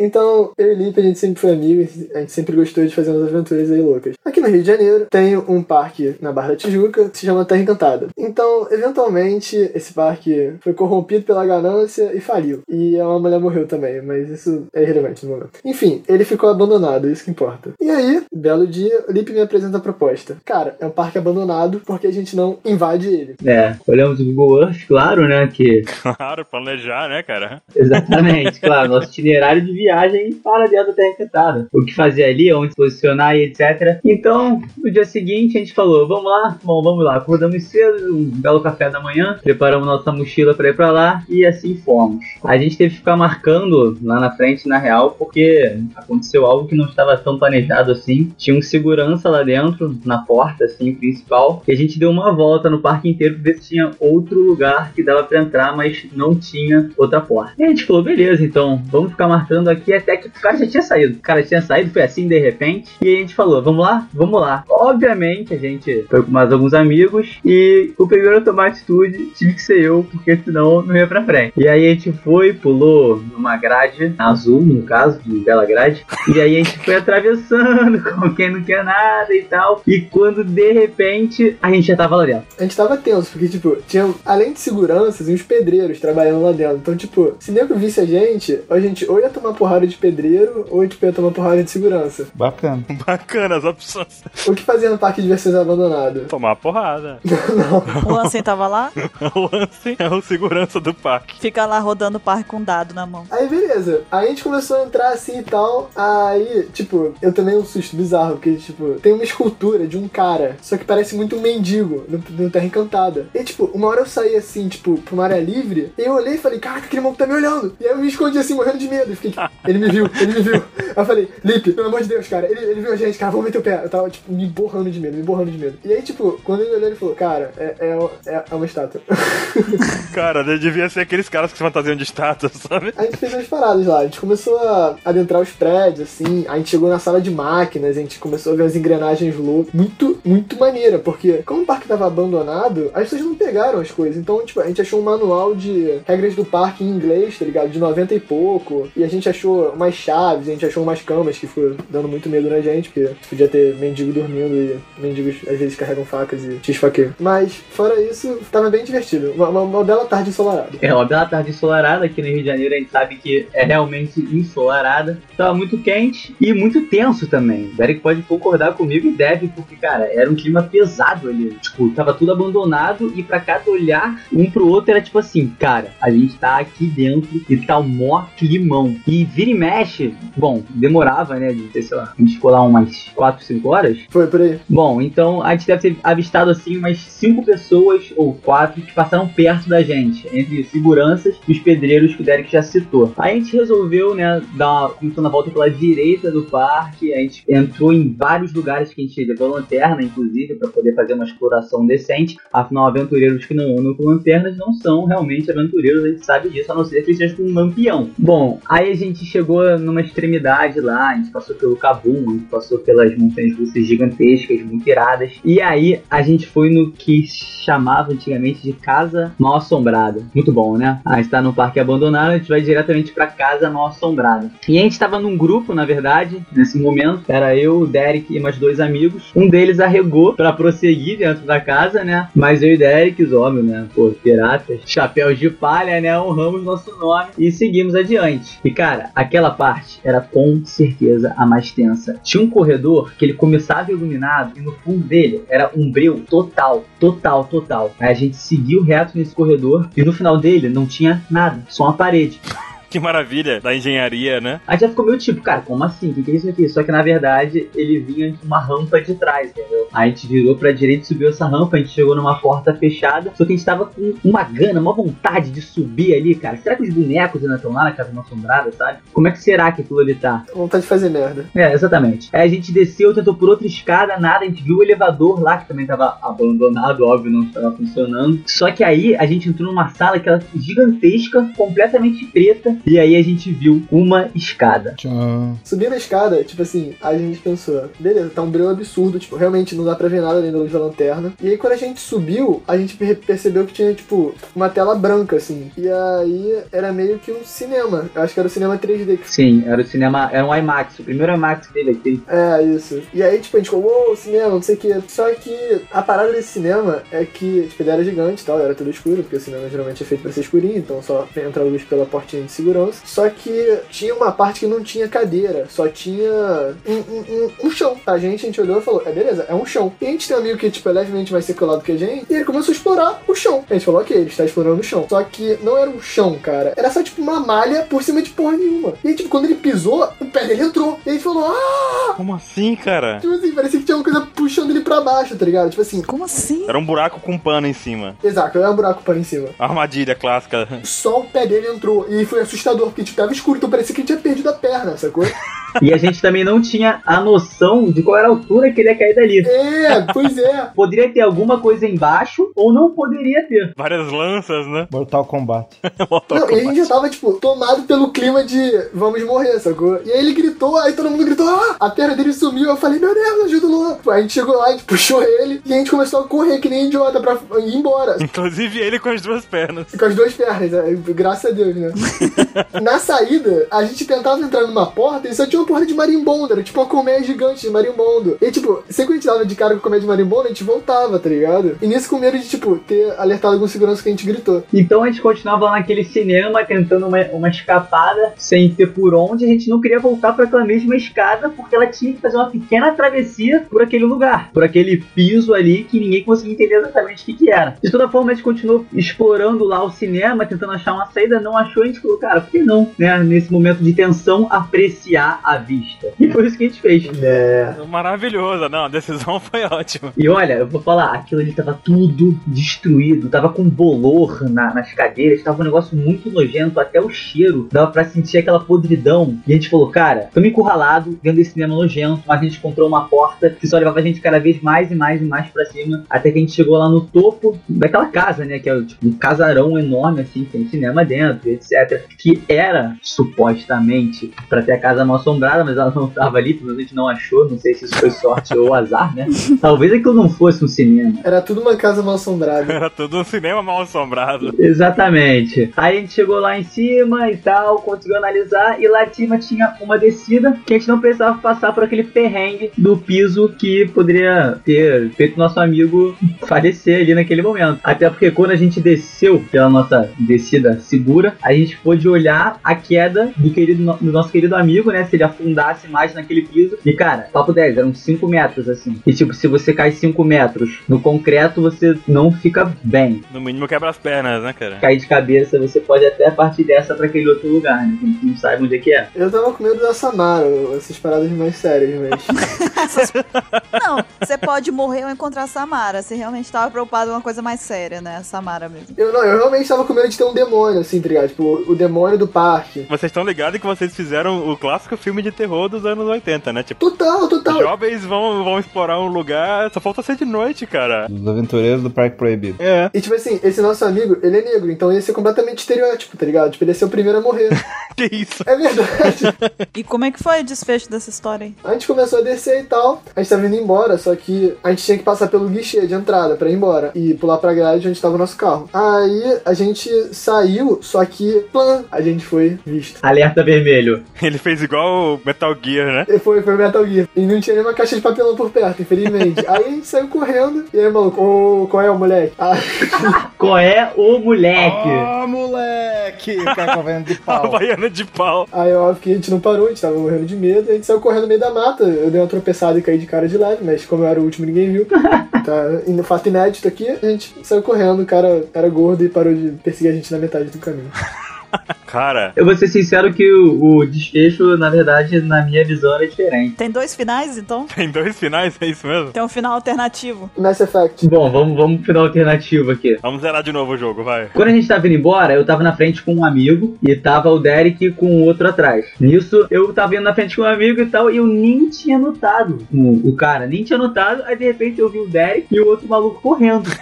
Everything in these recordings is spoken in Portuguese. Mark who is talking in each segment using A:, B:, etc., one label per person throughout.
A: Então, eu e Lipe, a gente sempre foi amigos, a gente sempre gostou de fazer umas aventuras aí loucas. Aqui no Rio de Janeiro tem um parque na Barra da Tijuca que se chama Terra Encantada. Então, eventualmente, esse parque foi corrompido pela ganância e faliu. E uma mulher morreu também, mas isso é irrelevante no momento. Enfim, ele ficou abandonado, isso que importa. E aí, belo dia, o Lipe me apresenta a proposta. Cara, é um parque abandonado porque a gente não invade ele.
B: É, olhamos o Google Earth, claro, né? Que
C: Claro, planejar, né, cara?
B: Exatamente, claro. Nosso itinerário de viagem para dentro da Terra Encantada. O que fazer ali, onde se posicionar e etc. Então, no dia seguinte, a gente falou: vamos lá, bom, vamos lá. Acordamos cedo, um belo café da manhã, preparamos nossa mochila para ir para lá e assim fomos. A gente teve que ficar marcando lá na frente, na real, porque aconteceu algo que não estava tão planejado assim. Tinha um segurança lá dentro, na porta, assim, principal. E a gente deu uma volta no parque inteiro pra ver se tinha outro lugar que dava pra entrar, mas não tinha outra porta. E a gente falou, beleza, então, vamos ficar marcando aqui até que o cara já tinha saído. O cara tinha saído, foi assim de repente. E a gente falou, vamos lá, vamos lá. Obviamente, a gente foi com mais alguns amigos. E o primeiro a tomar atitude tive que ser eu, porque senão não ia pra frente. E aí a gente foi, pulou numa grade azul, no caso, de bela grade. E aí a gente foi atravessando, como quem não quer nada e tal. E quando de repente a gente já tava lá dentro.
A: A gente tava tenso, porque, tipo, tinha, além de seguranças, uns pedreiros trabalhando lá dentro. Então, tipo, se nego visse a gente, a gente ou ia tomar porrada de pedreiro, ou tipo, ia tomar porrada de segurança.
D: Bacana.
C: Bacana as opções.
A: O que fazia no parque de diversões abandonado?
C: Tomar porrada.
E: O Ansem assim, tava lá,
C: O Ansem é o segurança do parque.
E: fica lá rodando o parque com um dado na mão.
A: Aí, beleza. Aí a gente começou a entrar assim e tal. Aí, tipo, eu tomei um susto bizarro, porque, tipo, tem uma escultura de um cara, só que parece muito um mendigo no, no Terra Encantada. E, tipo, uma hora eu saí assim, tipo, pra uma área livre, e eu olhei e falei, caraca, aquele maluco tá me olhando. E aí eu me escondi assim, morrendo de medo. E fiquei, tipo, ele me viu, ele me viu. Aí eu falei, Lipe, pelo amor de Deus, cara, ele, ele viu a gente, cara, vamos meter o pé. Eu tava, tipo, me borrando de medo, me borrando de medo. E aí, tipo, quando ele olhou, ele falou, cara, é, é, é- é uma estátua.
C: Cara, ele devia ser aqueles caras que se fantasiam de estátua, sabe?
A: A gente fez umas paradas lá, a gente começou a adentrar os prédios, assim, a gente chegou na sala de máquinas, a gente começou a ver as engrenagens loucas. Muito, muito maneira, porque como o parque tava abandonado, as pessoas não pegaram as coisas. Então, tipo, a gente achou um manual de regras do parque em inglês, tá ligado? De 90 e pouco. E a gente achou umas chaves, a gente achou umas camas que ficou dando muito medo na gente, porque podia ter mendigo dormindo e mendigos às vezes carregam facas e x-faqueiro. Mas, fora isso, tava bem divertido. Uma, uma, uma bela tarde ensolarada.
B: É uma bela tarde ensolarada aqui no Rio de Janeiro, a gente sabe que é realmente ensolarada. Tava muito quente e muito tenso também. O Derek pode concordar comigo e deve, porque, cara, era um clima pesado ali. Tipo, tava tudo abandonado e pra cada olhar, um pro outro era tipo assim, cara, a gente tá aqui dentro e tá o mó climão. E vira e mexe, bom, demorava, né, de ter, sei lá, a gente ficou lá umas 4, 5 horas.
A: Foi por aí.
B: Bom, então a gente deve ter avistado assim umas cinco pessoas ou quatro que passaram perto da gente, entre seguranças e os pedreiros que o Derek já citou. Aí a gente resolveu, né, dar uma, começando a volta pela direita do parque, a gente entrou em vários lugares que a gente levou lanterna, inclusive, para poder fazer uma exploração decente. Afinal, aventureiros que não andam com lanternas não são realmente aventureiros, a gente sabe disso, a não ser que eles sejam um lampião. Bom, aí a gente chegou numa extremidade lá, a gente passou pelo Cabum, a gente passou pelas montanhas russas gigantescas, muito iradas. E aí a gente foi no que chamava antigamente de Casa Mal Assombrada. Muito bom, né? A gente tá num parque abandonado, a gente vai diretamente pra Casa Mal Assombrada. E a gente tava num grupo, na verdade, nesse momento. Era eu, o Derek e mais dois amigos. Um deles arregou pra prosseguir dentro da casa, né? Mas eu e o Derek, os homens, né? Pô, piratas, chapéus de palha, né? Honramos nosso nome e seguimos adiante. E cara, aquela parte era com certeza a mais tensa. Tinha um corredor que ele começava iluminado e no fundo dele era um breu total, total, total. Aí a gente seguiu reto nesse corredor e no final dele não tinha nada, só uma parede.
C: Que maravilha da engenharia, né?
B: Aí já ficou meio tipo, cara, como assim? O que que é isso aqui? Só que na verdade ele vinha com uma rampa de trás, entendeu? Aí a gente virou pra direita, subiu essa rampa, a gente chegou numa porta fechada, só que a gente tava com uma gana, uma vontade de subir ali, cara. Será que os bonecos ainda estão lá na casa assombrada, sabe? Como é que será que aquilo ali tá?
A: Vontade de fazer merda.
B: É, exatamente. Aí a gente desceu, tentou por outra escada, nada, a gente viu o elevador lá, que também tava abandonado, óbvio, não estava funcionando. Só que aí a gente entrou numa sala que era gigantesca, completamente preta, E aí a gente viu uma escada.
D: Tchau.
A: Subindo a escada, tipo assim, a gente pensou, beleza, tá um brilho absurdo, tipo, realmente não dá pra ver nada além da luz da lanterna. E aí quando a gente subiu, a gente per- percebeu que tinha, tipo, uma tela branca, assim. E aí era meio que um cinema. Eu acho que era o cinema 3D. que-
B: Sim, era o cinema, era um IMAX, o primeiro IMAX que teve aqui.
A: É, isso. E aí, tipo, a gente ficou, uou, cinema, não sei o quê. Só que a parada desse cinema é que, tipo, ele era gigante e tal, era tudo escuro, porque o cinema geralmente é feito pra ser escurinho, então só entra a luz pela portinha de segurança. Só que tinha uma parte que não tinha cadeira, só tinha um, um, um, um chão. A gente, a gente olhou e falou, é beleza, é um chão. E a gente tem um amigo que, tipo, é levemente mais seculado que a gente, e ele começou a explorar o chão. A gente falou, ok, ele está explorando o chão. Só que não era um chão, cara. Era só, tipo, uma malha por cima de porra nenhuma. E, tipo, quando ele pisou, o pé dele entrou. E a gente falou, ah!
C: Como assim, cara?
A: Tipo assim, parecia que tinha uma coisa puxando ele pra baixo, tá ligado? Tipo assim,
E: Como assim?
C: Era um buraco com um pano em cima.
A: exato, era um buraco para em cima.
C: A armadilha clássica.
A: Só o pé dele entrou. E foi assustador, porque tipo, tava escuro, então parecia que ele tinha perdido a perna, sacou?
B: E a gente também não tinha a noção de qual era a altura que ele ia cair dali.
A: é, pois é.
B: Poderia ter alguma coisa embaixo ou não poderia ter.
C: Várias lanças, né?
D: Mortal Kombat.
C: Mortal
A: Não, e a gente
C: Kombat.
A: já tava, tipo, tomado pelo clima de vamos morrer, sacou? E aí ele gritou, aí todo mundo gritou, ah! A perna dele sumiu. Eu falei, meu Deus, ajuda o louco. Aí a gente chegou lá, a gente puxou ele, e a gente começou a correr que nem idiota pra ir embora.
C: Inclusive ele com as duas pernas.
A: Com as duas pernas, né? graças a Deus, né? Na saída, a gente tentava entrar numa porta e só tinha uma porta de marimbondo, era tipo uma colmeia gigante de marimbondo. E tipo, sempre que a gente dava de cara com colmeia de marimbondo, a gente voltava, tá ligado? E nisso com medo de, tipo, ter alertado algum segurança que a gente gritou.
B: Então a gente continuava lá naquele cinema tentando uma, uma escapada sem ter por onde. A gente não queria voltar para aquela mesma escada porque ela tinha que fazer uma pequena travessia por aquele lugar, por aquele piso ali que ninguém conseguia entender exatamente o que, que era. De toda forma, a gente continuou explorando lá o cinema, tentando achar uma saída, não achou. A gente falou, cara, por que não, né? Nesse momento de tensão, apreciar a vista. E foi isso que a gente fez.
A: É.
C: Maravilhosa, não, a decisão foi ótima.
B: E olha, eu vou falar, aquilo ali tava tudo destruído, tava com bolor na- nas cadeiras, tava um negócio muito nojento, até o cheiro, dava pra sentir aquela podridão. E a gente falou, cara, tamo encurralado dentro desse cinema nojento, mas a gente comprou uma porta que só levava a gente cada vez mais e mais e mais pra cima, até que a gente chegou lá no topo daquela casa, né, que é tipo um casarão enorme, assim, que tem cinema dentro, etc. Que era, supostamente, pra ter a casa mal assombrada, mas ela não tava ali, pelo menos a gente não achou, não sei se isso foi sorte ou azar, né? Talvez aquilo não fosse um cinema.
A: Era tudo uma casa mal assombrada.
C: Era tudo um cinema mal assombrado.
B: Exatamente. Aí a gente chegou lá em cima e tal, conseguiu analisar, e lá em cima tinha uma descida que a gente não precisava passar por aquele perrengue do piso que poderia ter feito nosso amigo falecer ali naquele momento. Até porque quando a gente desceu pela nossa descida segura, a gente pôde olhar a queda do, querido, do nosso querido amigo, né? Se ele afundasse mais naquele piso. E cara, papo 10, eram 5 metros assim. E tipo, se você cai 5 metros no concreto, você não fica bem.
C: No mínimo quebra as pernas, né, cara?
B: Cair de cabeça, você pode até partir dessa pra aquele outro lugar, né? que a gente Não sabe onde é que é.
A: Eu tava com medo da Samara, essas paradas mais sérias, mas.
E: Não, você pode morrer ou encontrar a Samara. Você realmente tava preocupado com uma coisa mais séria, né? Samara mesmo.
A: Eu não, eu realmente tava com medo de ter um demônio, assim, tá ligado? Tipo, o demônio do parque.
C: Vocês estão ligados que vocês fizeram o clássico filme de terror dos anos 80, né? Tipo,
A: Total, total.
C: jovens vão, vão explorar um lugar, só falta ser de noite, cara.
D: Dos aventureiros do Parque Proibido.
C: É.
A: E tipo assim, esse nosso amigo, ele é negro, então ele ia ser completamente estereótipo, tá ligado? Tipo, ele ia ser o primeiro a morrer.
C: Que isso?
A: é verdade.
E: E como é que foi o desfecho dessa história aí?
A: A gente começou a descer e tal, a gente tava indo embora, só que a gente tinha que passar pelo guichê de entrada pra ir embora e pular pra grade onde tava o nosso carro. Aí a gente saiu, só que, plan, a gente foi visto.
B: Alerta vermelho.
C: Ele fez igual o Metal Gear, né?
A: E Foi, foi o Metal Gear. E não tinha nenhuma caixa de papelão por perto, infelizmente. aí a gente saiu correndo. E aí, maluco, ô, qual é o moleque? Aí,
B: Qual é o moleque?
D: Ah, moleque! O cara correndo de
C: A
D: pau.
C: baiana de pau.
A: Aí óbvio que a gente não parou, a gente tava morrendo de medo, a gente saiu correndo no meio da mata. Eu dei uma tropeçada e caí de cara de leve, mas como eu era o último, ninguém viu. Tá indo fato inédito aqui, a gente saiu correndo, o cara era gordo e parou de perseguir a gente na metade do caminho.
C: Cara,
B: Eu vou ser sincero que o, o desfecho, na verdade, na minha visão, era diferente.
E: Tem dois finais, então?
C: tem dois finais, é isso mesmo?
E: Tem um final alternativo.
A: Mass Effect.
B: Bom, vamos, vamos pro final alternativo aqui.
C: Vamos zerar de novo o jogo, vai.
B: Quando a gente tava indo embora, eu tava na frente com um amigo e tava o Derek com o outro atrás. Nisso, eu tava indo na frente com um amigo e tal, e eu nem tinha notado o, o cara, nem tinha notado, aí de repente eu vi o Derek e o outro maluco correndo.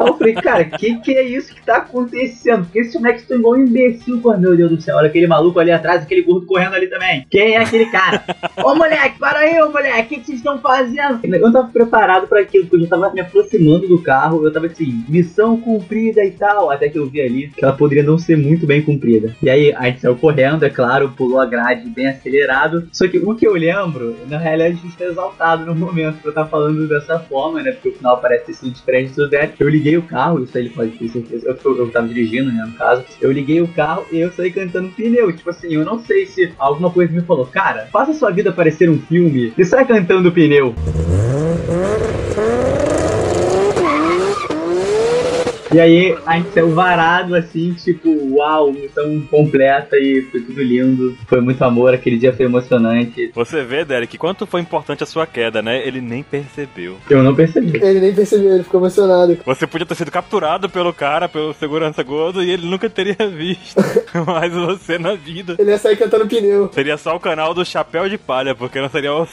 B: Aí eu falei, cara, que que é isso que tá acontecendo? Por que esse moleque estão igual um imbecil, pô, meu Deus do céu? Olha aquele maluco ali atrás, aquele gordo correndo ali também. Quem é aquele cara? ô moleque, para aí, ô moleque, o que, que vocês estão fazendo? Eu não tava preparado pra aquilo, porque eu já tava me aproximando do carro, eu tava assim, missão cumprida e tal. Até que eu vi ali que ela poderia não ser muito bem cumprida. E aí a gente saiu correndo, é claro, pulou a grade bem acelerado. Só que o que eu lembro, na realidade, a gente tá exaltado no momento pra eu estar falando dessa forma, né? Porque o final parece ter sido diferente do Death. Eu liguei o carro, isso aí ele pode ter certeza. Eu, eu, eu tava dirigindo, né? No caso, eu liguei o carro e eu saí cantando pneu. Tipo assim, eu não sei se alguma coisa me falou, cara, faça sua vida parecer um filme e sai cantando pneu. E aí a gente saiu varado assim, tipo, uau, missão completa e foi tudo lindo. Foi muito amor, aquele dia foi emocionante.
C: Você vê, Derek, quanto foi importante a sua queda, né? Ele nem percebeu.
B: Eu não percebi.
A: Ele nem percebeu, ele ficou emocionado.
C: Você podia ter sido capturado pelo cara, pelo segurança gordo, e ele nunca teria visto mais você na vida.
A: Ele ia sair cantando pneu.
C: Seria só o canal do Chapéu de Palha, porque não seria o.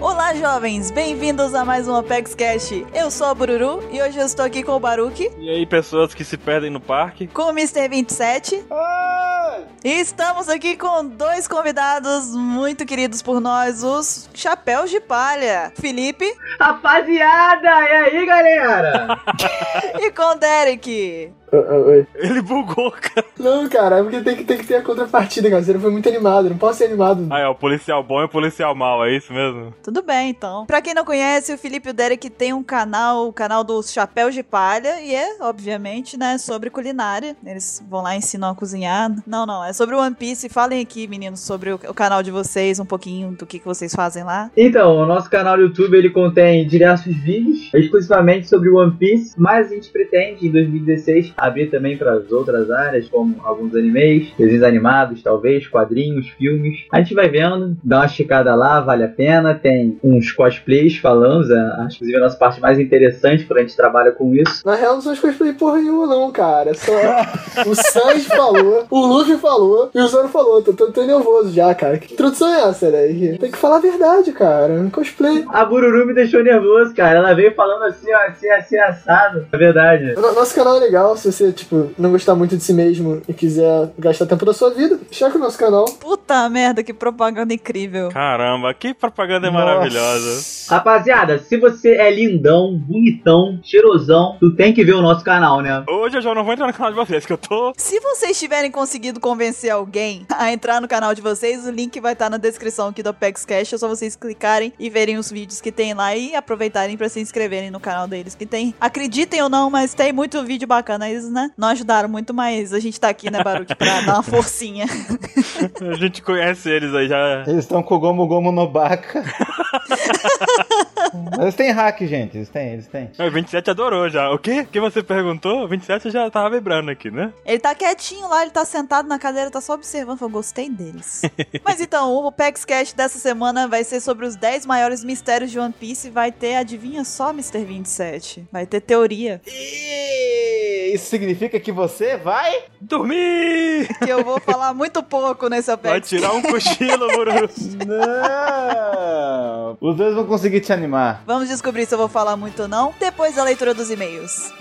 E: Olá, jovens! Bem-vindos a mais um Apex Cash. Eu sou a Bururu e hoje eu estou aqui com o Baruque,
C: E aí, pessoas que se perdem no parque?
E: com o Mr. 27 e estamos aqui com dois convidados muito queridos por nós, os Chapéus de Palha, Felipe
B: Rapaziada, e aí, galera?
E: e com o Derek.
A: Oi, oi, oi.
C: Ele bugou, cara.
A: Não, cara, é porque tem que, tem que ter a contrapartida, cara. Você foi muito animado, eu não posso ser animado.
C: Ah, é o policial bom e o policial mal, é isso mesmo?
E: Tudo bem, então. Pra quem não conhece, o Felipe e o Derek tem um canal, o canal dos Chapéus de Palha, e é, obviamente, né, sobre culinária. Eles vão lá e ensinam a cozinhar. Não, não, é sobre One Piece. Falem aqui, meninos, sobre o, o canal de vocês, um pouquinho do que, que vocês fazem lá.
B: Então, o nosso canal do YouTube ele contém diversos vídeos exclusivamente sobre One Piece, mas a gente pretende em 2016 abrir também para as outras áreas, como alguns animes, desenhos animados, talvez, quadrinhos, filmes. A gente vai vendo, dá uma checada lá, vale a pena. Tem uns cosplays falando, é, acho que inclusive é a nossa parte mais interessante quando a gente trabalha com isso.
A: Na real, não são as cosplay porra nenhuma, não, cara. É Só o Sanji falou, o Luffy falou e o Zoro falou. Tô, tô, tô nervoso já, cara. Que introdução é essa, né? Tem que falar a verdade, cara. Um Cosplay.
B: A Bururu me deixou nervoso, cara. Ela veio falando assim, ó, assim, assim, assado. É verdade.
A: O no- Nosso canal é legal, se você, tipo, não gostar muito de si mesmo e quiser gastar tempo da sua vida, checa o nosso canal.
E: Puta merda, que propaganda incrível.
C: Caramba, que propaganda maravilhosa.
B: Rapaziada, se você é lindão, bonitão, cheirosão, tu tem que ver o nosso canal, né?
C: Hoje eu já não vou entrar no canal de vocês, que eu tô.
E: Se vocês tiverem conseguido convencer alguém a entrar no canal de vocês, o link vai estar na descrição aqui do Apex Cash. É só vocês clicarem e verem os vídeos que tem lá e aproveitarem pra se inscreverem no canal deles, que tem, acreditem ou não, mas tem muito vídeo bacana. Eles, né, não ajudaram muito, mas a gente tá aqui, né, Baruque, pra dar uma forcinha.
C: A gente conhece eles aí já.
D: Eles estão com o Gomu Gomu no Baca. eles têm hack, gente. Eles têm, eles têm.
C: Não, É, O 27 adorou já. O quê? O que você perguntou? O 27 já tava vibrando aqui, né?
E: Ele tá quietinho lá, ele tá sentado na cadeira, tá só observando. Eu gostei deles. Mas então, o Apex Cash dessa semana vai ser sobre os 10 maiores mistérios de One Piece. Vai ter, adivinha só, Mr. 27. Vai ter teoria.
D: E isso significa que você vai?
C: Dormir!
E: Que eu vou falar muito pouco nesse
C: Vai
E: Apex.
C: tirar um cochilo, Bururu.
D: Não! Os dois vão conseguir te animar.
E: Vamos descobrir se eu vou falar muito ou não depois da leitura dos e-mails.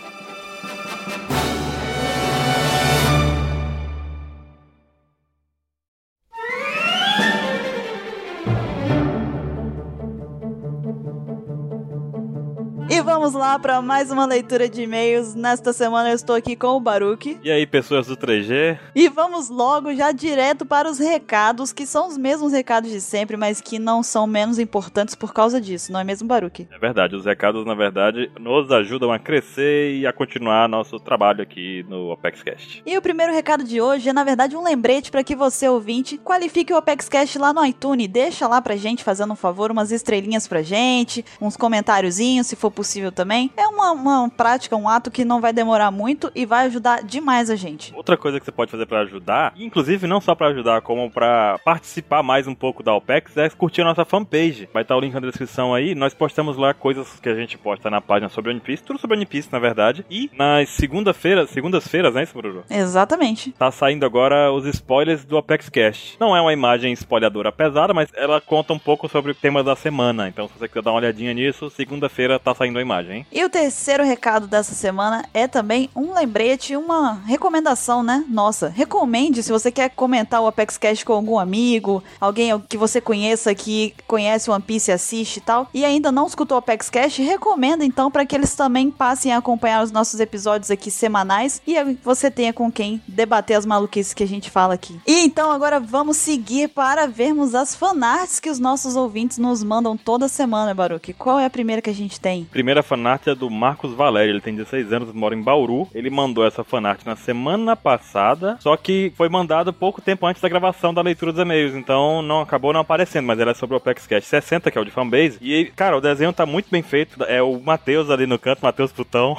E: E vamos lá para mais uma leitura de e-mails. Nesta semana eu estou aqui com o Baruque.
C: E aí, pessoas do 3G?
E: E vamos logo já direto para os recados, que são os mesmos recados de sempre, mas que não são menos importantes por causa disso, não é mesmo, Baruque?
C: É verdade, os recados, na verdade, nos ajudam a crescer e a continuar nosso trabalho aqui no ApexCast.
E: E o primeiro recado de hoje é, na verdade, um lembrete para que você, ouvinte, qualifique o Apex Cash lá no iTunes. Deixa lá pra gente, fazendo um favor, umas estrelinhas pra gente, uns comentáriozinhos, se for possível também, é uma, uma prática, um ato que não vai demorar muito e vai ajudar demais a gente.
C: Outra coisa que você pode fazer pra ajudar, inclusive não só pra ajudar, como pra participar mais um pouco da OPEX, é curtir a nossa fanpage. Vai estar o link na descrição aí. Nós postamos lá coisas que a gente posta na página sobre One Piece, tudo sobre One Piece, na verdade. E nas segunda-feiras, segundas-feiras, né, isso, Bruno?
E: Exatamente.
C: Tá saindo agora os spoilers do Apex Cash. Não é uma imagem spoiladora pesada, mas ela conta um pouco sobre o tema da semana. Então, se você quiser dar uma olhadinha nisso, segunda-feira tá saindo a imagem, hein?
E: E o terceiro recado dessa semana é também um lembrete, uma recomendação, né? Nossa, recomende se você quer comentar o Apex Cash com algum amigo, alguém que você conheça que conhece One Piece, assiste e tal, e ainda não escutou o Apex Cash, recomenda então para que eles também passem a acompanhar os nossos episódios aqui semanais e aí você tenha com quem debater as maluquices que a gente fala aqui. E então agora vamos seguir para vermos as fanarts que os nossos ouvintes nos mandam toda semana, Baruque. Qual é a primeira que a gente tem?
C: Primeira fanart é do Marcos Valério, ele tem 16 anos, mora em Bauru. Ele mandou essa fanart na semana passada, só que foi mandada pouco tempo antes da gravação da leitura dos e-mails, então não acabou não aparecendo, mas ela é sobre o Apex Cash 60, que é o de fanbase. E, cara, o desenho tá muito bem feito, é o Matheus ali no canto, Matheus Putão.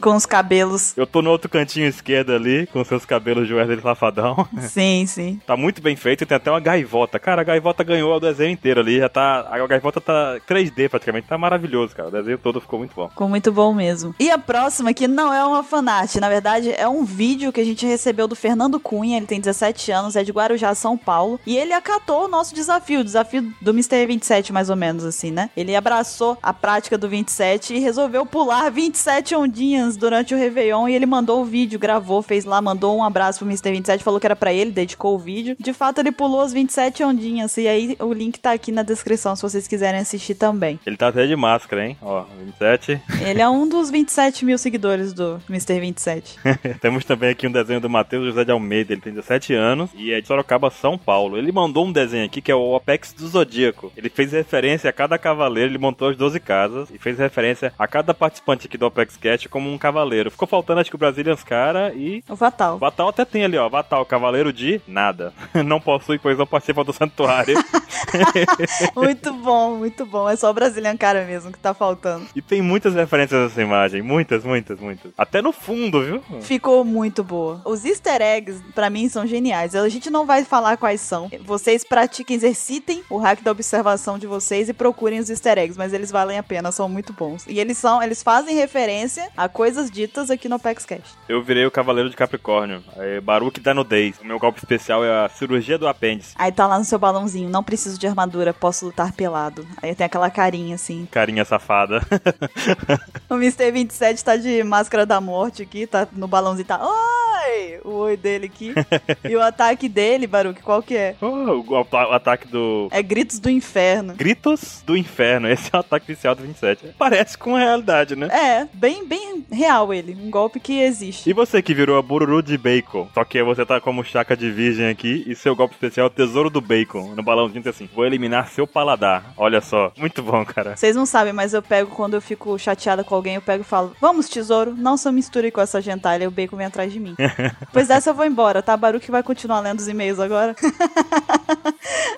E: com os cabelos.
C: Eu tô no outro cantinho esquerdo ali, com seus cabelos de Wesley Safadão.
E: Sim, sim.
C: Tá muito bem feito, tem até uma gaivota. Cara, a gaivota ganhou o desenho inteiro ali, já tá... A gaivota tá 3D praticamente, tá maravilhoso, cara. O desenho todo ficou muito bom.
E: Ficou muito bom mesmo. E a próxima, que não é uma fanart, na verdade é um vídeo que a gente recebeu do Fernando Cunha, ele tem 17 anos, é de Guarujá, São Paulo, e ele acatou o nosso desafio, o desafio do Mr. 27, mais ou menos assim, né? Ele abraçou a prática do 27 e resolveu pular 27 ondinhas durante o Réveillon, e ele mandou o vídeo, gravou, fez lá, mandou um abraço pro Mr. 27, falou que era pra ele, dedicou o vídeo. De fato, ele pulou as 27 ondinhas, e aí o link tá aqui na descrição, se vocês quiserem assistir também.
C: Ele tá até de máscara, hein? Ó, 27.
E: Ele é um dos 27 mil seguidores do Mr. 27.
C: Temos também aqui um desenho do Matheus José de Almeida, ele tem 17 anos e é de Sorocaba, São Paulo. Ele mandou um desenho aqui que é o Apex do Zodíaco. Ele fez referência a cada cavaleiro, ele montou as 12 casas e fez referência a cada participante aqui do Apex Cat como um cavaleiro. Ficou faltando acho que o Brazilians Cara e
E: O Fatal.
C: o Vatal até tem ali, ó. Vatal, cavaleiro de nada. Não possui, pois não participa do santuário.
E: muito bom, muito bom. É só o Brazilian Cara mesmo que tá faltando.
C: e tem muitas referências nessa imagem. Muitas, muitas, muitas. Até no fundo, viu?
E: Ficou muito boa. Os easter eggs, pra mim, são geniais. A gente não vai falar quais são. Vocês pratiquem, exercitem o hack da observação de vocês e procurem os easter eggs, mas eles valem a pena, são muito bons. E eles são, eles fazem referência a coisas ditas aqui no Apex Cash.
C: Eu virei o Cavaleiro de Capricórnio. É Baruque Danudez. O meu golpe especial é a cirurgia do apêndice.
E: Aí tá lá no seu balãozinho, não preciso de armadura, posso lutar pelado. Aí tem aquela carinha assim.
C: Carinha safada.
E: O Mr. 27 tá de máscara da morte aqui, tá no balãozinho, tá. Oi! O oi dele aqui. e o ataque dele, Baruque, qual que é?
C: Oh, o golpe- o ataque do.
E: É gritos do inferno.
C: Gritos do Inferno. Esse é o ataque inicial do 27. Parece com a realidade, né?
E: É, bem, bem real ele. Um golpe que existe.
C: E você que virou a Bururu de Bacon. Só que você tá como chaca de virgem aqui e seu golpe especial é o Tesouro do Bacon. No balãozinho tem assim: vou eliminar seu paladar. Olha só. Muito bom, cara.
E: Vocês não sabem, mas eu pego quando eu fico chateada com alguém, eu pego e falo: Vamos, tesouro, não se misture com essa gentalha, o bacon vem atrás de mim. pois dessa eu vou embora, tá? Baruque vai continuar lendo os e-mails agora.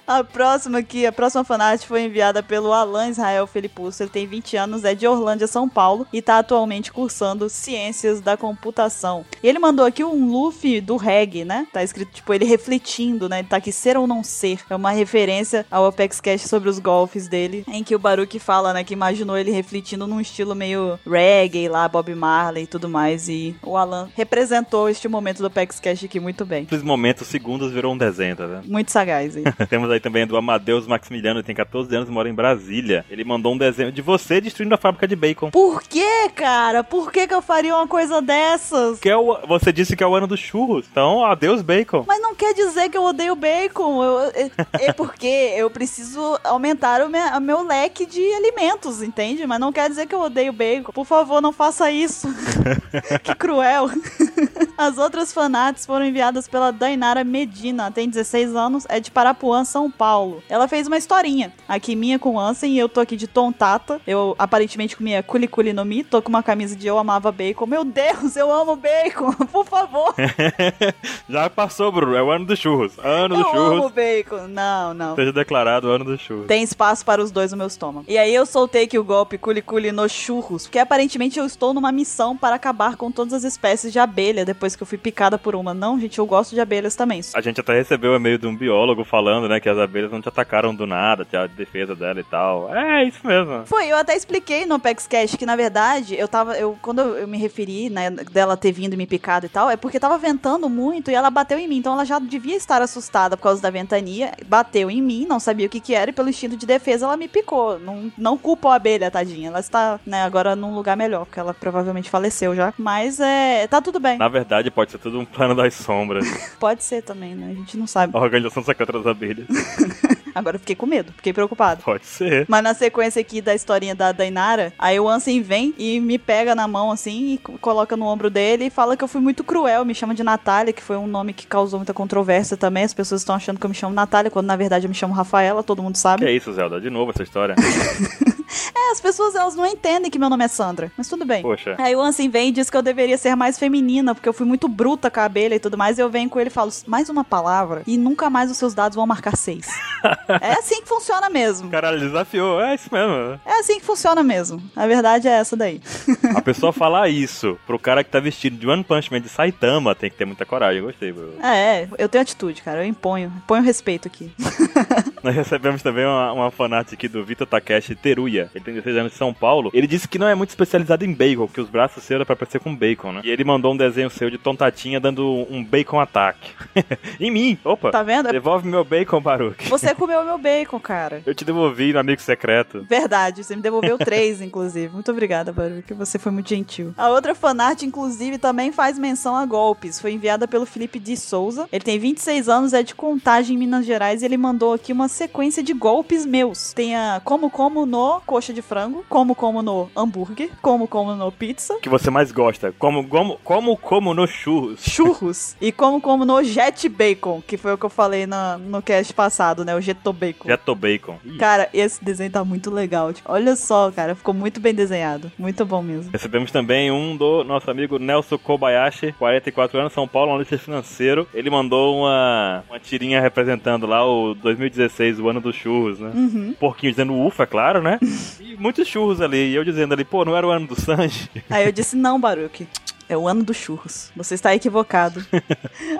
E: a próxima aqui, a próxima fanart foi enviada pelo Alan Israel Felipulso. Ele tem 20 anos, é de Orlândia, São Paulo, e tá atualmente cursando Ciências da Computação. E ele mandou aqui um Luffy do reggae, né? Tá escrito, tipo, ele refletindo, né? Ele tá aqui ser ou não ser. É uma referência ao Apex Cash sobre os golfes dele, em que o Baruque fala, né? Que imaginou ele refletindo num estilo meio reggae lá, Bob Marley e tudo mais. E o Alan representou este momento do Apex Cash aqui muito bem.
C: Simples momento, segundos virou um desenho, tá vendo?
E: Muito sagaz, hein?
C: Temos aí também do Amadeus Maximiliano, ele tem 14 anos, mora em Brasília. Ele mandou um desenho de você destruindo a fábrica de bacon.
E: Por que, cara? Por que, que eu faria uma coisa dessas?
C: Que é o, você disse que é o ano dos churros, então adeus bacon.
E: Mas não quer dizer que eu odeio bacon. Eu- é, é porque eu preciso aumentar o me- o meu leque de alimentos, entende? Mas não quer dizer que eu odeio bacon. Por favor, não faça isso. que cruel. As outras fanarts foram enviadas pela Dainara Medina, tem 16 anos, é de Parapuã, São Paulo. Ela fez uma historinha, aqui minha com Ansem, e eu tô aqui de tontata. Eu aparentemente comia culiculi no mi, tô com uma camisa de eu amava bacon. Meu Deus, eu amo bacon, por favor.
C: Já passou, Bruno. É o ano dos churros. Ano dos
E: eu amo
C: churros.
E: bacon. Não, não.
C: Seja declarado o ano dos churros.
E: Tem espaço para os dois no meu estômago. E aí eu soltei que o golpe culiculi nos churros, porque aparentemente eu estou numa missão para acabar com todas as espécies de abelha depois que eu fui picada por uma. Não, gente, eu gosto de abelhas também.
C: A gente até recebeu um e-mail de um biólogo falando, né, que as abelhas não te atacaram do nada, tinha a defesa dela e tal. É, isso mesmo.
E: Foi, eu até expliquei no Apex Cash que, na verdade, eu tava. Eu, quando eu me referi, né, dela ter vindo e me picado e tal, é porque tava ventando muito e ela bateu em mim. Então ela já devia estar assustada por causa da ventania. Bateu em mim, não sabia o que que era, e pelo instinto de defesa ela me picou. Não, não culpo a abelha, tadinha. Ela está, né, agora num lugar melhor, porque ela provavelmente faleceu já. Mas é. Tá tudo bem.
C: Na verdade, pode ser tudo um plano das sombras.
E: Pode ser também, né? A gente não sabe.
C: A organização secreta das abelhas.
E: Agora eu fiquei com medo, fiquei preocupado.
C: Pode ser.
E: Mas na sequência aqui da historinha da Dainara, aí o Ansem vem e me pega na mão assim e co- coloca no ombro dele e fala que eu fui muito cruel, me chama de Natália, que foi um nome que causou muita controvérsia também. As pessoas estão achando que eu me chamo Natália, quando na verdade eu me chamo Rafaela, todo mundo sabe.
C: Que é isso, Zelda? De novo essa história.
E: É, as pessoas elas não entendem que meu nome é Sandra, mas tudo bem.
C: Poxa.
E: Aí o Ansem vem e diz que eu deveria ser mais feminina, porque eu fui muito bruta com a abelha e tudo mais. E eu venho com ele e falo, mais uma palavra e nunca mais os seus dados vão marcar seis. é assim que funciona mesmo.
C: Caralho, desafiou. É isso mesmo.
E: É assim que funciona mesmo. A verdade é essa daí.
C: A pessoa falar isso pro cara que tá vestido de One Punch Man de Saitama tem que ter muita coragem. Eu gostei, bro.
E: É, é, eu tenho atitude, cara. Eu imponho. Imponho respeito aqui.
C: Nós recebemos também uma, uma fanart aqui do Vitor Takeshi Teruya. Ele tem 16 anos de São Paulo. Ele disse que não é muito especializado em bacon, que os braços seus era pra parecer com bacon, né? E ele mandou um desenho seu de tontatinha dando um bacon ataque. em mim! Opa!
E: Tá vendo? É-
C: Devolve meu bacon, Baruque.
E: Você comeu meu bacon, cara.
C: Eu te devolvi no amigo secreto.
E: Verdade, você me devolveu três, inclusive. Muito obrigada, Baru, que você foi muito gentil. A outra fanart, inclusive, também faz menção a golpes. Foi enviada pelo Felipe de Souza. Ele tem 26 anos, é de Contagem, Minas Gerais, e ele mandou aqui uma sequência de golpes meus. Tem a como como no coxa de frango, como como no hambúrguer, como como no pizza,
C: Que você mais gosta. Como, como, como, como no churros.
E: churros e como como no jet bacon, que foi o que eu falei na- no cast passado, né? O jeto bacon.
C: Já tô bacon. Ih.
E: Cara, esse desenho tá muito legal. Tipo, olha só, cara, ficou muito bem desenhado. Muito bom mesmo.
C: Recebemos também um do nosso amigo Nelson Kobayashi, 44 anos, São Paulo, um analista financeiro. Ele mandou uma, uma tirinha representando lá o 2016, o ano dos churros, né?
E: Uhum.
C: Porquinho dizendo ufa, é claro, né? E muitos churros ali. E eu dizendo ali, pô, não era o ano do Sanji?
E: Aí eu disse, não, Baruque. É o ano dos churros. Você está equivocado.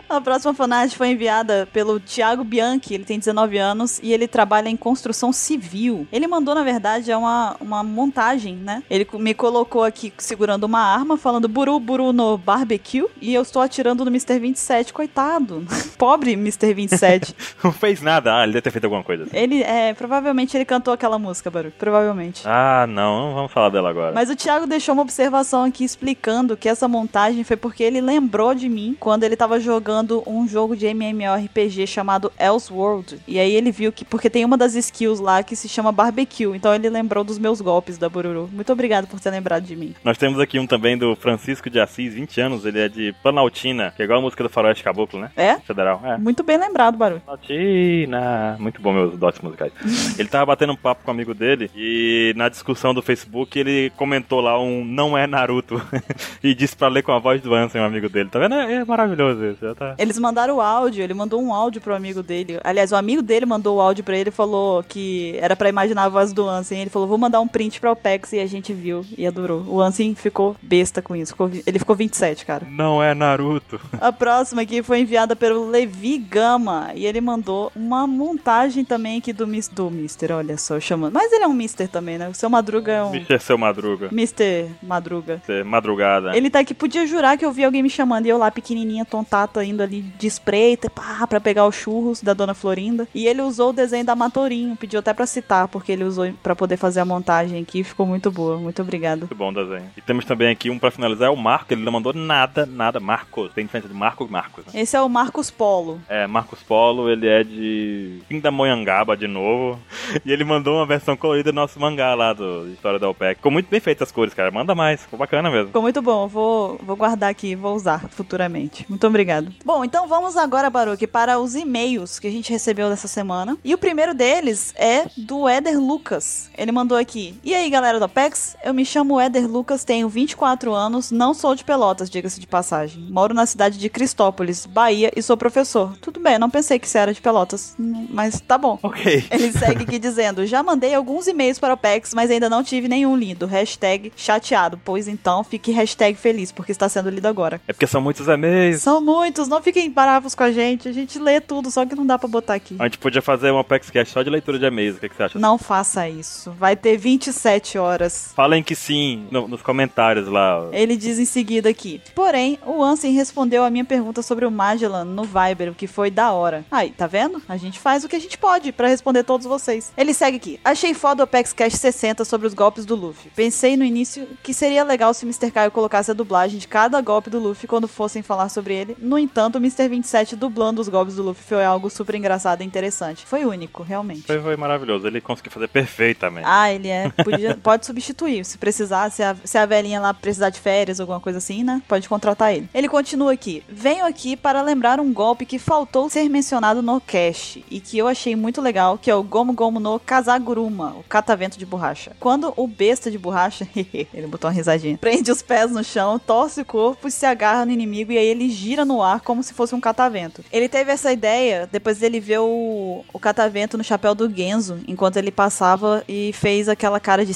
E: a próxima fanart foi enviada pelo Thiago Bianchi. Ele tem 19 anos e ele trabalha em construção civil. Ele mandou, na verdade, é uma, uma montagem, né? Ele co- me colocou aqui segurando uma arma, falando buru buru no barbecue. E eu estou atirando no Mr. 27. Coitado. Pobre Mr. 27.
C: Não fez nada. Ah, ele deve ter feito alguma coisa.
E: Ele, é, provavelmente ele cantou aquela música, Baruque. Provavelmente.
C: Ah, não, não vamos falar dela agora.
E: Mas o Thiago deixou uma observação aqui explicando que essa montagem foi porque ele lembrou de mim quando ele tava jogando um jogo de MMORPG chamado Elseworld. E aí ele viu que, porque tem uma das skills lá que se chama Barbecue, então ele lembrou dos meus golpes da Bururu. Muito obrigado por ter lembrado de mim.
C: Nós temos aqui um também do Francisco de Assis, 20 anos. Ele é de Planaltina, que é igual a música do Faroeste Caboclo, né?
E: É?
C: Federal, é.
E: Muito bem lembrado, Baru.
C: Latina. Muito bom meus dotes musicais. ele tava batendo um papo com um amigo dele e na discussão do Facebook ele comentou lá um não é Naruto e disse pra ler com a voz do Ansem, um amigo dele. Tá vendo? É é maravilhoso isso. já tá-
E: Eles mandaram o áudio, ele mandou um áudio pro amigo dele. Aliás, o amigo dele mandou o áudio pra ele e falou que era pra imaginar a voz do Ansem. Ele falou, vou mandar um print pra Opex e a gente viu e adorou. O Ansem ficou besta com isso. ficou vi- ele ficou 27, cara.
C: Não é Naruto.
E: A próxima aqui foi enviada pelo Levi Gama e ele mandou uma montagem também aqui do, mis- do Mister, olha só, chamando. Mas ele é um Mister também, né? O seu Madruga é um
C: Mexer seu madruga.
E: Mister Madruga.
C: Ser Madrugada.
E: Ele tá aqui, podia jurar que eu vi alguém me chamando e eu lá pequenininha, tontata, indo ali de espreita, pá, pra pegar os churros da Dona Florinda. E ele usou o desenho da Matorinho, pediu até pra citar, porque ele usou pra poder fazer a montagem aqui, ficou muito boa, muito obrigado.
C: Muito bom o desenho. E temos também aqui um pra finalizar, é o Marco. Ele não mandou nada, nada. Marcos. Tem diferença de Marco e Marcos, né?
E: Esse é o Marcos Polo.
C: É, Marcos Polo, ele é de Pindamonhangaba de novo. E ele mandou uma versão colorida do nosso mangá lá do História da OPEC. Ficou muito bem feita as cores, cara. Manda mais, ficou bacana mesmo.
E: Ficou muito bom, eu vou, vou, vou guardar aqui e vou usar futuramente. Muito obrigado. Bom, então vamos agora, Baruque, para os e-mails que a gente recebeu dessa semana. E o primeiro deles é do Éder Lucas. Ele mandou aqui. E aí, galera do Apex? Eu me chamo Éder Lucas, tenho 24 anos, não sou de Pelotas, diga-se de passagem. Moro na cidade de Cristópolis, Bahia, e sou professor. Tudo bem, não pensei que você era de Pelotas, mas tá bom.
C: Ok.
E: Ele segue aqui dizendo: Já mandei alguns e-mails para o Pex, mas ainda não tive nenhum lido. Hashtag chateado. Pois então, fique hashtag feliz, porque está sendo lido agora.
C: É porque são muitos e-mails.
E: São muitos, não fiquem bravos com a gente. A gente lê tudo, só que não dá para botar aqui.
C: A gente podia fazer um ApexCast só de leitura de e-mails. O que, que você acha?
E: Não faça isso. Vai ter 27 horas.
C: Falem que sim no- nos comentários lá.
E: Ele diz em seguida aqui. Porém, o Ansem respondeu a minha pergunta sobre o Magellan no Viber, o que foi da hora. Aí, tá vendo? A gente faz o que a gente pode pra responder todos vocês. Ele segue aqui. Achei foda o Apex Cash 60 sobre os golpes do Luffy. Pensei no início que seria legal se o Mr. Caio colocasse a dublagem de cada golpe do Luffy quando fossem falar sobre ele. No entanto, o Mr. 27 dublando os golpes do Luffy foi algo super engraçado e interessante. Foi único, realmente.
C: Foi, foi maravilhoso. Ele conseguiu fazer perfeitamente.
E: Ah, ele é. podia- pode substituir. Se precisar, se a, se a velhinha lá precisar de férias, alguma coisa assim, né? Pode contratar ele. Ele continua aqui. Venho aqui para lembrar um golpe que faltou ser mencionado no cast e que eu achei muito legal, que é o Gomu Gomu no Kazaguruma, o catavento de borracha. Quando o besta de borracha, ele botou uma risadinha, prende os pés no chão, torce o corpo e se agarra no inimigo e aí ele gira no ar como se fosse um catavento. Ele teve essa ideia depois ele vê o, o catavento no chapéu do Genzo enquanto ele passava e fez aquela cara de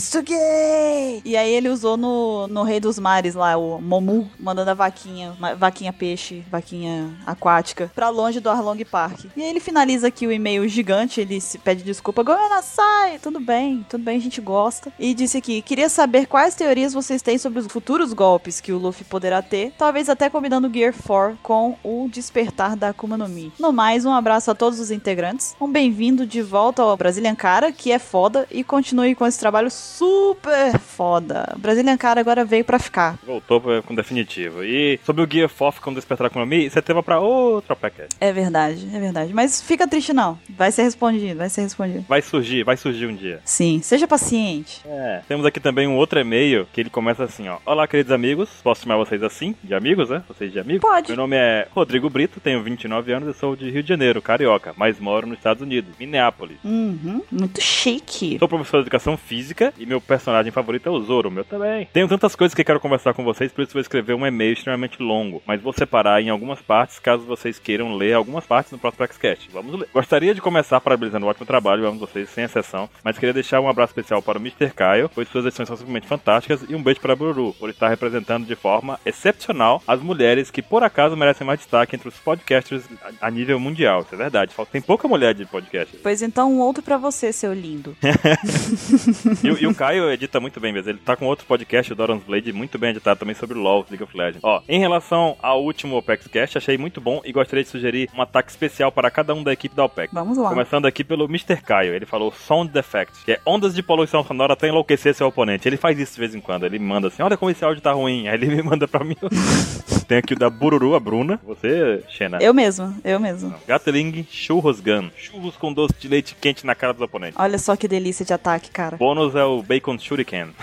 E: Sugei! E aí ele usou no, no Rei dos Mares lá, o Momu, mandando a vaquinha, ma- vaquinha peixe, vaquinha aquática, pra longe do Arlong Park. E aí ele finaliza aqui o e-mail gigante, ele se pede desculpa, Goiânia, sai! Tudo bem, tudo bem, a gente gosta. E disse aqui, queria saber quais teorias vocês têm sobre os futuros golpes que o Luffy poderá ter, talvez até combinando o Gear 4 com o despertar da Akuma no Mi. No mais, um abraço a todos os integrantes, um bem-vindo de volta ao Brazilian Cara, que é foda, e continue com esse trabalho super foda. Brazilian Cara agora veio pra ficar.
C: Voltou pra- com definitivo. E sobre o Gear Fof com Despertar com Mi, isso é tema pra outro ApexCast.
E: É verdade, é verdade. Mas fica triste não, vai ser respondido, vai ser respondido.
C: Vai surgir, vai surgir um dia.
E: Sim, seja paciente.
C: É. Temos aqui também um outro e-mail que ele começa assim, ó. Olá, queridos amigos. Posso chamar vocês assim? De amigos, né? Vocês de amigos?
E: Pode.
C: Meu nome é Rodrigo Brito, tenho 29 anos e sou de Rio de Janeiro, carioca, mas moro nos Estados Unidos, Minneapolis.
E: Uhum, muito chique.
C: Sou professor de educação física e meu personagem favorito é o Zoro, o meu também. Tenho tantas coisas que quero conversar com vocês, por isso vou escrever um e-mail extremamente longo, mas vou separar em algumas partes caso vocês queiram ler algumas partes no próximo Cast. Vamos ler. Gostaria de começar parabenizando o ótimo trabalho, amo vocês sem exceção, mas queria deixar um abraço especial para o Mr. Caio, pois suas edições são simplesmente fantásticas, e um beijo para a Bururu, por estar representando de forma excepcional as mulheres que por acaso merecem mais destaque entre os podcasters a a nível mundial. Isso é verdade, falta- tem pouca mulher de podcast.
E: Pois então, um outro pra você, seu lindo.
C: E, o- e o Caio edita muito bem mesmo. Ele tá com outro podcast, o Doran's Blade, muito bem editado também sobre LoL, League of Legends. Ó, em relação ao último Opex Cast, achei muito bom e gostaria de sugerir um ataque especial para cada um da equipe da Opex.
E: Vamos lá.
C: Começando aqui pelo Mr. Caio, ele falou Sound Defect, que é ondas de poluição sonora até enlouquecer seu oponente. Ele faz isso de vez em quando, ele manda assim, olha como esse áudio tá ruim, aí ele me manda pra mim. Tem aqui o da Bururu, a Bruna. Você, Xena.
E: Eu mesma, eu mesma.
C: Não. Gatling Churros Gun. Churros com doce de leite quente na cara dos oponentes.
E: Olha só que delícia de ataque, cara.
C: Bônus é o Bacon Shuriken.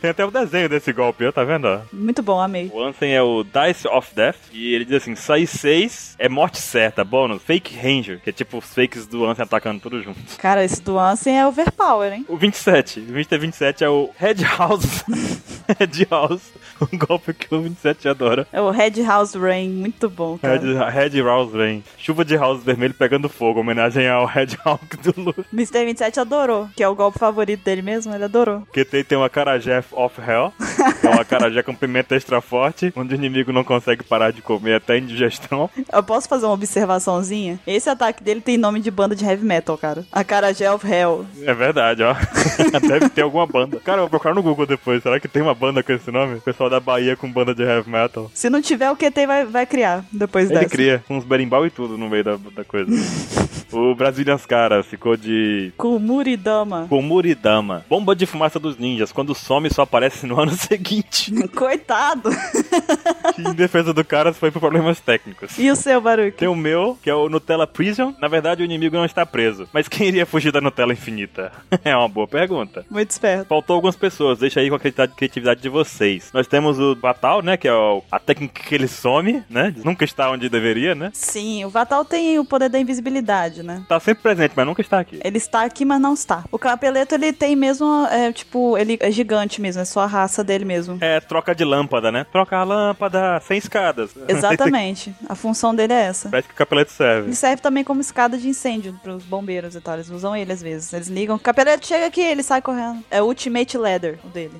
C: Tem até o desenho desse golpe, ó, tá vendo? ó?
E: Muito bom, amei.
C: O Ansem é o Dice of Death, e ele diz assim, sai 6 é morte certa, bônus, fake ranger, que é tipo os fakes do Ansem atacando tudo junto.
E: Cara, esse do Ansem é overpower, hein?
C: O 27, o 20 é 27 é o Red House. Red House, um golpe que o 27 adora.
E: É o Red House Rain, muito bom, cara.
C: Red, Red House vem. Chuva de House vermelho pegando fogo, homenagem ao Red Hawk do Luffy.
E: Mr. 27 adorou, que é o golpe favorito dele mesmo, ele adorou.
C: Porque tem, tem uma carajé off hell, que é uma carajé com pimenta extra forte, onde o inimigo não consegue parar de comer até a indigestão.
E: Eu posso fazer uma observaçãozinha? Esse ataque dele tem nome de banda de heavy metal, cara. A cara of Hell.
C: É verdade, ó. Deve ter alguma banda. Cara, eu vou procurar no Google depois. Será que tem uma banda com esse nome? O pessoal da Bahia com banda de heavy metal.
E: Se não tiver, o QT vai, vai criar depois
C: Ele
E: dessa.
C: cria com uns berimbau e tudo no meio da, da coisa. o Brasilians Cara ficou de
E: Kumuridama.
C: Komuridama. Bomba de fumaça dos ninjas. Quando some, só aparece no ano seguinte.
F: seguinte.
E: Coitado.
C: que em defesa do cara foi por problemas técnicos.
E: E o seu, Baruque?
C: Tem o meu, que é o Nutella Prison. Na verdade, o inimigo não está preso. Mas quem iria fugir da Nutella infinita? é uma boa pergunta.
E: Muito esperto.
C: Faltou algumas pessoas, deixa aí com a criti- criatividade de vocês. Nós temos o Batal, né? Que é o- a técnica que ele some, né? Nunca está onde deveria, né?
E: Sim, o Vatal tem o poder da invisibilidade, né?
C: Tá sempre presente, mas nunca está aqui.
E: Ele está aqui, mas não está. O Capeleto, ele tem mesmo, é, tipo, ele é gigante mesmo, é só a raça dele mesmo.
C: É troca de lâmpada, né? Troca a lâmpada sem escadas.
E: Exatamente. A função dele é essa.
C: Parece que o capeleto serve.
E: Ele serve também como escada de incêndio pros bombeiros e tal. Eles usam ele às vezes. Eles ligam. Capeleto chega aqui, ele sai correndo. É o Ultimate Leather, o dele.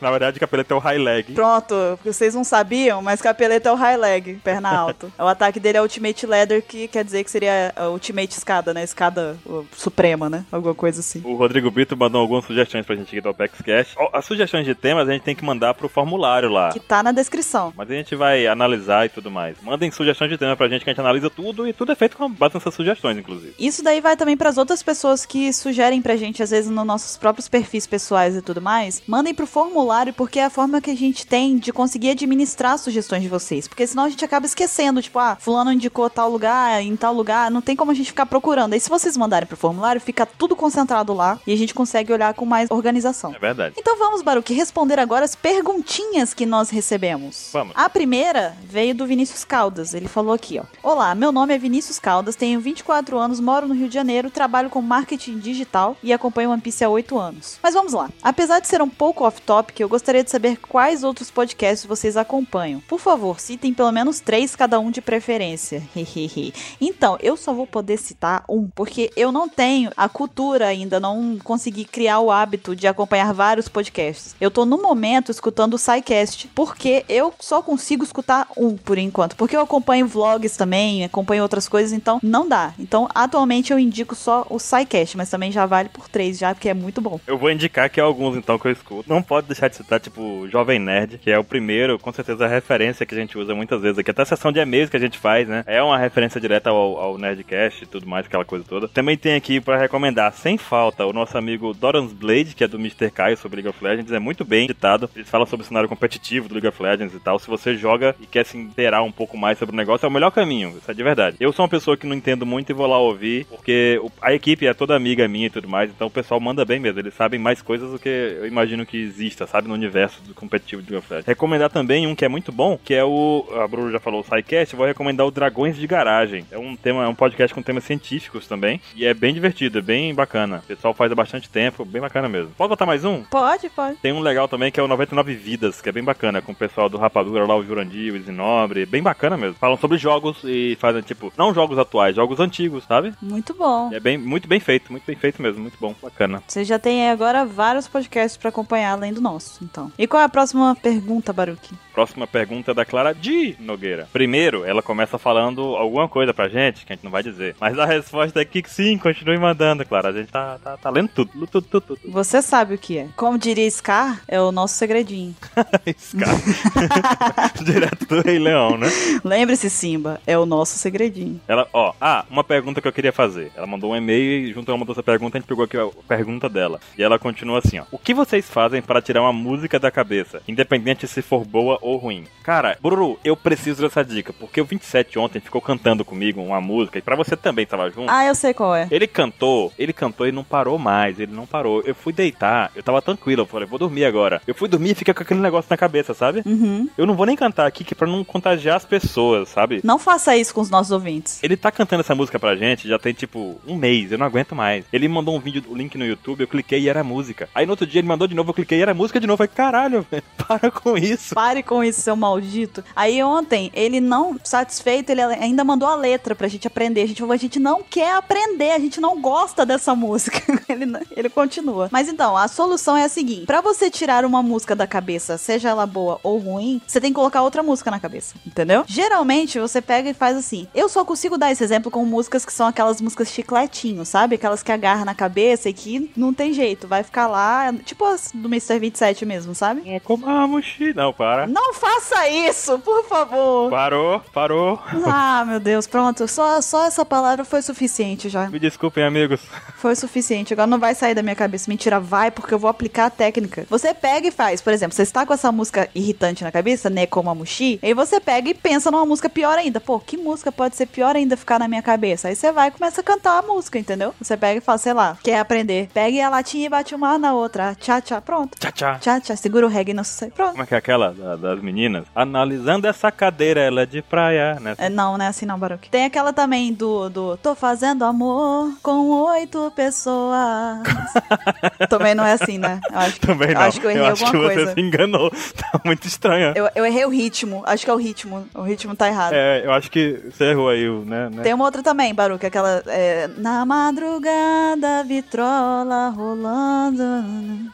C: Na verdade, o capeleto é o high leg.
E: Pronto, vocês não sabiam, mas Capeleto é o high leg, perna alta. o ataque dele é Ultimate Leather, que quer dizer que seria a Ultimate Escada, né? Escada uh, suprema, né? Alguma coisa assim.
C: O Rodrigo Brito mandou algumas sugestões pra gente aqui do Apex Cash. Ó, As sugestões de temas a gente tem que mandar pro formulário lá.
E: Que tá na descrição.
C: Mas a gente vai analisar e tudo mais. Mandem sugestões de tema pra gente que a gente analisa tudo e tudo é feito com base nessas sugestões, inclusive.
E: Isso daí vai também pras outras pessoas que sugerem pra gente, às vezes nos nossos próprios perfis pessoais e tudo mais. Mandem pro formulário, porque é a forma que a gente tem de conseguir administrar as sugestões de vocês. Porque senão a gente acaba esquecendo, tipo, ah, fulano indicou tal lugar, em tal lugar, não tem como a gente ficar procurando. Aí se vocês mandarem pro formulário, fica tudo concentrado lá e a gente consegue olhar com mais organização.
C: É verdade.
E: Então vamos, Baruque, responder agora as perguntinhas que nós recebemos.
C: Vamos.
E: A primeira veio do Vinícius Caldas. Ele falou aqui, ó. Olá, meu nome é Vinícius Caldas, tenho 24 anos, moro no Rio de Janeiro, trabalho com marketing digital e acompanho One Piece há 8 anos. Mas vamos lá. Apesar de ser um pouco off-topic, eu gostaria de saber quais outros podcasts vocês acompanham. Por favor, citem pelo menos três cada um de preferência. Hehehe. Então, eu só vou poder citar um, porque eu não tenho a cultura ainda, não consegui criar o hábito de acompanhar vários podcasts. Eu tô no momento escutando o SciCast, porque eu só consigo escutar um por enquanto, porque eu acompanho vlogs também, acompanho outras coisas, então não dá. Então, atualmente eu indico só o SciCast, mas também já vale por três já, porque é muito bom.
C: Eu vou indicar aqui alguns, então, que eu escuto. Não pode deixar de citar, tipo, Jovem Nerd, que é o primeiro, com certeza, a referência que a gente usa muitas vezes aqui. Até a sessão de e-mails que a gente faz, né? É uma referência direta ao, ao Nerdcast e tudo mais, aquela coisa toda. Também tem aqui pra recomendar, sem falta, o nosso amigo Doran's Blade, que é do Mr. Caio sobre League of Legends. É muito bem editado. Eles falam sobre o cenário competitivo do League of Legends e tal. Se você joga e quer se inteirar um pouco mais sobre o negócio, é o melhor caminho. Isso é de verdade. Eu sou uma pessoa que não entendo muito e vou lá ouvir, porque o- a equipe é toda amiga minha e tudo mais. Então o pessoal manda bem mesmo. Eles sabem mais coisas do que eu imagino que exista, sabe? No universo do competitivo de League of Legends. Recomendar também um que é muito bom, que é o. A Bruno já falou o SciCast. eu Vou recomendar o Dragões de Garagem. É um tema, é um podcast com temas científicos também. E é bem divertido, é bem bacana. O pessoal faz há bastante tempo, bem bacana mesmo. Pode botar mais um?
E: Pode, pode.
C: Tem um legal também que é o 99 Vidas, que é bem bacana, com o pessoal do Rapadura lá, o Jurandir, o Isinobre, bem bacana mesmo. Falam sobre jogos e fazem, tipo, não jogos atuais, jogos antigos, sabe?
E: Muito bom.
C: E é bem, muito bem feito, muito bem feito mesmo, muito bom, bacana.
E: Você já tem aí agora vários podcasts pra acompanhar além do nosso, então. E qual é a próxima pergunta, Baruque?
C: Próxima pergunta é da Clara de Nogueira. Primeiro, ela começa falando alguma coisa pra gente, que a gente não vai dizer. Mas a resposta é que sim, continue mandando, Clara. A gente tá, tá, tá lendo tudo, tudo, tudo, tudo. tudo.
E: Você sabe o que é. Como diria Scar, é o nosso segredinho.
C: Esse É cara. Direto do Rei Leão, né?
E: Lembre-se, Simba, é o nosso segredinho.
C: Ela, ó, ah, uma pergunta que eu queria fazer. Ela mandou um e-mail e junto ela mandou essa pergunta, a gente pegou aqui a pergunta dela. E ela continua assim, ó. O que vocês fazem para tirar uma música da cabeça, independente se for boa ou ruim? Cara, Bruru, eu preciso dessa dica, porque o 27 ontem ficou cantando comigo uma música, e pra você também tava junto.
E: Ah, eu sei qual é.
C: Ele cantou, ele cantou e não parou mais, ele não parou. Eu fui deitar, eu tava tranquilo, eu falei, vou dormir agora. Eu fui dormir e fica com aquele negócio na cabeça, sabe?
E: Uhum.
C: Eu não vou nem cantar aqui que é pra não contagiar as pessoas, sabe?
E: Não faça isso com os nossos ouvintes.
C: Ele tá cantando essa música pra gente já tem tipo um mês, eu não aguento mais. Ele mandou um vídeo, o link no YouTube, eu cliquei e era música. Aí no outro dia ele mandou de novo, eu cliquei e era música de novo. Eu falei, caralho, velho, para com isso.
E: Pare com isso, seu maldito. Aí ontem, ele não satisfeito, ele ainda mandou a letra pra gente aprender. A gente falou, a gente não quer aprender, a gente não gosta dessa música. ele, não- ele continua. Mas então, a solução é a seguinte: pra você tirar uma música da cabeça, seja ela boa ou ruim, você tem que colocar outra música na cabeça, entendeu? Geralmente, você pega e faz assim. Eu só consigo dar esse exemplo com músicas que são aquelas músicas chicletinho, sabe? Aquelas que agarram na cabeça e que não tem jeito, vai ficar lá, tipo as do Mr. 27 mesmo, sabe?
C: É como a mochila. Não, para.
E: Não faça isso, por favor.
C: Parou, parou.
E: Ah, meu Deus, pronto. Só, só essa palavra foi suficiente já.
C: Me desculpem, amigos.
E: Foi suficiente. Agora não vai sair da minha cabeça. Mentira, vai, porque eu vou aplicar a técnica. Você pega e faz. Por exemplo, você está com essa música irritante na cabeça, né? Como a Mushi, aí você pega e pensa numa música pior ainda. Pô, que música pode ser pior ainda ficar na minha cabeça? Aí você vai e começa a cantar a música, entendeu? Você pega e fala, sei lá, quer aprender. Pega a latinha e bate uma na outra. Tchá, tchá, pronto.
C: Tchá, tchá.
E: Tchá, tchá, segura o reggae e não sai. Pronto.
C: Como é que é aquela da- das meninas? Analisando essa cadeira, ela é de praia, né?
E: É, não, não é assim não, Baruque. Tem aquela também do, do Tô fazendo amor com oito pessoas. também não é assim, né? Eu acho que,
C: Também
E: eu
C: não.
E: Acho que eu errei alguma
C: que você é assim.
E: coisa.
C: se enganou. Tá muito estranha.
E: Eu, eu errei o ritmo. Acho que é o ritmo. O ritmo tá errado.
C: É, eu acho que você errou aí, o- né? né?
E: Tem uma outra também, Baruque, aquela. é, Na madrugada, vitrola rolando,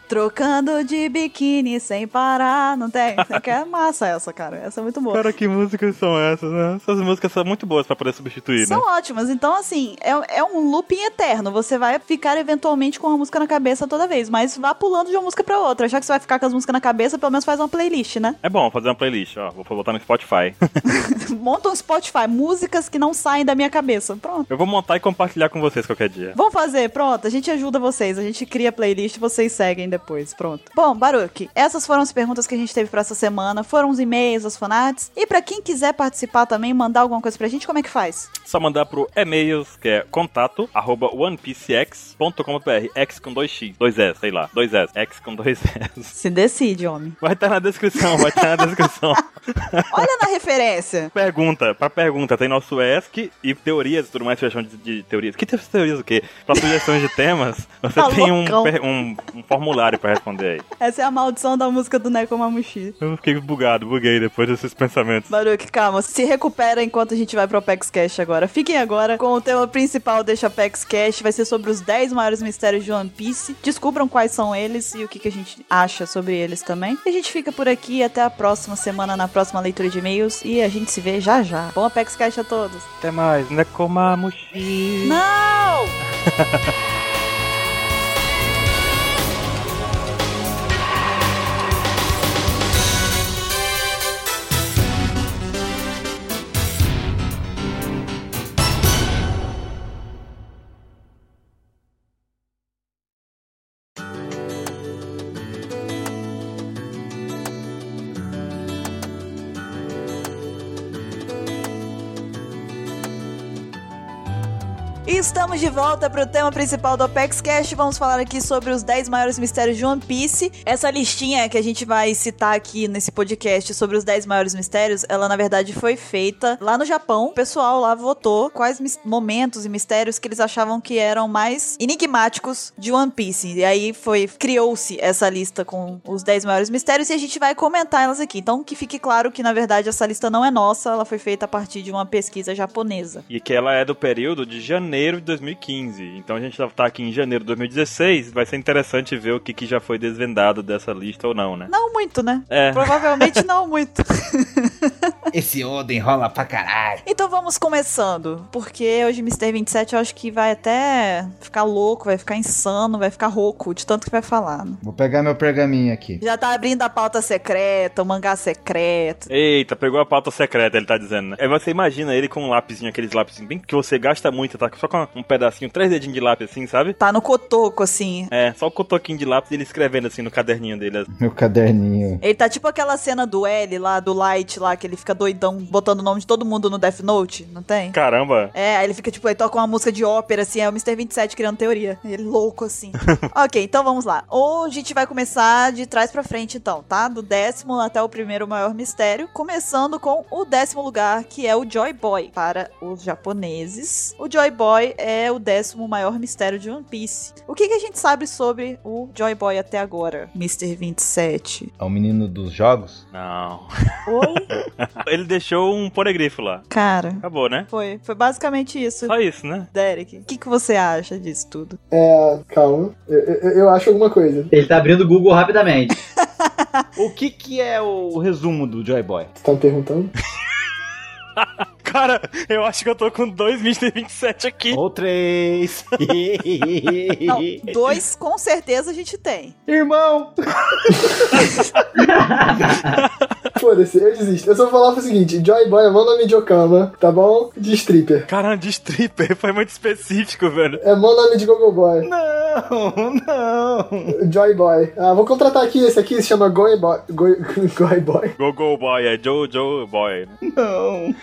E: trocando de biquíni sem parar. Não tem? Isso aqui é massa essa, cara. Essa é muito boa.
C: Cara, que músicas são essas, né? Essas músicas são muito boas pra poder substituir,
E: São
C: né?
E: ótimas. Então, assim, é, é um looping eterno. Você vai ficar eventualmente com uma música na cabeça toda vez, mas vá pulando de uma música pra outra. Já que você vai ficar com as músicas na cabeça, pelo menos faz uma playlist, né?
C: É bom fazer uma playlist, ó. Vou botar no Spotify.
E: Monta um Spotify, músicas que não saem da minha cabeça. Pronto.
C: eu vou montar e compartilhar com vocês qualquer dia.
E: Vamos fazer, pronto. A gente ajuda vocês. A gente cria playlist, vocês seguem depois. Pronto. Bom, Baruque, essas foram as perguntas que a gente teve pra essa semana. Foram os e-mails, as fanarts. E pra quem quiser participar também, mandar alguma coisa pra gente, como é que faz?
C: Só mandar pro e-mails, que é contato, arroba onepcx.com.br. X com dois x dois s sei lá. dois s X com dois s
E: Se decide, homem.
C: Vai estar na descrição, vai estar na descrição.
E: Olha na referência.
C: Pergunta, pra pergunta, tem nosso ESC e teorias e tudo mais, sugestão de, de teorias. Que te- teorias o quê? Pra sugestões de temas, você
E: Tá
C: tem um,
E: loucão.
C: per- um- um formulário pra responder aí.
E: Essa é a maldição da música do Nekomamushi.
C: Eu fiquei bugado, buguei depois desses pensamentos.
E: Baruque, calma, se recupera enquanto a gente vai pro Apex Cash agora. Fiquem agora com o tema principal deste Apex Cash, vai ser sobre os 10 maiores mistérios de One Piece. Descubram quais são eles e o que, que a gente acha sobre eles também. E a gente fica por aqui até a próxima semana, na próxima leitura de e-mails, e a gente se vê já já. Bom Apex Cash a todos.
C: Até mais, né? Comamushi.
E: Não! E estamos de volta pro tema principal do Apex Cash. Vamos falar aqui sobre os 10 maiores mistérios de One Piece. Essa listinha que a gente vai citar aqui nesse podcast sobre os 10 maiores mistérios, ela na verdade foi feita lá no Japão. O pessoal lá votou quais mis- momentos e mistérios que eles achavam que eram mais enigmáticos de One Piece. E aí foi criou-se essa lista com os 10 maiores mistérios e a gente vai comentar elas aqui. Então que fique claro que na verdade essa lista não é nossa, ela foi feita a partir de uma pesquisa japonesa.
C: E que ela é do período de janeiro de 2015. Então a gente já tá aqui em janeiro de 2016. Vai ser interessante ver o que, que já foi desvendado dessa lista ou não, né?
E: Não muito, né?
C: É.
E: Provavelmente não muito.
D: Esse Oda enrola pra caralho.
E: Então vamos começando, porque hoje Mr. 27 eu acho que vai até ficar louco, vai ficar insano, vai ficar rouco de tanto que vai falar. né?
D: Vou pegar meu pergaminho aqui.
E: Já tá abrindo a pauta secreta, o mangá secreto.
C: Eita, pegou a pauta secreta, ele tá dizendo, né? Aí você imagina ele com um lápisinho, aqueles lápisinhos bem que você gasta muito, tá? Só com um pedacinho, três dedinhos de lápis assim, sabe?
E: Tá no cotoco, assim.
C: É, só o cotoquinho de lápis e ele escrevendo assim no caderninho dele. assim.
D: Meu caderninho.
E: Ele tá tipo aquela cena do L lá, do Light lá, que ele fica doidão botando o nome de todo mundo no Death Note, não tem?
C: Caramba,
E: É, aí ele fica tipo, aí toca uma música de ópera, assim, é o Mr. 27 criando teoria. Ele louco, assim. ok, então vamos lá. Ou a gente vai começar de trás pra frente, então, tá? Do décimo até o primeiro maior mistério. Começando com o décimo lugar, que é o Joy Boy. Para os japoneses, o Joy Boy é o décimo maior mistério de One Piece. O que, que a gente sabe sobre o Joy Boy até agora, Mr. 27?
D: É o menino dos jogos?
C: não.
E: Oi?
C: ele deixou um poregrifo lá.
E: Cara,
C: Acabou, né?
E: foi, foi basicamente isso.
C: Só isso, né?
E: Derek, o que, que você acha disso tudo?
A: É, calma. Eu, eu- eu acho alguma coisa.
B: Ele tá abrindo o Google rapidamente.
D: O que que é o resumo do Joy Boy?
A: Você tá me perguntando?
C: Cara, eu acho que eu tô com dois Mr. 27 aqui.
D: Ou três.
E: Não, dois com certeza a gente tem.
D: Irmão!
A: Foda-se, eu desisto. Eu só vou falar o seguinte: Joy Boy é meu nome de Okama, tá bom? De stripper.
C: Caramba, de stripper, foi muito específico, velho.
A: É meu nome de Gogo Boy.
D: Não, não.
A: Joy Boy. Ah, vou contratar aqui esse aqui, se chama Goy Boy. Goy, Goy Boy.
C: Go Go Boy, é Jojo Boy. né?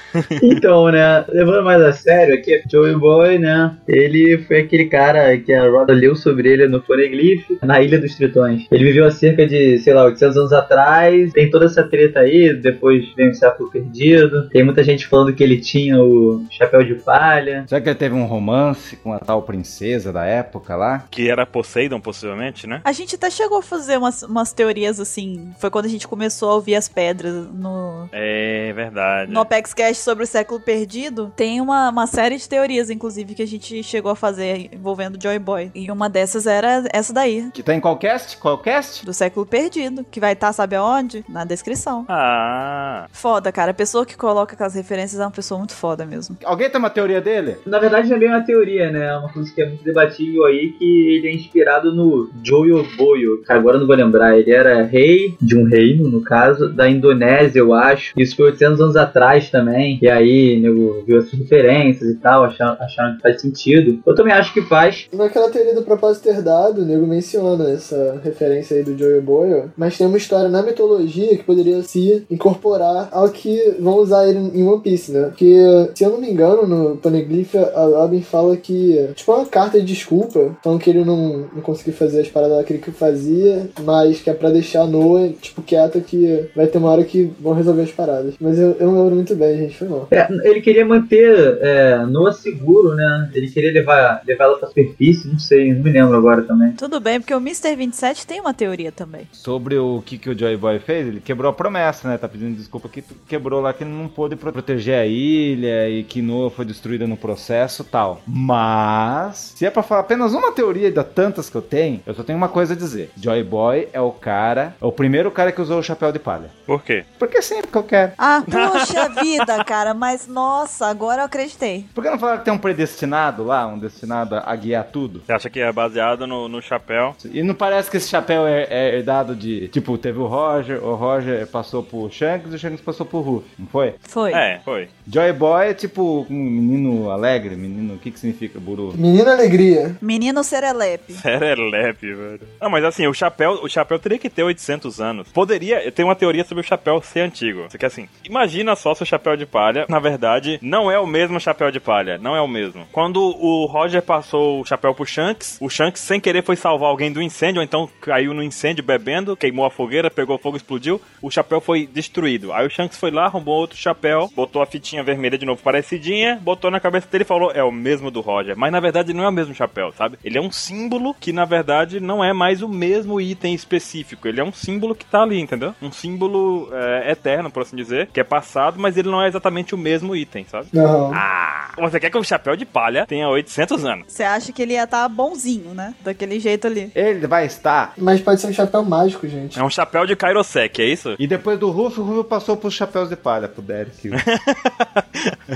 B: Então, né, levando mais a sério aqui, é Joey Boy, né, ele foi aquele cara que a Rhoda leu sobre ele no Poneglyph, na Ilha dos Tritões. Ele viveu há cerca de, sei lá, 800 anos atrás, tem toda essa treta aí, depois vem o Século Perdido, tem muita gente falando que ele tinha o chapéu de palha.
F: Será que ele teve um romance com a tal princesa da época lá?
C: Que era Poseidon, possivelmente, né?
E: A gente até chegou a fazer umas, umas teorias assim. Foi quando a gente começou a ouvir as pedras no,
C: É verdade.
E: no Apex Cash sobre o século perdido. Tem uma, uma série de teorias, inclusive, que a gente chegou a fazer envolvendo Joy Boy. E uma dessas era essa daí,
F: Que tá em qual cast? Qual cast?
E: do século perdido, que vai estar, sabe aonde? Na descrição.
C: Ah,
E: Foda, cara. A pessoa que coloca aquelas referências é uma pessoa muito foda mesmo.
F: Alguém tem uma teoria dele?
B: Na verdade, também é uma teoria, né? Uma coisa que é muito debatível aí, que ele é inspirado no Joyo Boyo. Cara, agora eu não vou lembrar. Ele era rei de um reino, no caso, da Indonésia, eu acho. Isso foi 800 anos atrás também. E aí, nego, viu essas referências e tal, acharam, acharam que faz sentido. Eu também acho que faz.
A: Naquela teoria do propósito herdado, o nego menciona essa referência aí do Joey Boyle, mas tem uma história na mitologia que poderia se incorporar ao que vão usar ele em One Piece, né? Porque, se eu não me engano, no Poneglyph, a Robin fala que, tipo, é uma carta de desculpa, falando que ele não, não conseguiu fazer as paradas que ele que fazia, mas que é pra deixar a Noah, tipo, quieta, que vai ter uma hora que vão resolver as paradas. Mas eu, eu não lembro muito bem, gente, foi mal.
B: É, ele queria manter é, Noah seguro, né? Ele queria levar, levar ela pra superfície, não sei, não me lembro agora também.
E: Tudo bem, porque o Mr. 27 tem uma teoria também.
F: Sobre o que, que o Joy Boy fez, ele quebrou a promessa, né? Tá pedindo desculpa que quebrou lá que ele não pôde pro- proteger a ilha e que Noah foi destruída no processo e tal. Mas, se é pra falar apenas uma teoria das tantas que eu tenho, eu só tenho uma coisa a dizer. Joy Boy é o cara, é o primeiro cara que usou o chapéu de palha.
C: por quê?
F: Porque sempre que eu quero.
E: Ah, puxa vida, cara. Mas nossa, agora eu acreditei.
F: Por que não falaram que tem um predestinado lá, um destinado a guiar tudo?
C: Você acha que é baseado no, no chapéu?
F: E não parece que esse chapéu é, é herdado de. Tipo, teve o Roger, o Roger passou pro Shanks e o Shanks passou pro Ruff, não foi?
E: Foi.
C: É, foi.
F: Joy Boy é tipo um menino alegre, menino. O que que significa, Buru?
A: Menina Alegria.
E: Menino Serelepe.
C: é Serelepe, velho. Não, mas assim, o chapéu, o chapéu teria que ter 800 anos. Poderia, eu tenho uma teoria sobre o chapéu ser antigo. Só que assim, imagina só se o chapéu de palha, na verdade, não é o mesmo chapéu de palha, não é o mesmo. Quando o Roger passou o chapéu pro Shanks, o Shanks sem querer foi salvar alguém do incêndio, ou então caiu no incêndio bebendo, queimou a fogueira, pegou fogo, explodiu, o chapéu foi destruído. Aí o Shanks foi lá, arrumou outro chapéu, botou a fitinha vermelha de novo parecidinha, botou na cabeça dele e falou: "É o mesmo do Roger". Mas na verdade não é o mesmo chapéu, sabe? Ele é um símbolo que na verdade não é mais o mesmo item específico. Ele é um símbolo que tá ali, entendeu? Um símbolo é, eterno, por assim dizer, que é passado, mas ele não é exatamente o mesmo item, sabe?
A: Não.
C: Ah, você quer que o chapéu de palha tenha 800 anos?
E: Você acha que ele ia estar bonzinho, né? Daquele jeito ali.
F: Ele vai estar.
A: Mas pode ser um chapéu mágico, gente.
C: É um chapéu de Kairosek, é isso?
F: E depois do Ruff, o Ruff passou pros chapéus de palha, pro Derek.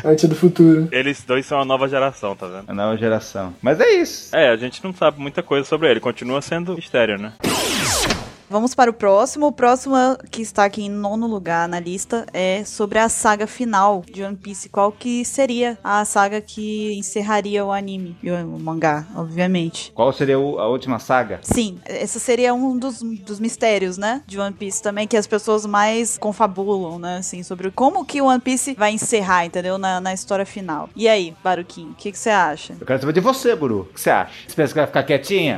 A: Antes do futuro.
C: Eles dois são a nova geração, tá vendo?
F: a nova geração. Mas é isso.
C: É, a gente não sabe muita coisa sobre ele, continua sendo mistério, né?
E: Vamos para o próximo. O próximo que está aqui em nono lugar na lista é sobre a saga final de One Piece. Qual que seria a saga que encerraria o anime e o mangá, obviamente.
F: Qual seria o- a última saga?
E: Sim, esse seria um dos, dos mistérios, né? De One Piece também, que as pessoas mais confabulam, né? Assim, sobre como que o One Piece vai encerrar, entendeu? Na, na história final. E aí, Baruquinho, o que que você acha?
F: Eu quero saber de você, Buru. O que você acha? Você pensa que vai ficar quietinha?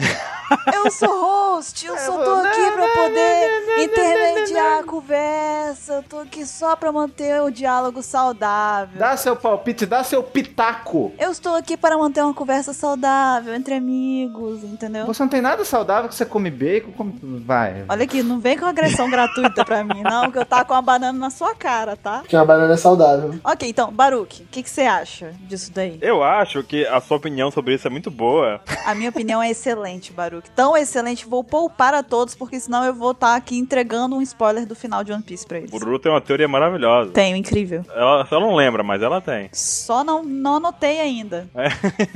E: Eu sou host, eu só tô aqui pra poder intermediar a conversa. Eu tô aqui só pra manter o diálogo saudável.
F: dá seu palpite, dá seu pitaco.
E: Eu estou aqui para manter uma conversa saudável entre amigos, entendeu?
F: Você não tem nada saudável que você come bacon, come... vai.
E: Olha aqui, não vem com agressão gratuita pra mim, não, que eu tá com uma banana na sua cara, tá?
A: Porque uma banana é saudável.
E: Ok, então, Baruque, o que que você acha disso daí?
C: Eu acho que a sua opinião sobre isso é muito boa.
E: A minha opinião é excelente, Baruque. tá Tão excelente, vou poupar a todos, porque senão eu vou estar aqui entregando um spoiler do final de One Piece pra eles.
C: Por Bururu tem uma teoria maravilhosa.
E: Tenho, incrível.
C: Ela, ela não lembra, mas ela tem.
E: Só não, não anotei ainda.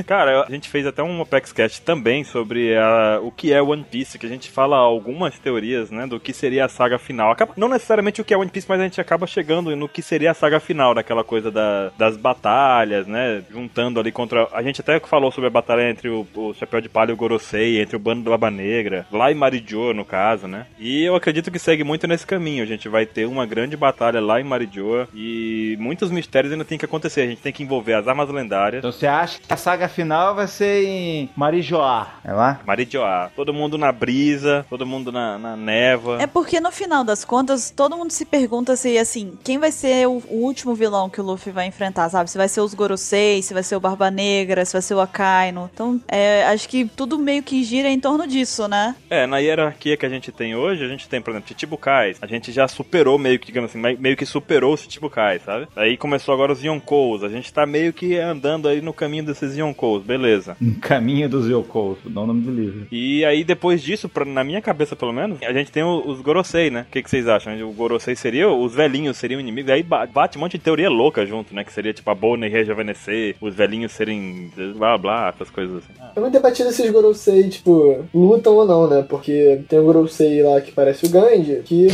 C: Cara, a gente fez até um Opex Cast também sobre a- o que é One Piece, que a gente fala algumas teorias, né, do que seria a saga final. Acaba- não necessariamente o que é One Piece, mas a gente acaba chegando no que seria a saga final, daquela coisa da- das batalhas, né, juntando ali contra... A gente até falou sobre a batalha entre o, o Chapéu de Palha e o Gorosei, entre o Bando da Laba Negra, lá em Maridio, no caso, né. E eu acredito que segue muito nesse caminho. A gente vai ter uma grande batalha lá em Maridio e muitos mistérios ainda tem que acontecer. A gente tem que envolver as armas lendárias,
F: Então você acha que a saga final vai ser em Marijoá? É lá?
C: Marijoá. ah, Todo mundo na brisa, todo mundo na, na neva.
E: É porque no final das contas, todo mundo se pergunta se, assim, quem vai ser o, o último vilão que o Luffy vai enfrentar, sabe? Se vai ser os Gorosei, se vai ser o Barba Negra, se vai ser o Akainu. Então, é, acho que tudo meio que gira em torno disso, né?
C: É, na hierarquia que a gente tem hoje, a gente tem, por exemplo, Chichibukais. A gente já superou meio que, digamos assim, meio que superou os Chichibukais, sabe? Aí começou agora os Yonkous. A gente tá meio que andando aí no caminho desses Yonkous, beleza.
F: No caminho dos Yokos, dá o nome do livro.
C: E aí, depois disso, pra- na minha cabeça pelo menos, a gente tem o- os Gorosei, né? O que, que vocês acham? O Gorosei seria, os velhinhos seriam inimigos. Aí ba- bate um monte de teoria louca junto, né? Que seria tipo a Bonnie rejuvenescer, os velhinhos serem blá blá, essas coisas assim.
A: Eu não debatido se os Gorosei, tipo, lutam ou não, né? Porque tem um Gorosei lá que parece o Gandhi, que,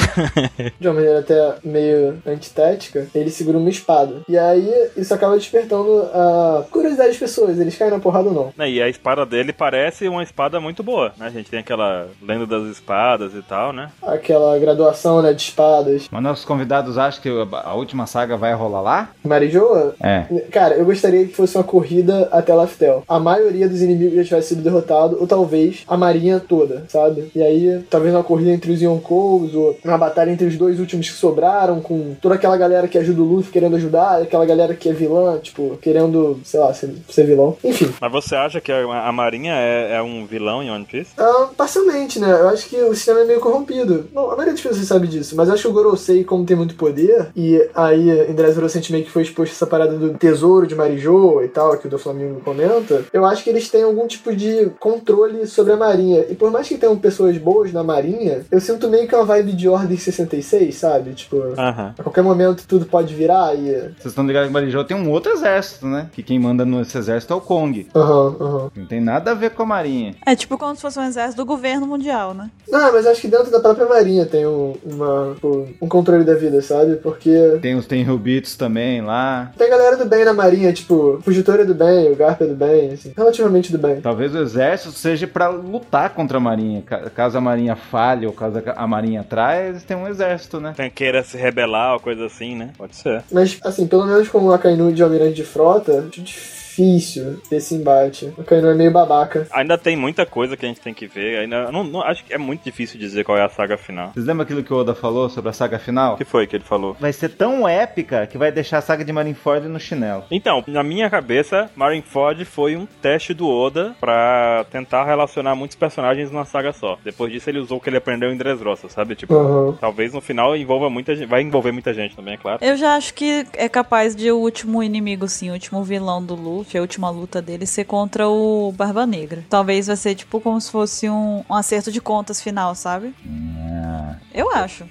A: de uma maneira até meio antitética, ele segura uma espada. E aí, isso acaba despertando a curiosidade das pessoas, eles caem na porrada ou não.
C: Né, E a espada dele parece uma espada muito boa, né? A gente tem aquela lenda das espadas e tal, né?
A: Aquela graduação, né, de espadas.
F: Mas nossos convidados acham que a a última saga vai rolar lá?
A: Marijoa,
F: É.
A: Cara, eu gostaria que fosse uma corrida até Laftel. A maioria dos inimigos já tivesse sido derrotado, ou talvez a marinha toda, sabe? E aí, talvez uma corrida entre os Yonkous, ou uma batalha entre os dois últimos que sobraram, com toda aquela galera que ajuda o Luffy querendo ajudar, aquela galera que é vilã, tipo, querendo, sei lá, ser, ser vilão. Enfim.
C: Mas você acha que a, a Marinha é, é um vilão em One Piece?
A: Ah, parcialmente, né? Eu acho que o sistema é meio corrompido. Bom, a maioria das pessoas sabe disso, mas eu acho que o Gorosei, como tem muito poder, e aí Andrés Gorosei meio que foi exposto a essa parada do tesouro de Marijô e tal, que o do Flamengo comenta, eu acho que eles têm algum tipo de controle sobre a Marinha. E por mais que tenham pessoas boas na Marinha, eu sinto meio que uma vibe de Ordem 66, sabe? Tipo,
C: Aham.
A: a qualquer momento tudo pode virar e...
F: Vocês estão ligados que Marijoá tem um outro exército, né? Que quem manda nesse exército é o Kong.
A: Aham, aham.
F: Não tem nada a ver com a Marinha.
E: É tipo como se fosse um exército do governo mundial, né?
A: Não, mas eu acho que dentro da própria Marinha tem um, uma- um controle da vida, sabe? Porque
F: Tem os tem Rubitos também lá.
A: Tem galera do bem na marinha, tipo, o Fugitor é do bem, o Garp é do bem, assim, relativamente do bem.
F: Talvez o exército seja pra lutar contra a Marinha. Ca- Caso a Marinha falhe ou caso a Marinha traia, eles têm um exército, né?
C: Quem Queira se rebelar ou coisa assim, né? Pode ser.
A: Mas, assim, pelo menos com o Akainu de Almirante de Frota, acho difícil ter esse embate. O Akainu é meio babaca.
C: Ainda tem muita coisa que a gente tem que ver. Ainda não, não- acho que é muito difícil dizer qual é a saga final.
F: Vocês lembram aquilo que o Oda falou sobre a saga
C: O
F: final?
C: que foi que ele falou?
F: Vai ser tão épica que vai deixar a saga de Marineford no chinelo.
C: Então, na minha cabeça, Marineford foi um teste do Oda pra tentar relacionar muitos personagens numa saga só. Depois disso, ele usou o que ele aprendeu em Dressrosa, sabe? Tipo,
A: Aham.
C: talvez no final envolva muita gente. Vai envolver muita gente também, é claro.
E: Eu já acho que é capaz de o último inimigo, sim, o último vilão do Luffy, a última luta dele ser contra o Barba Negra. Talvez vai ser tipo como se fosse um, um acerto de contas final, sabe? Eu acho.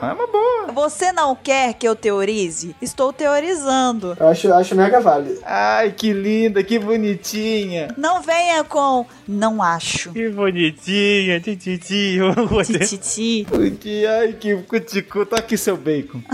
F: Ah, é uma boa.
E: Você não quer que eu teorize? Estou teorizando.
A: Eu acho, acho mega válido.
F: Ai, que linda, que bonitinha.
E: Não venha com não acho.
C: Que bonitinha, tititi. eu vou ter-
E: Tititi.
F: Cuti, Ai, que cuticu. Tá aqui seu bacon.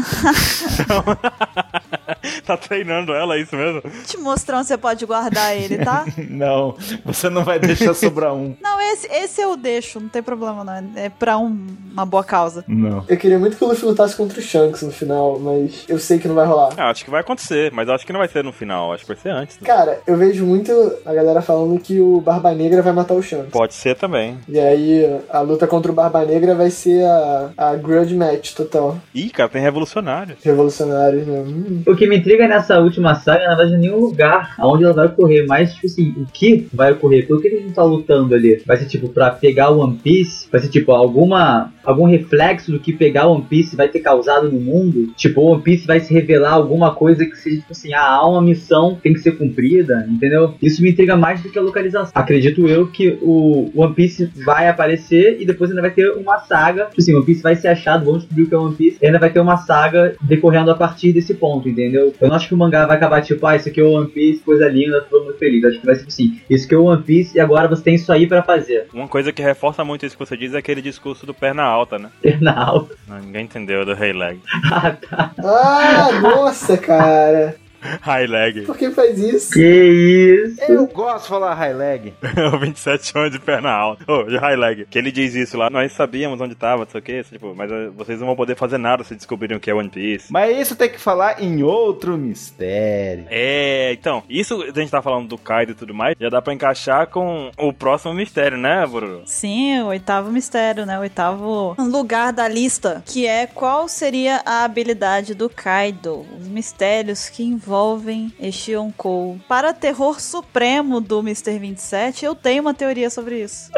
C: tá treinando ela, é isso mesmo?
E: Te mostrar onde você pode guardar ele, tá?
F: Não, você não vai deixar sobrar um.
E: Não, esse, esse eu deixo, não tem problema não. É pra um- uma boa causa.
F: Não.
A: Eu queria muito que o Luffy lutasse contra o Shanks no final, mas eu sei que não vai rolar.
C: Ah, acho que vai acontecer, mas acho que não vai ser no final, acho que vai ser antes.
A: Cara, eu vejo muito a galera falando que o Barba Negra vai matar o Shanks.
C: Pode ser também.
A: E aí, a luta contra o Barba Negra vai ser a, a grudge match total.
C: Ih, cara, tem revolucionário.
A: Revolucionários, né? Hum.
B: O que me intriga nessa última saga, na verdade, é nem o lugar aonde ela vai ocorrer, mas, tipo assim, o que vai ocorrer? Por que a gente tá lutando ali? Vai ser, tipo, pra pegar o One Piece? Vai ser, tipo, alguma algum reflexo do que pegar One Piece vai ter causado no mundo? Tipo, One Piece vai se revelar alguma coisa que seja, tipo assim, ah, há uma missão que tem que ser cumprida, entendeu? Então, Isso me intriga mais do que a localização. Acredito eu que o One Piece vai aparecer e depois ainda vai ter uma saga. Tipo assim, One Piece vai ser achado, vamos descobrir o que é One Piece, e ainda vai ter uma saga decorrendo a partir desse ponto, entendeu? Eu não acho que o mangá vai acabar tipo, ah, isso aqui é o One Piece, coisa linda, todo mundo feliz. Acho que vai ser tipo assim, isso aqui é o One Piece e agora você tem isso aí pra fazer.
C: Uma coisa que reforça muito isso que você diz é aquele discurso do perna alta, né?
B: Não.
C: Não, Ninguém entendeu do High Leg.
B: Ah, tá.
A: Ah, nossa, cara.
C: High Leg.
A: Por que faz isso?
B: Que isso?
F: Eu gosto de falar high leg.
C: o 27 anos de perna alta. Ô, de High Leg. Que ele diz isso lá. Nós sabíamos onde tava, não sei o que. Tipo, mas eh, vocês não vão poder fazer nada se descobrirem o que é One Piece.
F: Mas isso tem que falar em outro mistério.
C: É, então, isso a gente tá falando do Kaido e tudo mais, já dá pra encaixar com o próximo mistério, né, Bruno?
E: Sim, o oitavo mistério, né? O oitavo lugar da lista, que é qual seria a habilidade do Kaido, os mistérios que envolvem este Yonkou. Para terror supremo do Mr. 27, eu tenho uma teoria sobre isso.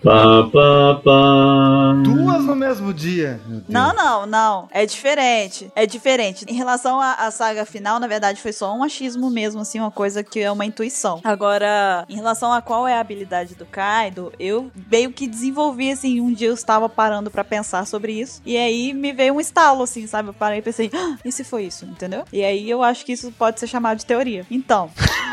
B: Pá, pá, pá.
F: Duas no mesmo dia. Meu Deus.
E: Não, não, não. É diferente. É diferente. Em relação à, à saga final, na verdade, foi só um achismo mesmo, assim, uma coisa que é uma intuição. Agora, em relação a qual é a habilidade do Kaido, eu meio que desenvolvi, assim, um dia eu estava parando pra pensar sobre isso. E aí me veio um estalo, assim, sabe? Eu parei e pensei, ah, e se foi isso, entendeu? E aí eu acho que isso pode ser chamado de teoria. Então,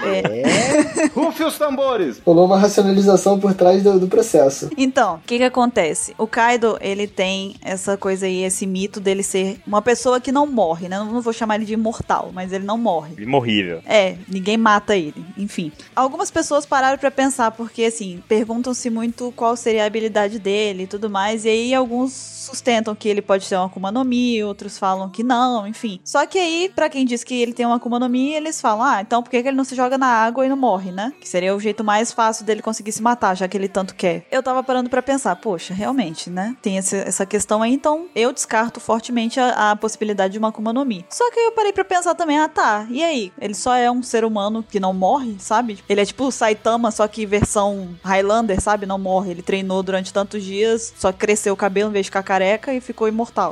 E: é,
F: É. Rufe os tambores.
A: Rolou uma racionalização por trás do, do processo.
E: Então, o que que acontece? O Kaido, ele tem essa coisa aí, esse mito dele ser uma pessoa que não morre, né? Eu Não vou chamar ele de imortal, mas ele não morre.
C: Imorrível.
E: É, ninguém mata ele, enfim. Algumas pessoas pararam pra pensar, porque assim, perguntam-se muito qual seria a habilidade dele e tudo mais, e aí alguns sustentam que ele pode ter uma Akuma no Mi, outros falam que não, enfim. Só que aí, pra quem diz que ele tem uma Akuma no Mi, eles falam, ah, então por que que ele não se joga na água e não morre, né? Que seria o jeito mais fácil dele conseguir se matar, já que ele tanto quer. Eu tava parando pra pensar, poxa, realmente, né? Tem esse- essa questão aí, então eu descarto fortemente a, a possibilidade de uma Akuma no Mi. Só que aí eu parei pra pensar também, ah tá, e aí? Ele só é um ser humano que não morre, sabe? Ele é tipo o Saitama, só que versão Highlander, sabe? Não morre. Ele treinou durante tantos dias, só cresceu o cabelo em vez de ficar careca e ficou imortal.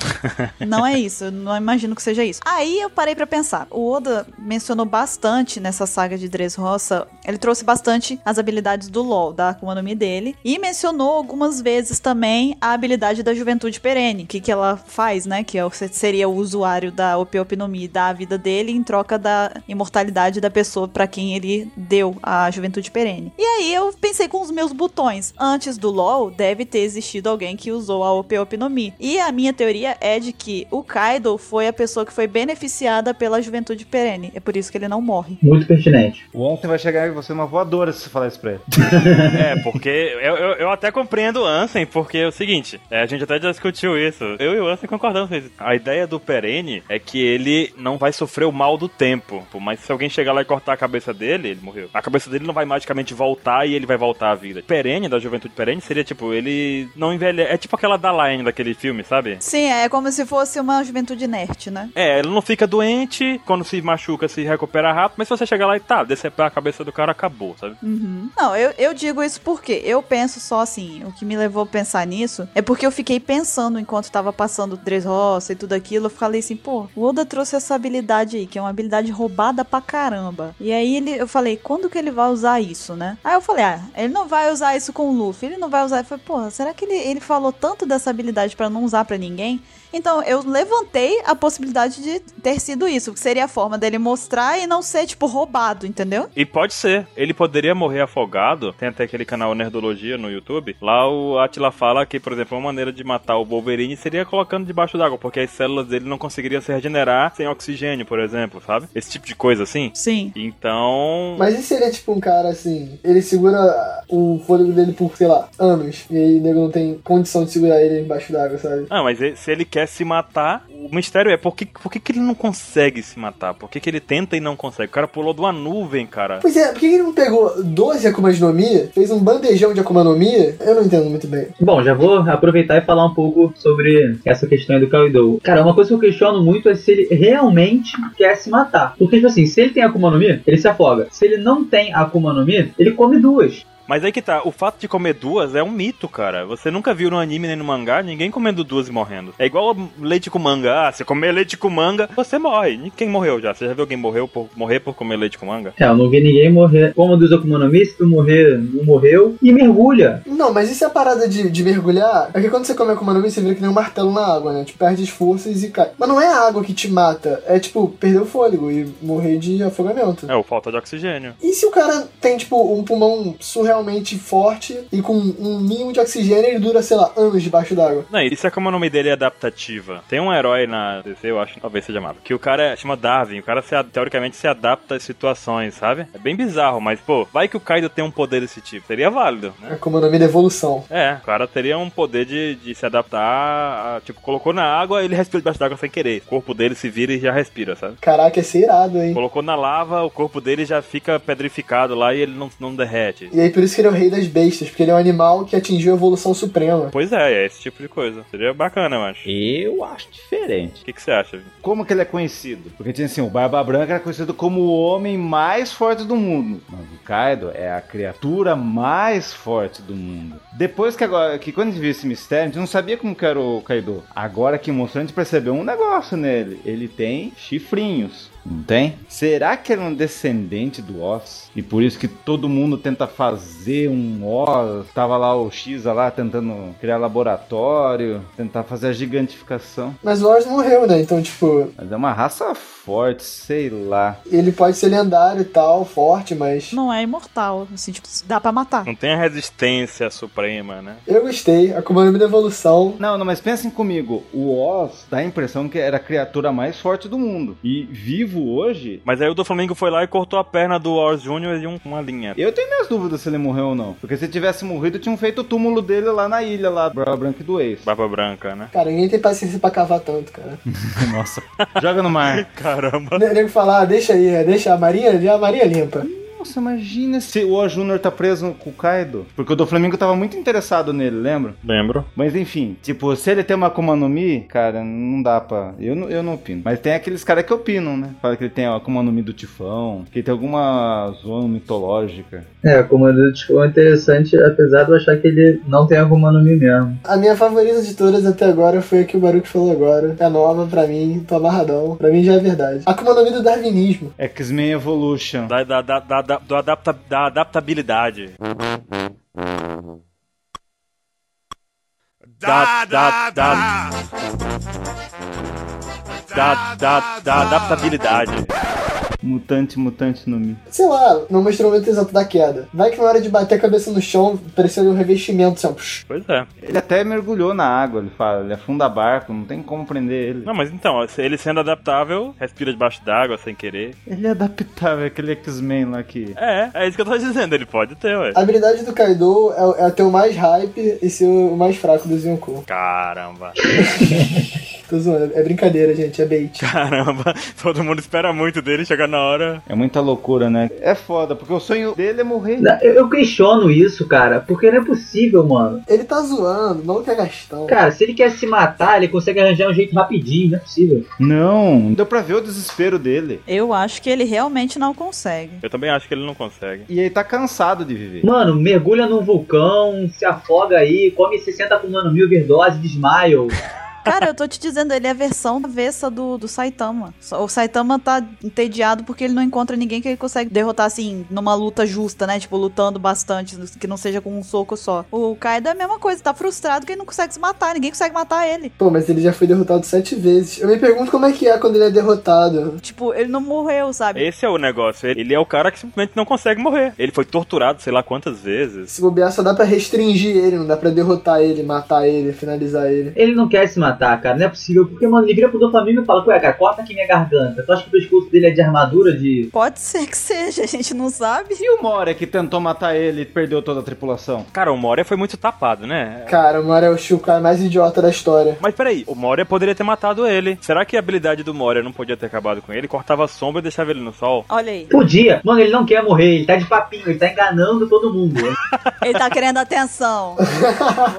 E: Não é isso, eu não imagino que seja isso. Aí eu parei pra pensar. O Oda mencionou bastante nessa saga de Dressrosa, ele trouxe bastante as habilidades do LoL, da Akuma no Mi dele, e mencionou algumas vezes também a habilidade da Juventude Perene, que que ela faz, né, que é o- seria o usuário da Opeop no Mi, da vida dele em troca da imortalidade da pessoa pra quem ele deu a Juventude Perene. E aí eu pensei com os meus botões. Antes do LoL, deve ter existido alguém que usou a Opeop no Mi. E a minha teoria é de que o Kaido foi a pessoa que foi beneficiada pela Juventude Perene. É por isso que ele não morre.
B: Muito pertinente.
F: O ontem vai chegar em você uma voadora se você falar isso pra ele.
C: É, porque eu, eu, eu até compreendo o Ansem, porque é o seguinte, é, a gente até já discutiu isso. Eu e o Ansem concordamos com isso. A ideia do Perene é que ele não vai sofrer o mal do tempo. Pô, Mas se alguém chegar lá e cortar a cabeça dele, ele morreu. A cabeça dele não vai magicamente voltar e ele vai voltar à vida. Perene, da juventude perene, seria tipo, ele não envelhece. É tipo aquela Dalaine daquele filme, sabe?
E: Sim, é como se fosse uma juventude inerte, né?
C: É, ele não fica doente, quando se machuca, se recupera rápido, mas se você chegar lá e tá, decepar a cabeça do cara, acabou, sabe?
E: Não, eu, eu digo isso porque eu penso só assim. O que me levou a pensar nisso é porque eu fiquei pensando enquanto tava passando Dressrosa e tudo aquilo. Eu falei assim, pô, o Oda trouxe essa habilidade aí, que é uma habilidade roubada pra caramba. E aí ele, eu falei, quando que ele vai usar isso, né? Aí eu falei, ah, ele não vai usar isso com o Luffy, ele não vai usar. Eu falei, porra, será que ele, ele falou tanto dessa habilidade pra não usar pra ninguém? Então, eu levantei a possibilidade de ter sido isso, que seria a forma dele mostrar e não ser, tipo, roubado, entendeu?
C: E pode ser. Ele poderia morrer afogado. Tem até aquele canal Nerdologia no YouTube. Lá o Atila fala que, por exemplo, uma maneira de matar o Wolverine seria colocando debaixo d'água, porque as células dele não conseguiriam se regenerar sem oxigênio, por exemplo, sabe? Esse tipo de coisa assim.
E: Sim.
C: Então.
A: Mas e se ele é tipo um cara assim, ele segura o fôlego dele por, sei lá, anos, e aí o nego não tem condição de segurar ele embaixo d'água, sabe?
C: Ah, mas ele- se ele quer se matar, o mistério é por que, por que, que ele não consegue se matar? Por que, que ele tenta e não consegue? O cara pulou de uma nuvem, cara.
A: Pois é, por que ele não pegou 12 Akumas no Mi, fez um bandejão de Akuma no Mi? Eu não entendo muito bem.
B: Bom, já vou aproveitar e falar um pouco sobre essa questão aí do Kaido. Cara, uma coisa que eu questiono muito é se ele realmente quer se matar. Porque, tipo assim, se ele tem Akuma no Mi, ele se afoga. Se ele não tem Akuma no Mi, ele come duas.
C: Mas aí que tá, o fato de comer duas é um mito, cara. Você nunca viu no anime nem no mangá ninguém comendo duas e morrendo. É igual leite com manga. Ah, você comer leite com manga, você morre. Quem morreu já? Você já viu alguém morreu por, morrer por comer leite com manga?
B: É, eu não vi ninguém morrer. Como dos Okumonomi, se tu morrer, não morreu. E mergulha.
A: Não, mas isso é a parada de, de mergulhar. É que quando você come a Akuma no Mi, você vira que nem um martelo na água, né? Tipo, perde as forças e cai. Mas não é a água que te mata. É, tipo, perder o fôlego e morrer de afogamento.
C: É, o falta de oxigênio.
A: E se o cara tem, tipo, um pulmão surrealmente forte e com um mínimo de oxigênio, ele dura, sei lá, anos debaixo d'água?
C: Não, e se a Akuma no Mi dele é adaptativa? Tem um herói na DC, eu acho, talvez seja Marvel, que o cara é, chama Darwin. O cara, se, a- teoricamente, se adapta às situações, sabe? É bem bizarro, mas, pô, vai que o Kaido tem um poder desse tipo. Seria válido, né?
A: A Akuma no Mi da evolução.
C: É, o cara teria um poder de, de se adaptar. A, tipo, colocou na água, ele respira debaixo d'água sem querer. O corpo dele se vira e já respira, sabe?
A: Caraca, ia ser irado, hein?
C: Colocou na lava, o corpo dele já fica pedrificado lá e ele não, não derrete.
A: E aí por isso que ele é o rei das bestas, porque ele é um animal que atingiu a evolução suprema.
C: Pois é, é esse tipo de coisa. Seria bacana, eu acho.
F: Eu acho diferente.
C: O que, que você acha? Vi?
F: Como que ele é conhecido? Porque tinha assim, o Barba Branca era conhecido como o homem mais forte do mundo. Mas o Kaido é a criatura mais forte do mundo. Depois que agora, que quando a gente viu esse mistério, a gente não sabia como que era o Kaido. Agora que mostrou, a gente percebeu um negócio nele. Ele tem chifrinhos. Não tem? Será que era um descendente do Oz? E por isso que todo mundo tenta fazer um Oz. Tava lá o X lá tentando criar laboratório, tentar fazer a gigantificação.
A: Mas o Oz morreu, né? Então, tipo,
F: Mas é uma raça forte, sei lá.
A: ele pode ser lendário e tal, forte, mas.
E: Não é imortal, assim, tipo, dá pra matar.
C: Não tem a resistência suprema, né?
A: Eu gostei, É a Akuma no Mi da evolução.
F: Não, não, mas pensem comigo. O Oz dá a impressão que era a criatura mais forte do mundo. E vivo hoje,
C: Mas aí o do Flamengo foi lá e cortou a perna do Ors Jr. de um- uma linha.
F: eu tenho minhas dúvidas se ele morreu ou não. Porque se tivesse morrido, tinham feito o túmulo dele lá na ilha, lá, Barba Branca e do Ex.
C: Barba branca, né?
A: Cara, ninguém tem paciência pra cavar tanto, cara.
F: Nossa, joga no mar.
C: Caramba.
A: Ne- Nego falar, ah, deixa aí, é, deixa a Marinha, já a Marinha limpa.
F: Nossa, imagina se o Oz Júnior tá preso com o Kaido. Porque o do Flamengo tava muito interessado nele, lembra?
C: Lembro.
F: Mas enfim, tipo, se ele tem uma Akuma no Mi, cara, não dá pra. Eu, não- eu não opino. Mas tem aqueles caras que opinam, né? Fala que ele tem a Akuma no Mi do Tifão, que ele tem alguma zona mitológica.
B: É, o comando do Tifão é interessante, apesar de eu achar que ele não tem alguma no Mi mesmo.
A: A minha favorita de todas até agora foi a que o Baruch falou agora. É nova pra mim, tô amarradão. Pra mim já é verdade. A Akuma no Mi do darwinismo.
F: X-Men Evolution.
C: Da, da, da, da, da- do adapta, da adaptabilidade. Da, da, da. Da, da, da adaptabilidade.
F: Mutante, mutante no Mi.
A: Sei lá, não mostrou o momento exato da queda. Vai que na hora de bater a cabeça no chão, pareceu um revestimento, assim, ó. psh.
C: Pois é.
F: Ele até mergulhou na água, ele fala. Ele afunda barco, não tem como prender ele.
C: Não, mas então, ó, se ele sendo adaptável, respira debaixo d'água sem querer.
F: Ele é adaptável, aquele X-Men lá que.
C: É, é isso que eu tô dizendo, ele pode ter, ué.
A: A habilidade do Kaido é, é ter o mais hype e ser o mais fraco do Yonkou.
C: Caramba,
A: Tô zoando, é brincadeira, gente, é bait.
C: caramba, todo mundo espera muito dele chegar na hora.
F: É muita loucura, né? É foda, porque o sonho dele é morrer.
B: Não, Eu, eu questiono isso, cara, porque não é possível, mano.
A: Ele tá zoando, não que é Gastão.
B: Cara, se ele quer se matar, ele consegue arranjar um jeito rapidinho, não é possível.
F: Não, deu pra ver o desespero dele.
E: Eu acho que ele realmente não consegue.
C: Eu também acho que ele não consegue.
F: E ele tá cansado de viver.
B: Mano, mergulha num vulcão, se afoga aí, come 60 com mano mil overdose, desmaia.
E: Cara, eu tô te dizendo, ele é a versão avessa do, do Saitama. Só- O Saitama tá entediado porque ele não encontra ninguém que ele consegue derrotar, assim, numa luta justa, né? Tipo, lutando bastante, que não seja com um soco só. O Kaido é a mesma coisa, tá frustrado que ele não consegue se matar, ninguém consegue matar ele.
A: Pô, mas ele já foi derrotado sete vezes. Eu me pergunto como é que é quando ele é derrotado.
E: Tipo, ele não morreu, sabe?
C: Esse é o negócio, ele ele é o cara que simplesmente não consegue morrer. Ele foi torturado sei lá quantas vezes.
A: Se bobear, só dá pra restringir ele, não dá pra derrotar ele, matar ele, finalizar ele.
B: Ele não quer se matar, cara, não é possível. Porque, mano, ele vira pro Doflamingo e fala, ué, cara, corta aqui minha garganta. Tu acha que o pescoço dele é de armadura de.
E: Pode ser que seja, a gente não sabe.
F: E o Moria que tentou matar ele e perdeu toda a tripulação?
C: Cara, o Moria foi muito tapado, né?
A: Cara, o Mario é o Shu, o cara mais idiota da história.
C: Mas peraí, o Moria poderia ter matado ele. Será que a habilidade do Moria não podia ter acabado com ele? Cortava a sombra e deixava ele no sol?
E: Olha aí.
B: Podia. Mano, ele não quer morrer, ele tá de papinho, ele tá enganando todo mundo.
E: Ele tá querendo atenção.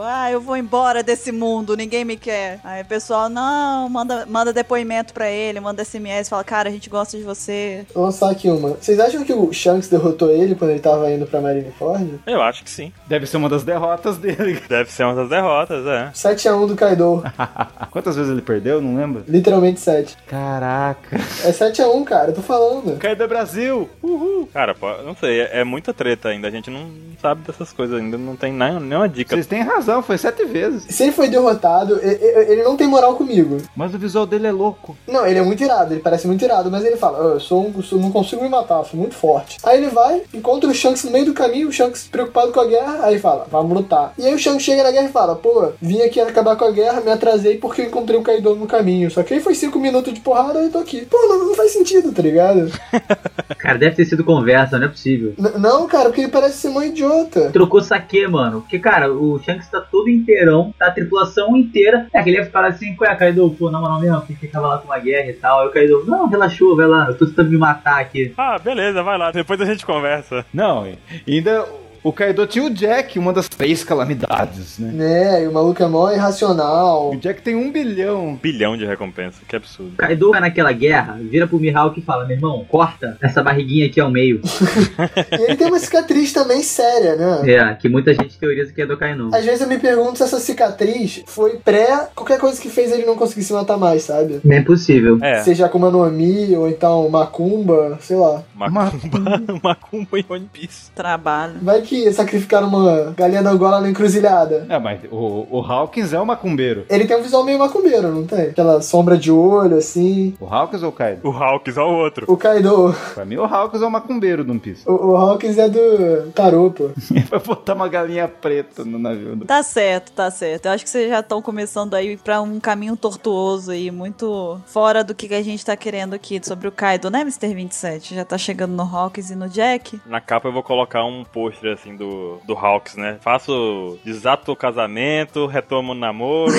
E: ah, eu vou embora desse mundo, ninguém me quer. Aí o pessoal, não, manda, manda depoimento pra ele, manda SMS, fala, cara, a gente gosta de você.
A: Vou lançar aqui uma. Vocês acham que o Shanks derrotou ele quando ele tava indo pra Marineford?
C: Eu acho que sim.
F: Deve ser uma das derrotas dele.
C: Deve ser uma das derrotas, é.
A: 7x1 do Kaido.
F: Quantas vezes ele perdeu? Não lembro.
A: Literalmente 7.
F: Caraca.
A: É 7x1, cara, eu tô falando.
F: Caio do Brasil. Uhul.
C: Cara, pô, não sei, é, é muita treta ainda. A gente não sabe dessas coisas ainda, não tem nem- nenhuma dica.
F: Vocês têm razão, foi sete vezes.
A: Se ele foi derrotado, e- e- ele não tem moral comigo.
F: Mas o visual dele é louco.
A: Não, ele é muito irado, ele parece muito irado, mas ele fala, "Ah, eu sou um, sou- não consigo me matar, eu sou muito forte. Aí ele vai, encontra o Shanks no meio do caminho, o Shanks preocupado com a guerra, aí ele fala, vamos lutar. E aí o Shanks chega na guerra e fala, pô, vim aqui acabar com a guerra, me atrasei porque eu encontrei o Kaido no caminho. Só que aí foi cinco minutos de porrada e eu tô aqui. Pô, não, não faz sentido, tá ligado?
B: Cara, deve ter sido conversa, não é possível.
A: N- não, cara, porque ele parece ser mó idiota.
B: Trocou saque, mano. Porque, cara, o Shanks tá todo inteirão, tá a tripulação inteira. É que ele ia ficar assim, ué, Kaido, pô, na moral mesmo, porque tava lá com uma guerra e tal. Aí o Kaido, não, relaxou, vai lá, eu tô tentando me matar aqui.
C: Ah, beleza, vai lá, depois a gente conversa.
F: Não, e ainda o Kaido tinha o Jack, uma das três calamidades, né?
A: Né, e o maluco é mó irracional.
F: O Jack tem um bilhão.
C: Bilhão de recompensa, que absurdo.
B: O Kaido vai naquela guerra, vira pro Mihawk e fala, meu irmão, corta essa barriguinha aqui ao meio.
A: E ele tem uma cicatriz também séria, né?
B: é, que muita gente teoriza que é do Kaido.
A: Às vezes eu me pergunto se essa cicatriz foi pré qualquer coisa que fez ele não conseguir se matar mais, sabe?
B: Não é possível.
C: É,
A: Seja Akuma no Mi ou então Macumba, sei lá.
C: Macumba, Macumba e One Piece.
E: Trabalho.
A: Vai que sacrificaram uma galinha da Angola na encruzilhada.
F: É, mas o, o Hawkins é o macumbeiro.
A: Ele tem um visual meio macumbeiro, não tem? Aquela sombra de olho, assim.
F: O Hawkins ou o Kaido?
C: O Hawks, ó o outro.
A: O Kaido,
F: Pra mim, o Hawkins é o macumbeiro do One Piece.
A: o, o Hawkins é do tarô, pô.
F: Vai botar uma galinha preta no navio. do-
E: Tá certo, tá certo. Eu acho que vocês já estão começando aí pra um caminho tortuoso aí, muito fora do que que a gente tá querendo aqui sobre o Kaido, né, Mr. 27? Já tá chegando no Hawkins e no Jack.
C: Na capa eu vou colocar um pôster assim do, do Hawks, né? Faço, desato o casamento, retomo o namoro.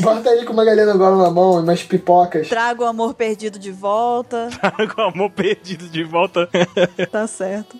A: Bota ele com uma galinha da Angola na mão e umas pipocas.
E: Traga o amor perdido de volta.
C: com o amor perdido de volta.
E: Tá certo.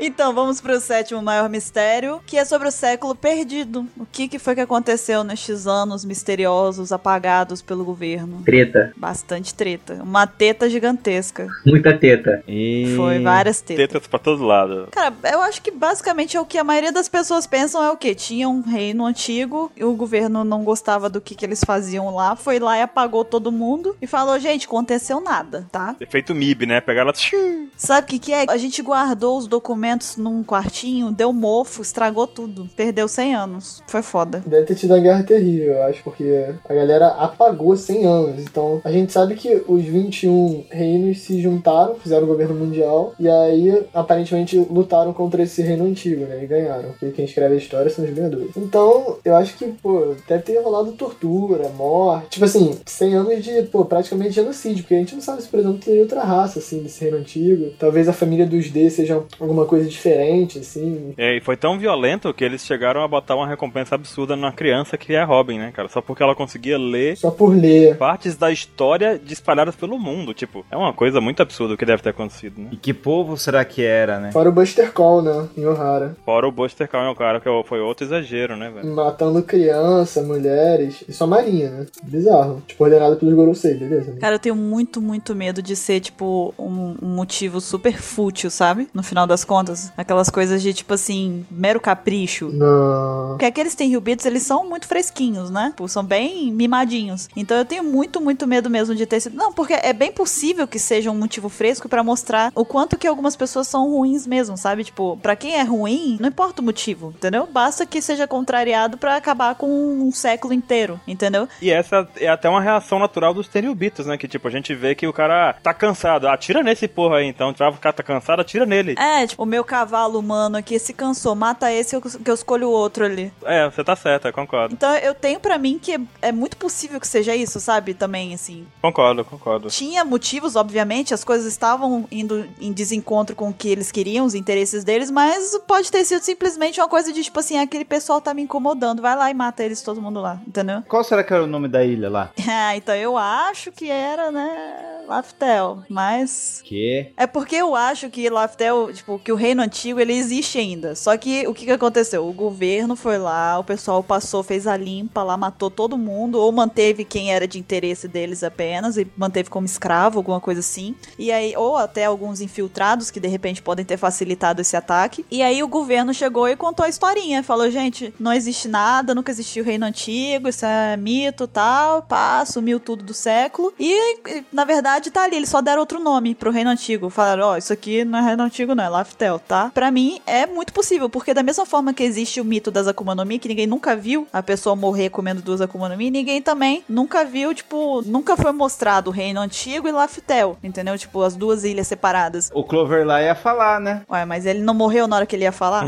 E: Então, vamos pro sétimo maior mistério, que é sobre o século perdido. O que, que foi que aconteceu nestes anos misteriosos apagados pelo governo?
B: Treta,
E: Bastante treta. Uma teta gigantesca.
B: muita teta.
F: E...
E: Foi várias tetas.
C: Tetas pra todos lados.
E: Cara, eu acho que basicamente é o que a maioria das pessoas pensam é o quê? Tinha um reino antigo, e o governo não gostava do que, que eles faziam lá, foi lá e apagou todo mundo e falou, gente, aconteceu nada, tá?
C: Efeito MIB, né? Pegar ela. tchim.
E: Sabe o que, que é? A gente guardou os documentos num quartinho, deu mofo, estragou tudo. Perdeu 100 anos. Foi foda.
A: Deve ter tido uma guerra terrível, eu acho, porque a galera apagou 100 anos. Então, a gente sabe que os 21 reinos se juntaram, fizeram o governo mundial, e aí, aparentemente, lutaram contra esse reino antigo, né? E ganharam. Porque quem escreve a história são os ganhadores. Então, eu acho que, pô, deve ter rolado tortura, morte. Tipo assim, 100 anos de, pô, praticamente genocídio, porque a gente não sabe se, por exemplo, teria outra raça, assim, desse reino antigo. Talvez a família dos D seja alguma coisa diferente, assim.
C: É, E foi tão violento que eles chegaram a botar uma recompensa absurda numa criança que é Robin, né, cara? Só porque ela conseguia ler
A: Só por ler.
C: partes da história espalhadas pelo mundo. Tipo, é uma coisa muito absurda o que deve ter acontecido, né?
F: E que povo será que era, né?
A: Fora o Buster Call, né? Em Ohara.
C: Fora o Buster Call, o cara que foi outro exagero, né, velho?
A: Matando criança, mulheres. Isso é a marinha, né? Bizarro. Tipo, ordenado pelos Gorosei, beleza? né?
E: Cara, eu tenho muito, muito medo de ser, tipo, um, um motivo super fútil, sabe? No final das contas. Aquelas coisas de, tipo assim, mero capricho.
A: Não.
E: Porque aqueles tem Beats, eles são muito fresquinhos, né? Tipo, são bem mimadinhos. Então eu tenho muito, muito medo mesmo de ter sido. Não, porque é bem possível que seja um motivo fresco pra mostrar o quanto que algumas pessoas são ruins mesmo, sabe? Tipo, pra quem é ruim, não importa o motivo, entendeu? Basta que seja contrariado pra acabar com um século inteiro, entendeu?
C: E essa é até uma reação natural dos teriubitos, né? Que tipo, a gente vê que o cara tá cansado. Atira nesse porra aí, então. Trava o cara tá cansado, atira nele.
E: É, tipo, o meu cavalo humano aqui se cansou, mata esse que eu escolho o outro ali.
C: É, você tá certa, concordo.
E: Então eu tenho pra mim que é, é muito possível que seja isso, sabe? Também, assim.
C: Concordo, concordo.
E: Tinha motivos, obviamente, as coisas estavam indo em desencontro com o que eles queriam, os interesses deles, mas pode ter sido simplesmente uma coisa de tipo assim, aquele pessoal tá me incomodando, vai lá e mata eles todo mundo lá, entendeu?
F: Qual será que era o nome da ilha lá?
E: Ah, então eu acho que era, né? Laftel, mas
F: Que?
E: é porque eu acho que Laftel, tipo, que o reino antigo ele existe ainda. Só que o que, que aconteceu? O governo foi lá, o pessoal passou, fez a limpa lá, matou todo mundo, ou manteve quem era de interesse deles apenas, e manteve como escravo, alguma coisa assim. E aí, ou até alguns infiltrados que de repente podem ter facilitado esse ataque. E aí o governo chegou e contou a historinha. Falou, gente, não existe nada, nunca existiu o reino antigo, isso é mito tal, pá, sumiu tudo do século. E e, na verdade, tá ali. Eles só deram outro nome pro Reino Antigo. Falaram, ó, isso aqui não é Reino Antigo, não, é Laftel, tá? Pra mim, é muito possível, porque da mesma forma que existe o mito das Akuma no Mi, que ninguém nunca viu a pessoa morrer comendo duas Akuma no Mi, ninguém também nunca viu, tipo, nunca foi mostrado o Reino Antigo e Laftel, entendeu? Tipo, as duas ilhas separadas.
F: O Clover lá ia falar, né?
E: Ué, mas ele não morreu na hora que ele ia falar?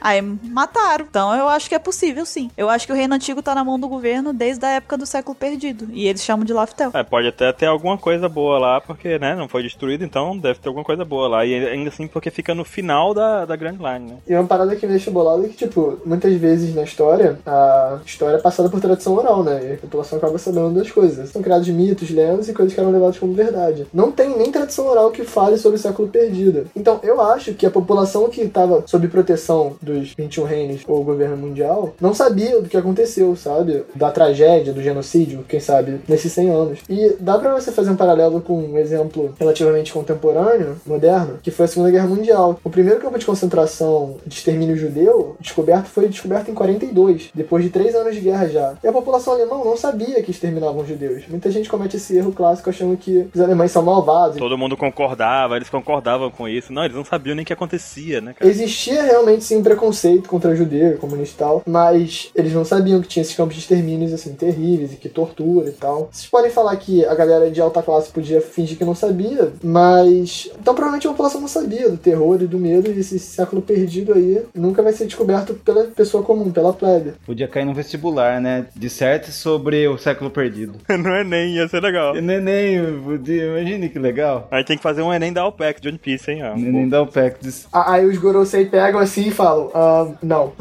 E: Aí mataram. Então eu acho que é possível, sim. Eu acho que o Reino Antigo tá na mão do governo desde a época do século perdido. E eles chamam de Laftel.
C: É, pode até ter alguma coisa boa lá, porque, né, não foi destruído, então deve ter alguma coisa boa lá. E ainda assim, porque fica no final da, da Grand Line, né?
A: E uma parada que me deixa bolado é que, tipo, muitas vezes na história, a história é passada por tradição oral, né? E a população acaba sabendo das coisas. São criados mitos, lendas e coisas que eram levadas como verdade. Não tem nem tradição oral que fale sobre o século perdido. Então, eu acho que a população que estava sob proteção dos 21 reinos ou governo mundial não sabia do que aconteceu, sabe? Da tragédia, do genocídio, quem sabe, nesses 100 anos. E dá pra você fazer um paralelo com um exemplo relativamente contemporâneo, moderno, que foi a Segunda Guerra Mundial. O primeiro campo de concentração de extermínio judeu descoberto foi descoberto em 42, depois de três anos de guerra já. E a população alemã não sabia que exterminavam os judeus. Muita gente comete esse erro clássico achando que os alemães são malvados.
C: Todo mundo concordava, eles concordavam com isso. Não, eles não sabiam nem o que acontecia, né, cara?
A: Existia realmente sim um preconceito contra judeu, comunista e tal, mas eles não sabiam que tinha esses campos de extermínios assim terríveis e que tortura e tal. Vocês podem falar que a galera de alta classe podia fingir que não sabia, mas então provavelmente a população não sabia do terror e do medo e esse século perdido aí nunca vai ser descoberto pela pessoa comum, pela plebe.
F: Podia cair no vestibular, né? Disserte sobre o século perdido.
C: não é nem, ia ser legal.
F: E Neném, podia- imagine que legal.
C: Aí tem que fazer um Enem da OPEC de One Piece, hein? Ah, ó.
F: Neném dá um o Pactus.
A: A- Aí os gorosei pegam assim e falam, ah, não.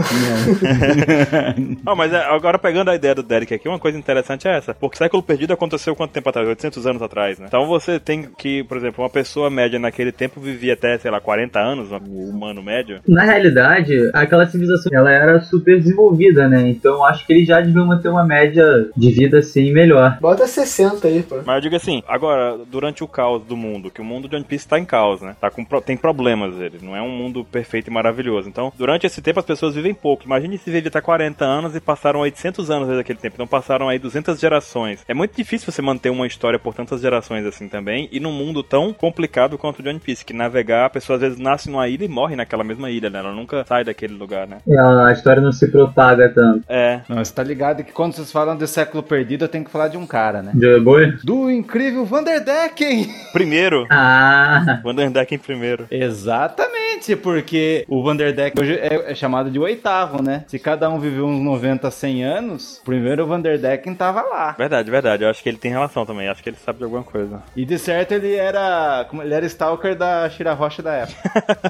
C: Ah, mas é, agora pegando a ideia do Derek aqui, uma coisa interessante é essa. Porque século perdido aconteceu quanto tempo atrás? 800 anos atrás, né? Então você tem que, por exemplo, uma pessoa média naquele tempo vivia até, sei lá, 40 anos, um humano médio.
B: Na realidade, aquela civilização ela era super desenvolvida, né? Então acho que eles já deviam manter uma média de vida assim melhor.
A: Bota 60 aí, pô.
C: Mas eu digo assim, agora, durante o caos do mundo, que o mundo de One Piece tá em caos, né? Tá com, pro- tem problemas ele, não é um mundo perfeito e maravilhoso. Então, durante esse tempo as pessoas vivem pouco. Imagine se vive até 40 anos e passaram 800 anos desde aquele tempo. Então passaram aí 200 gerações. É muito difícil você manter uma história por tantas gerações assim também, e num mundo tão complicado quanto o de One Piece, que navegar, a pessoa às vezes nasce numa ilha e morre naquela mesma ilha, né? Ela nunca sai daquele lugar, né?
B: E A história não se propaga tanto.
C: É,
F: Não, você tá ligado que quando vocês falam de século perdido, eu tenho que falar de um cara, né?
B: Joy Boy?
F: Do incrível Vanderdecken!
C: primeiro,
B: Ah,
C: Vanderdecken primeiro.
F: Exatamente, porque o Vanderdecken hoje é, é chamado de oitavo, né? Se cada um viveu uns 90, 100 anos, primeiro o Vanderdecken tava lá.
C: Verdade, verdade. Eu acho que ele tem relação também. Acho que ele sabe de alguma coisa.
F: E de certo ele era. Como ele era stalker da Shira Rocha da época.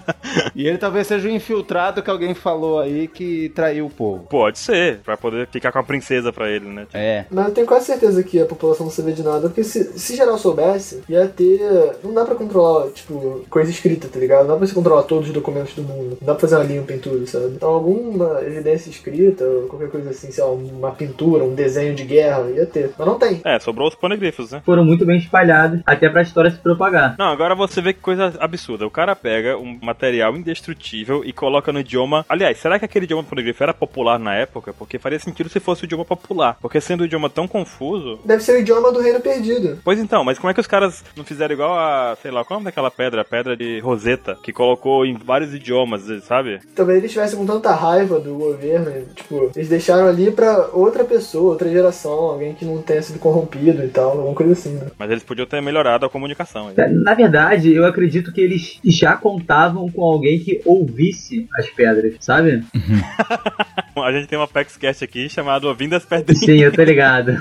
F: e ele talvez seja o infiltrado que alguém falou aí que traiu o povo.
C: Pode ser, pra poder ficar com a princesa pra ele, né?
F: É.
A: Mas eu tenho quase certeza que a população não sabia de nada, porque se, se geral soubesse, ia ter. Não dá pra controlar, tipo, coisa escrita, tá ligado? Não dá pra você controlar todos os documentos do mundo. Não dá pra fazer uma limpa em tudo, sabe? Então, alguma evidência escrita, ou qualquer coisa assim, sei lá, uma pintura, um desenho de guerra, ia ter. Mas não tem.
C: É, sobrou os ponegrifos, né?
B: foram muito bem espalhados até pra história se propagar.
C: Não, agora você vê que coisa absurda. O cara pega um material indestrutível e coloca no idioma. Aliás, será que aquele idioma ponegrifo era popular na época? Porque faria sentido se fosse o idioma popular. Porque sendo um idioma tão confuso.
A: Deve ser o idioma do reino perdido.
C: Pois então, mas como é que os caras não fizeram igual a, sei lá, qual é o nome daquela pedra? A pedra de Roseta, que colocou em vários idiomas, sabe?
A: Talvez eles tivessem com tanta raiva do governo, e, tipo, eles deixaram ali pra outra pessoa, outra geração, alguém que não tenha sido corrompido e tal, alguma coisa assim, né?
C: Mas eles podiam ter melhorado a comunicação. aí.
B: É, Na verdade, eu acredito que eles já contavam com alguém que ouvisse as pedras, sabe?
C: A gente tem uma PEXCast aqui chamado Ouvindo as Pedrinhas.
B: Sim, eu tô ligado.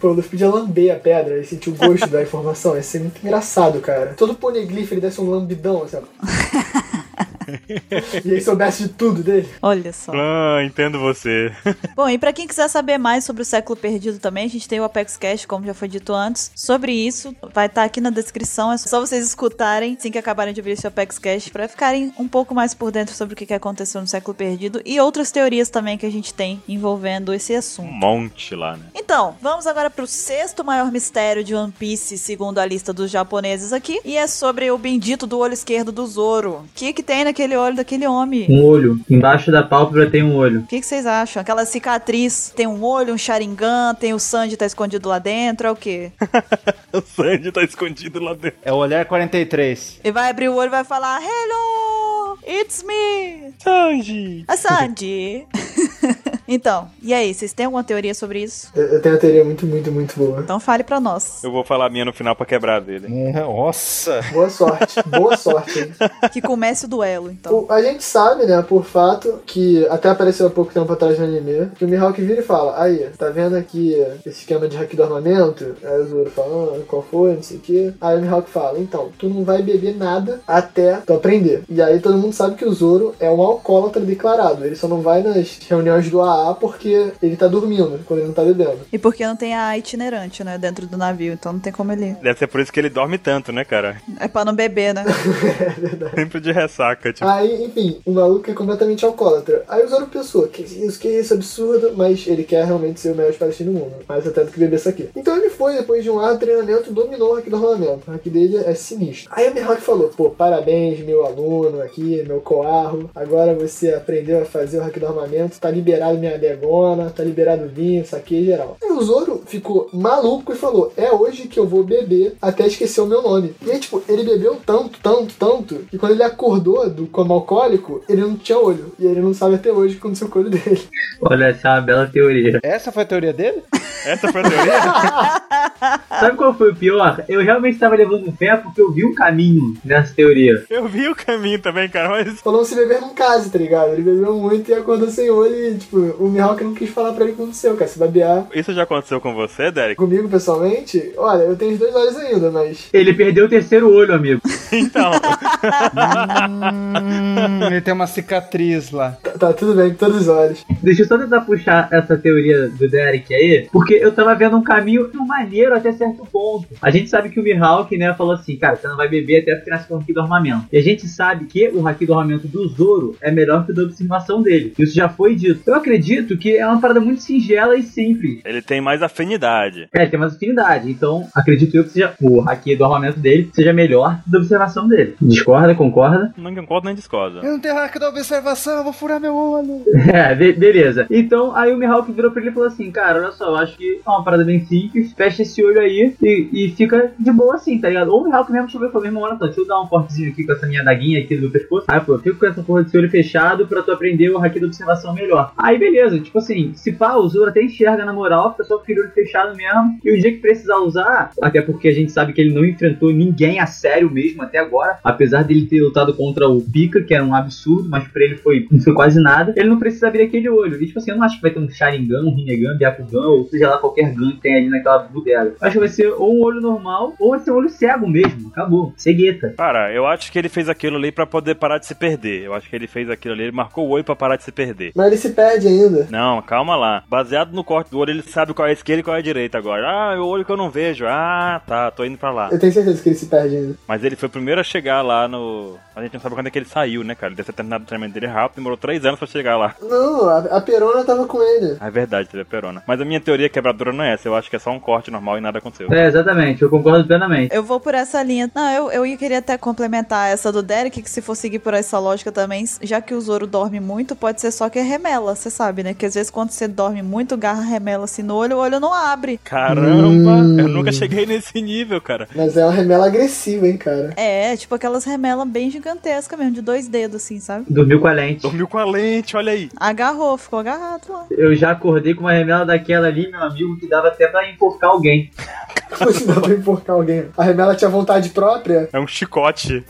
A: Pô, o Luffy podia lamber a pedra e sentir o gosto da informação. Ia ser muito engraçado, cara. Todo poneglyph ele desse um lambidão, sabe? assim, E ele soubesse de tudo dele.
E: Olha só.
C: Ah, entendo você.
E: Bom, e pra quem quiser saber mais sobre o século perdido também, a gente tem o Apex Cash, como já foi dito antes. Sobre isso, vai estar aqui na descrição. É só vocês escutarem assim que acabarem de ouvir esse Apex Cash pra ficarem um pouco mais por dentro sobre o que que aconteceu no século perdido e outras teorias também que a gente tem envolvendo esse
C: Um
E: assunto.
C: monte lá, né?
E: Então, vamos agora pro sexto maior mistério de One Piece, segundo a lista dos japoneses aqui, e é sobre o bendito do olho esquerdo do Zoro. O que que tem naquele olho daquele homem?
B: Um olho. Embaixo da pálpebra tem um olho.
E: O que, que vocês acham? Aquela cicatriz, tem um olho, um sharingan, tem o Sanji tá escondido lá dentro, é o quê?
C: O Sandy tá escondido lá dentro.
F: É o olhar 43.
E: E vai abrir o olho e vai falar, Hello, it's me,
C: Sanji!
E: a Sanji. então, e aí, vocês têm alguma teoria sobre isso?
A: Eu, eu tenho uma teoria muito, muito, muito boa.
E: Então fale pra nós.
C: Eu vou falar a minha no final pra quebrar dele.
F: É, Nossa!
A: Boa sorte, boa sorte. hein?
E: Que comece o duelo, então.
A: O- a gente sabe, né, por fato, que até apareceu há pouco tempo atrás no anime, que o Mihawk vira e fala, aí, tá vendo aqui esse esquema de hack do armamento? Aí o Zoro fala, ah, qual foi, não sei o quê. Aí o Mihawk fala, então, tu não vai beber nada até tu aprender. E aí todo mundo sabe que o Zoro é um alcoólatra declarado, ele só não vai nas reuniões do AA porque ele tá dormindo, quando ele não tá bebendo.
E: E porque não tem a itinerante, né, dentro do navio, então não tem como ele...
C: Deve ser por isso que ele dorme tanto, né, cara?
E: É pra não beber, né?
C: Sempre de ressaca, tipo.
A: Aí, enfim, o maluco é completamente alcoólatra. Aí o Zoro pensou, que isso, que isso, absurdo, mas ele quer realmente ser o melhor espadachim do mundo. Mais até do que beber isso aqui. Então ele foi, depois de um ar de treinamento, dominou o hack do armamento. O hack dele é sinistro. Aí o Mihawk falou, pô, parabéns, meu aluno aqui, meu coarro. Agora você aprendeu a fazer o hack do armamento, tá liberado minha adegona, tá liberado o vinho, saquei geral. Aí o Zoro ficou maluco e falou, é hoje que eu vou beber até esquecer o meu nome. E aí, tipo, ele bebeu tanto, tanto, tanto, que quando ele acordou do coma alcoólico, ele não tinha olho. E ele não sabe até hoje o que aconteceu com o olho dele.
B: Olha, essa é uma bela teoria.
F: Essa foi a teoria dele?
C: Essa foi a teoria?
B: Sabe qual foi o pior? Eu realmente tava levando fé porque eu vi um caminho nessa teoria.
C: Eu vi o caminho também, cara, mas.
A: Falou se beber num case, tá ligado? Ele bebeu muito e acordou sem olho e, tipo, o Mihawk não quis falar pra ele o que aconteceu, cara. Se babear
C: Isso já aconteceu com você, Derek?
A: comigo pessoalmente, olha, eu tenho os dois olhos ainda, mas...
B: Ele perdeu o terceiro olho, amigo.
C: Então,
F: Hum, ele tem uma cicatriz lá.
A: Tá, tá tudo bem com todos os olhos.
B: Deixa eu só tentar puxar essa teoria do Derek aí, porque eu tava vendo um caminho maneiro até certo ponto. A gente sabe que o Mihawk, né, falou assim, cara, você não vai beber até ficar com o haki do armamento. E a gente sabe que o haki do armamento do Zoro é melhor que o da observação dele. Isso já foi dito. Eu acredito que é uma parada muito singela e simples.
C: ele tem mais afinidade.
B: É, ele tem mais afinidade, então acredito eu que seja o haki do armamento dele seja melhor que o da observação dele. Discorda, concorda?
C: Não concordo nem discordo.
F: Eu não tenho hack da observação, eu vou furar meu olho.
B: É, be- beleza. Então, aí o Mihawk virou pra ele e falou assim, cara, olha só, eu acho que é uma parada bem simples, fecha esse olho aí e, e fica de boa assim, tá ligado? Ou o Mihawk mesmo chegou e falou, irmão, olha só, deixa eu dar um cortezinho aqui com essa minha daguinha aqui do meu pescoço. Aí, pô, eu fico com essa porra desse olho fechado pra tu aprender o haki da observação melhor. Aí, beleza, tipo assim, se pá, o Zoro até enxerga na moral, fica só com aquele olho fechado mesmo, e o dia que precisar usar, até porque a gente sabe que ele não enfrentou ninguém a sério mesmo até agora, apesar dele ter lutado contra o Pika, que era um absurdo, mas pra ele foi, não foi quase nada, ele não precisa abrir aquele olho. E, tipo assim, eu não acho que vai ter um Sharingan, um Rinnegan, Byakugan, ou seja lá qualquer gun que tem ali naquela bodega. Eu Acho que vai ser ou um olho normal, ou vai ser um olho cego mesmo, acabou, cegueta.
C: Cara, eu acho que ele fez aquilo ali pra poder parar de se perder. Eu acho que ele fez aquilo ali, ele marcou o olho pra parar de se perder.
A: Mas ele se perde ainda.
C: Não, calma lá. Baseado no corte do olho, ele sabe qual é a esquerda e qual é a direita agora. Ah, é o olho que eu não vejo. Ah, tá, tô indo pra lá.
A: Eu tenho certeza que ele se perde ainda.
C: Mas ele foi o primeiro a chegar lá no. A gente não sabe quando é que ele saiu, né, cara? Ele deve ter terminado o treinamento dele rápido, demorou três anos pra chegar lá.
A: Não, a, a Perona tava com ele.
C: Ah, É verdade, teve a perona. Mas a minha teoria quebradora não é essa. Eu acho que é só um corte normal e nada aconteceu.
B: É, exatamente, eu concordo plenamente.
E: Eu vou por essa linha. Não, eu, eu ia- queria até complementar essa do Derek, que se for seguir por essa lógica também, já que o Zoro dorme muito, pode ser só que é remela, você sabe, né? Que às vezes quando você dorme muito, garra remela assim no olho, o olho não abre.
C: Caramba!
A: Hum.
C: Eu nunca cheguei nesse nível, cara.
A: Mas é uma remela agressiva, hein, cara.
E: É, tipo aquelas remelas bem gigantescas mesmo, de dois dedos assim, sabe?
B: Dormiu com a lente.
C: Dormiu com a lente, olha aí.
E: Agarrou, ficou agarrado lá.
B: Eu já acordei com uma remela daquela ali, meu amigo, que dava até pra enforcar alguém.
A: Não dá pra enforcar alguém. A remela tinha vontade própria?
C: É um chicote.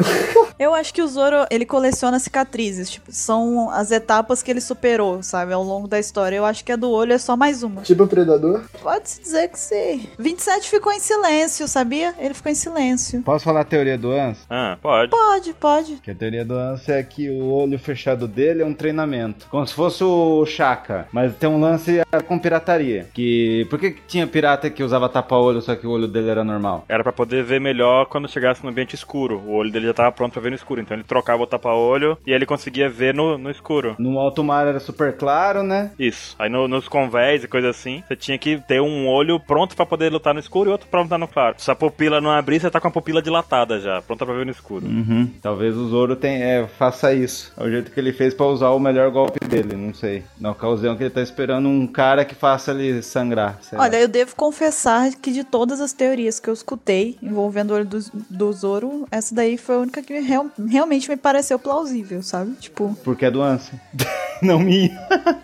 E: Eu acho que o Zoro, ele coleciona cicatrizes. Tipo, são as etapas que ele superou, sabe? Ao longo da história. Eu acho que a do olho é só mais uma.
A: Tipo o Predador?
E: Pode-se dizer que sim. 27 ficou em silêncio, sabia? Ele ficou em silêncio.
F: Posso falar a teoria do Ansa?
C: Ah, pode.
E: Pode, pode.
F: Que a teoria do lance é que o olho fechado dele é um treinamento. Como se fosse o Chaka. Mas tem um lance ah, com pirataria. Que. Por que, que tinha pirata que usava tapa-olho, só que o olho dele era normal?
C: Era pra poder ver melhor quando chegasse no ambiente escuro. O olho dele já tava pronto pra ver no escuro. Então ele trocava o tapa-olho e ele conseguia ver no, no escuro.
F: No alto mar era super claro, né?
C: Isso. Aí no- nos convés e coisa assim, você tinha que ter um olho pronto pra poder lutar no escuro e outro pra lutar no claro. Se a pupila não abrir, você tá com a pupila dilatada já, pronta pra ver no escuro.
F: Uhum. Talvez o Zoro tenha, é, faça isso. É o jeito que ele fez pra usar o melhor golpe dele, não sei. Na ocasião que ele tá esperando um cara que faça ele sangrar. sei lá.
E: Olha, eu devo confessar que de todas as teorias que eu escutei envolvendo o olho do, do Zoro, essa daí foi a única que me real- realmente me pareceu plausível, sabe? Tipo,
F: Porque é doença. não minha.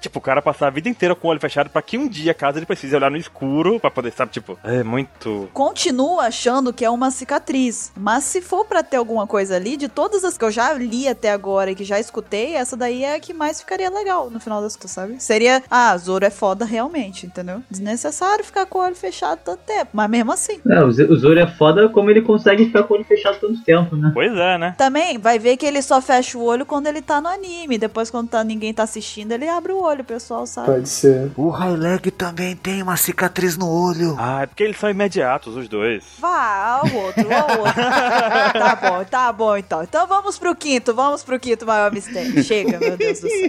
C: Tipo, o cara passar a vida inteira com o olho fechado pra que um dia, caso ele precise olhar no escuro pra poder, sabe, tipo, é muito.
E: continuo achando que é uma cicatriz. Mas se for pra ter alguma coisa ali, de todas as que eu já li até agora e que já escutei, essa daí é a que mais ficaria legal no final das contas, sabe? Seria, ah, Zoro é foda realmente, entendeu? Desnecessário ficar com o olho fechado tanto tempo, mas mesmo assim.
B: É, o Z- o Zoro é foda como ele consegue ficar com o olho fechado tanto tempo, né?
C: Pois é, né?
E: Também vai ver que ele só fecha o olho quando ele tá no anime. Depois, quando tá- ninguém tá assistindo, ele abre o olho, o pessoal, sabe?
A: Pode ser.
G: O Highleg também tem uma cicatriz no olho.
C: Ah, é porque eles são imediatos, os dois.
E: Vá, ao outro, ao outro. tá bom, tá bom então. Então vamos pro quinto, vamos pro quinto maior mistério. Chega, meu Deus do céu.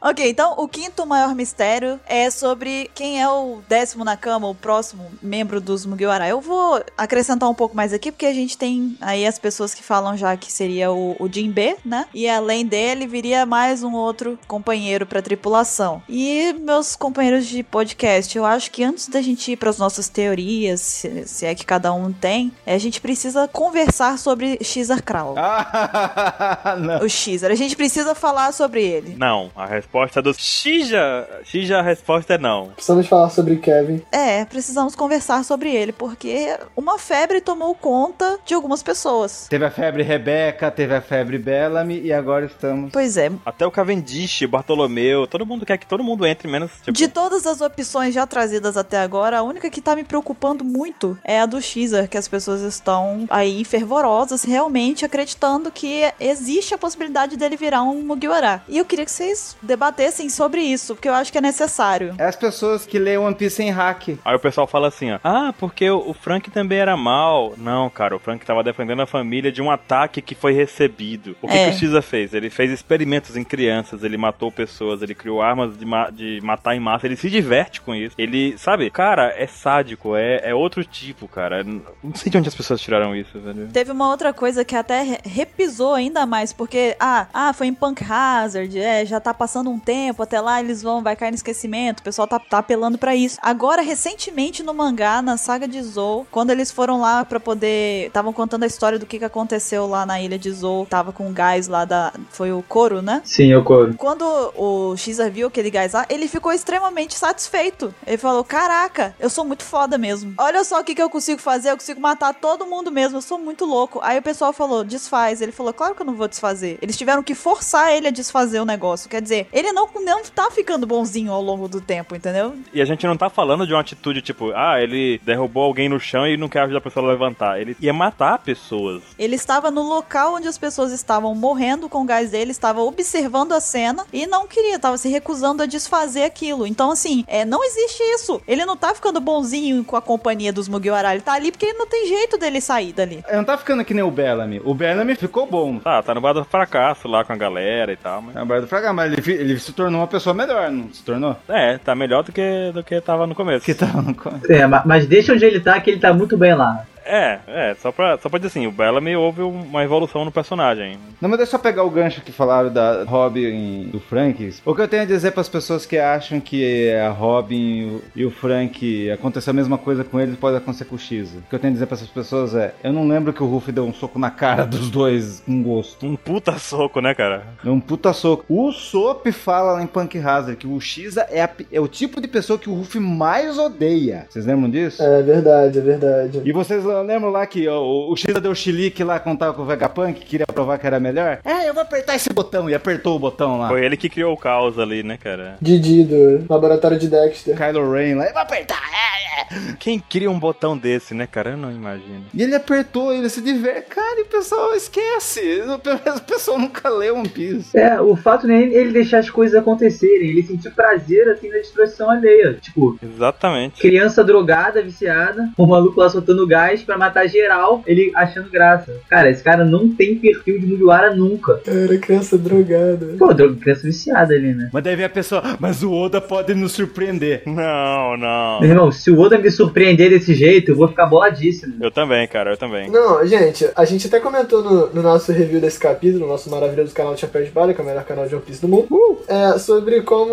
E: Ok, então o quinto maior mistério é sobre quem é o décimo na cama, o próximo membro dos Mugiwara. Eu vou acrescentar um pouco mais aqui, porque a gente tem aí as pessoas que falam já que seria o, o Jinbe, né? E além dele viria mais um outro companheiro pra tripulação. E meus companheiros de podcast, eu acho que antes da gente ir pras nossas teorias, se, se é que cada um tem, a gente precisa conversar sobre Xar Crow.
F: Ah, não.
E: O Xar, a gente precisa falar sobre ele.
C: Não, a resposta é do Xija. Xija, a resposta é não.
A: Precisamos falar sobre Kevin.
E: É, precisamos conversar sobre ele, porque uma febre tomou conta de algumas pessoas.
F: Teve a febre Rebeca, teve a febre Bellamy e agora estamos.
E: Pois é.
C: Até o Cavendish, o Bartolomeu, todo mundo quer que todo mundo entre, menos tipo.
E: De todas as opções já trazidas até agora, a única que tá me preocupando muito é a do Xer, que as pessoas estão aí fervorosas, realmente acreditando que existe a possibilidade dele virar um Mugiwara. E eu queria que vocês debatessem sobre isso, porque eu acho que é necessário.
F: É as pessoas que lêem One Piece em hack.
C: Aí o pessoal fala assim, ó. Ah, porque o o Frank também era mal. Não, cara, o Frank tava defendendo a família de um ataque que foi recebido. O que,
E: É.
C: que o Xisa fez? Ele fez experimentos em crianças, ele matou pessoas, ele criou armas de, ma- de matar em massa, ele se diverte com isso. Ele, sabe, cara, é sádico, é, é outro tipo, cara. Eu Não sei de onde as pessoas tiraram isso, velho.
E: Teve uma outra coisa que até re- repisou ainda mais, porque, ah, ah, foi em Punk Hazard, é, já tá passando um tempo, até lá eles vão, vai cair no esquecimento, o pessoal tá, tá apelando pra isso. Agora, recentemente no mangá, na saga de Zou, quando eles foram lá pra poder, estavam contando a história do que que aconteceu lá na ilha de Zou, tava com o gás lá da, foi o Coro, né?
B: Sim, eu coro.
E: Quando o Xer viu aquele gás lá, ele ficou extremamente satisfeito. Ele falou: Caraca, eu sou muito foda mesmo. Olha só o que, que eu consigo fazer, eu consigo matar todo mundo mesmo, eu sou muito louco. Aí o pessoal falou: desfaz. Ele falou: claro que eu não vou desfazer. Eles tiveram que forçar ele a desfazer o negócio. Quer dizer, ele não, não tá ficando bonzinho ao longo do tempo, entendeu?
C: E a gente não tá falando de uma atitude tipo, ah, ele derrubou alguém no chão e não quer ajudar a pessoa a levantar. Ele ia matar pessoas.
E: Ele estava no local onde as pessoas estavam morrendo com o gás dele, estava observando a cena e não queria, estava se recusando a desfazer aquilo. Então, assim, é, não existe isso. Ele não tá ficando bonzinho com a companhia dos Mugiwara, ele tá ali porque ele não tem jeito dele sair dali.
F: Eu não tá ficando que nem o Bellamy. O Bellamy ficou bom.
C: Tá, tá no bar do fracasso lá com a galera e tal, mas.
F: É o Bardo Fraga, mas ele, fi- ele se tornou uma pessoa melhor, não se tornou?
C: É, tá melhor do que, do que tá- tava no começo.
F: Que tal? não co-
B: É, ma- mas deixa onde ele tá, que ele tá muito bem lá.
C: É, é, só pra, só pra dizer assim, o Bellamy houve uma evolução no personagem.
F: Não, mas deixa eu pegar o gancho que falaram da Robin e do Frank. O que eu tenho a dizer para as pessoas que acham que é a Robin e o Frank aconteceu a mesma coisa com eles, pode acontecer com o X. O que eu tenho a dizer para essas pessoas é: eu não lembro que o Ruff deu um soco na cara dos dois com gosto.
C: Um puta soco, né, cara?
F: Deu um puta soco. O Sop fala lá em Punk Hazard que o Xa é, a pi- é o tipo de pessoa que o Ruff mais odeia. Vocês lembram disso?
A: É verdade, é verdade.
F: E vocês eu lembro lá que ó, o, o Shida deu chilique lá, contava com o Vegapunk, queria provar que era melhor. É, eu vou apertar esse botão. E apertou o botão lá.
C: Foi ele que criou o caos ali, né, cara?
A: Didi do laboratório de Dexter.
F: Kylo Ren lá, eu vou apertar, é, é.
C: Quem cria um botão desse, né, cara? Eu não imagino.
F: E ele apertou, ele se diverte. Cara, e o pessoal esquece. Pelo menos o pessoal nunca leu One Piece.
B: É, o fato nem ele deixar as coisas acontecerem, ele sentir prazer assim na destruição alheia. Tipo,
C: Exatamente.
B: criança drogada, viciada, o maluco lá soltando gás pra matar geral, ele achando graça. Cara, esse cara não tem perfil de Mugiwara nunca.
A: Cara, criança drogada.
B: Pô, droga, criança viciada ali, né?
F: Mas daí vem a pessoa, mas o Oda pode nos surpreender.
C: Não, não.
B: Meu irmão, se o Oda me surpreender desse jeito, eu vou ficar boladíssimo.
C: Eu também, cara, eu também.
A: Não, gente, a gente até comentou no, no nosso review desse capítulo, no nosso maravilhoso canal de Chapéu de Palha, que é o melhor canal de One Piece do mundo, é, sobre como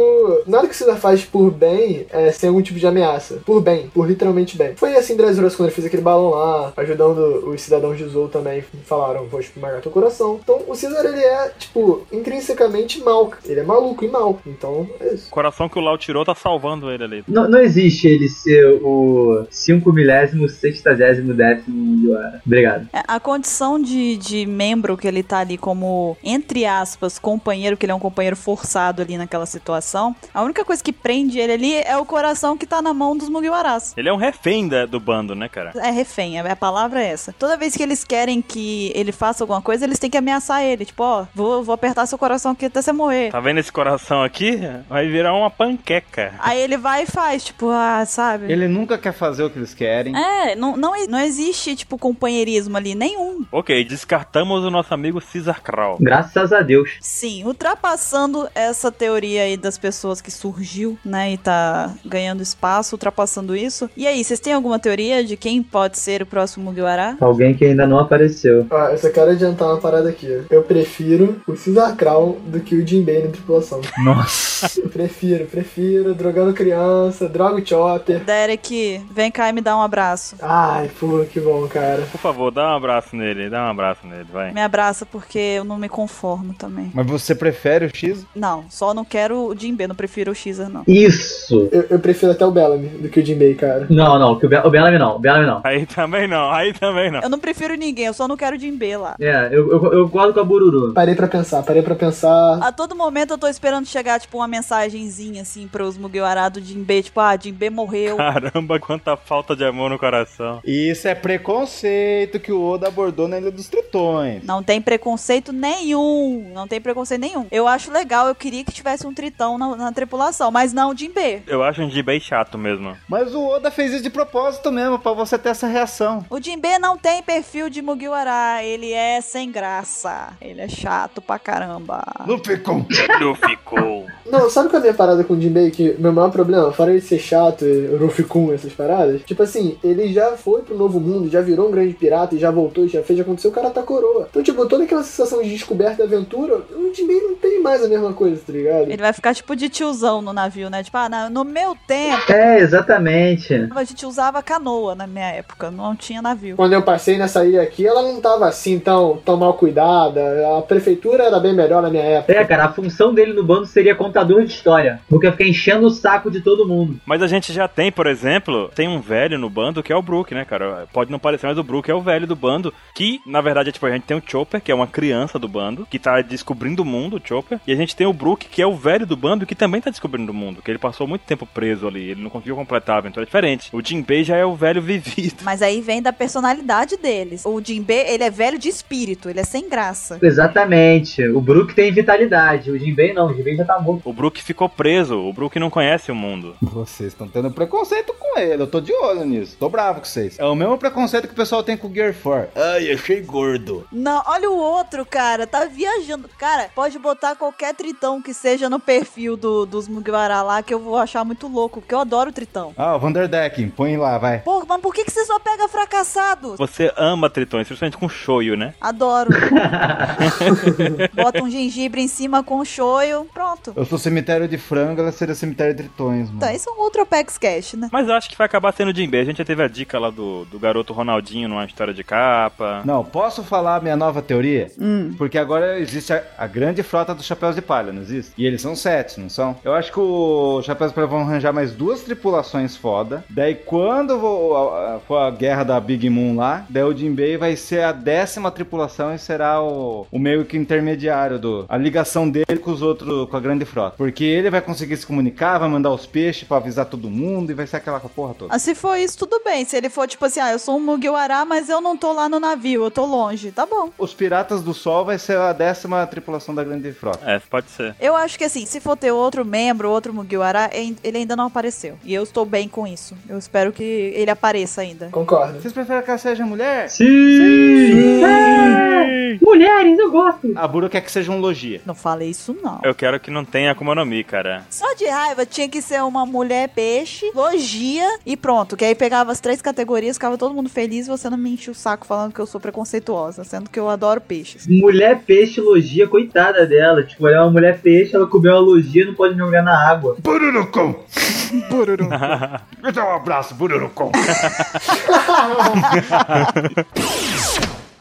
A: nada que o Cida faz por bem é sem algum tipo de ameaça. Por bem, por literalmente bem. Foi assim Dressrosa quando ele fez aquele balão lá, ajudando os cidadãos de Zou também, falaram, vou esmagar teu coração. Então o Cesar, ele é, tipo, intrinsecamente mal. Ele é maluco e mal. Então, é isso.
C: O coração que o Lau tirou tá salvando ele ali.
B: Não, não existe ele ser o 5 milésimo, sextagésimo, décimo Mugiwara. Obrigado.
E: É, A condição de, de membro que ele tá ali como, entre aspas, companheiro, que ele é um companheiro forçado ali naquela situação, a única coisa que prende ele ali é o coração que tá na mão dos Mugiwaras.
C: Ele é um refém da- do bando, né, cara?
E: É refém, a a palavra é essa. Toda vez que eles querem que ele faça alguma coisa, eles têm que ameaçar ele. Tipo, ó, vou, vou apertar seu coração aqui até você morrer.
C: Tá vendo esse coração aqui? Vai virar uma panqueca.
E: Aí ele vai e faz, tipo, ah, sabe?
F: Ele nunca quer fazer o que eles querem.
E: É, não, não, e- não existe, tipo, companheirismo ali, nenhum.
C: Ok, descartamos o nosso amigo Cesar Kral.
B: Graças a Deus.
E: Sim, ultrapassando essa teoria aí das pessoas que surgiu, né, e tá ganhando espaço, ultrapassando isso. E aí, vocês têm alguma teoria de quem pode ser o próximo Mugiwara?
B: Alguém que ainda não apareceu.
A: Ah, eu só quero adiantar uma parada aqui. Eu prefiro o Cesar Crown do que o Jinbei na tripulação.
F: Nossa.
A: Eu prefiro, prefiro. Drogando criança, droga o Chopper.
E: Derek, vem cá e me dá um abraço.
A: Ai, pô, que bom, cara.
C: Por favor, dá um abraço nele, dá um abraço nele, vai.
E: Me abraça porque eu não me conformo também.
F: Mas você prefere o X?
E: Não, só não quero o Jinbe, não prefiro o Xer, não.
B: Isso!
A: Eu, eu prefiro até o Bellamy do que o Jinbei, cara.
B: Não, não, que o, Be o Bellamy não, o Bellamy não.
C: Aí também não, aí também não.
E: Eu não prefiro ninguém, eu só não quero o Jinbe lá.
B: É, eu, eu, eu concordo com a Bururu.
A: Parei pra pensar, parei pra pensar.
E: A todo momento eu tô esperando chegar, tipo, uma mensagenzinha, assim, pros Mugiwara do Jinbe, tipo, ah, Jinbe morreu.
C: Caramba, quanta falta de amor no coração.
F: Isso é preconceito que o Oda abordou na Ilha dos Tritões.
E: Não tem preconceito nenhum. Não tem preconceito nenhum. Eu acho legal, eu queria que tivesse um tritão na, na tripulação, mas não o Jinbe.
C: Eu acho um Jinbei chato mesmo.
F: Mas o Oda fez isso de propósito mesmo, pra você ter essa reação.
E: O Jinbe não tem perfil de Mugiwara. Ele é sem graça. Ele é chato pra caramba.
F: Não ficou.
C: Não ficou.
A: Não, sabe qual é a minha parada com o Jinbei? Que meu maior problema, fora ele ser chato, Rufikun, essas paradas, tipo assim, ele já foi pro novo mundo, já virou um grande pirata e já voltou, já fez, já aconteceu, o cara tá coroa. Então, tipo, toda aquela sensação de descoberta e aventura, o Jinbei não tem mais a mesma coisa, tá ligado?
E: Ele vai ficar tipo de tiozão no navio, né? Tipo, ah, na- no meu tempo,
B: É, exatamente.
E: a gente usava canoa na minha época. Não tinha navio.
A: Quando eu passei nessa ilha aqui, ela não tava assim tão, tão mal cuidada. A prefeitura era bem melhor na minha época.
B: É, cara, a função dele no bando seria contador de história. Porque ia ficar enchendo o saco de todo mundo.
C: Mas a gente já tem, por exemplo, tem um velho no bando que é o Brook, né, cara? Pode não parecer, mas o Brook é o velho do bando. Que, na verdade, é tipo, a gente tem o Chopper, que é uma criança do bando, que tá descobrindo o mundo, o Chopper. E a gente tem o Brook, que é o velho do bando, que também tá descobrindo o mundo. Que ele passou muito tempo preso ali, ele não conseguiu completar a aventura. É diferente. O Jinbei já é o velho vivido.
E: Mas aí vem da personalidade deles. O Jinbe, ele é velho de espírito, ele é sem graça.
B: Exatamente. O Brook tem vitalidade. O Jinbei não, o Jinbei já tá morto.
C: O Brook ficou preso, o Brook não conhece o mundo.
F: Vocês estão tendo preconceito com ele, eu tô de olho nisso, tô bravo com vocês. É o mesmo preconceito que o pessoal tem com o Gear 4. Ai, achei gordo.
E: Não, olha o outro, cara. Tá viajando. Cara, pode botar qualquer tritão que seja no perfil do, dos Mugiwara lá, que eu vou achar muito louco, porque eu adoro tritão.
F: Ah, o Vanderdecken, põe lá, vai.
E: Pô, mas por que, que você só pega fracassado?
C: Você ama Tritões, principalmente com Shoyu, né?
E: Adoro. Bota um gengibre em cima com um shoyu. Pronto.
F: Eu sou cemitério de frango, ela seria cemitério de tritões, mano.
E: Então, isso é um outro Apex Cash, né?
C: Mas eu acho que vai acabar sendo o Jinbei. A gente já teve a dica lá do, do garoto Ronaldinho numa história de capa.
F: Não, posso falar a minha nova teoria?
E: Hum.
F: Porque agora existe a, a grande frota dos Chapéus de Palha, não existe? E eles são sete, não são? Eu acho que os Chapéus de Palha vão arranjar mais duas tripulações foda. Daí quando vo- a- a- for a guerra da Big Moon lá, daí o Jinbei vai ser a décima tripulação e será o, o meio que intermediário do... A ligação dele com os outros, com a grande frota. Porque ele vai conseguir se comunicar, vai mandar os peixes pra avisar todo mundo e vai ser aquela porra toda.
E: Ah, se for isso, tudo bem. Se ele for tipo assim, ah, eu sou um Mugiwara, mas eu não tô lá no navio, eu tô longe. Tá bom.
F: Os Piratas do Sol vai ser a décima tripulação da grande frota.
C: É, pode ser.
E: Eu acho que assim, se for ter outro membro, outro Mugiwara, en- ele ainda não apareceu. E eu estou bem com isso. Eu espero que ele apareça ainda.
A: Concordo.
F: Vocês preferem que ela seja mulher?
B: Sim! É! Mulheres, eu gosto!
F: A Buru quer que seja um logia.
E: Não falei isso, não.
C: Eu quero que não tenha Akuma no Mi, cara.
E: Só de raiva tinha que ser uma mulher peixe, logia e pronto. Que aí pegava as três categorias, ficava todo mundo feliz e você não me enchia o saco falando que eu sou preconceituosa, sendo que eu adoro peixes.
B: Mulher peixe logia, coitada dela. Tipo, ela é uma mulher peixe, ela comeu a logia não pode jogar na água.
F: Bururucum! Bururucum. Me dá um abraço, Bururucum.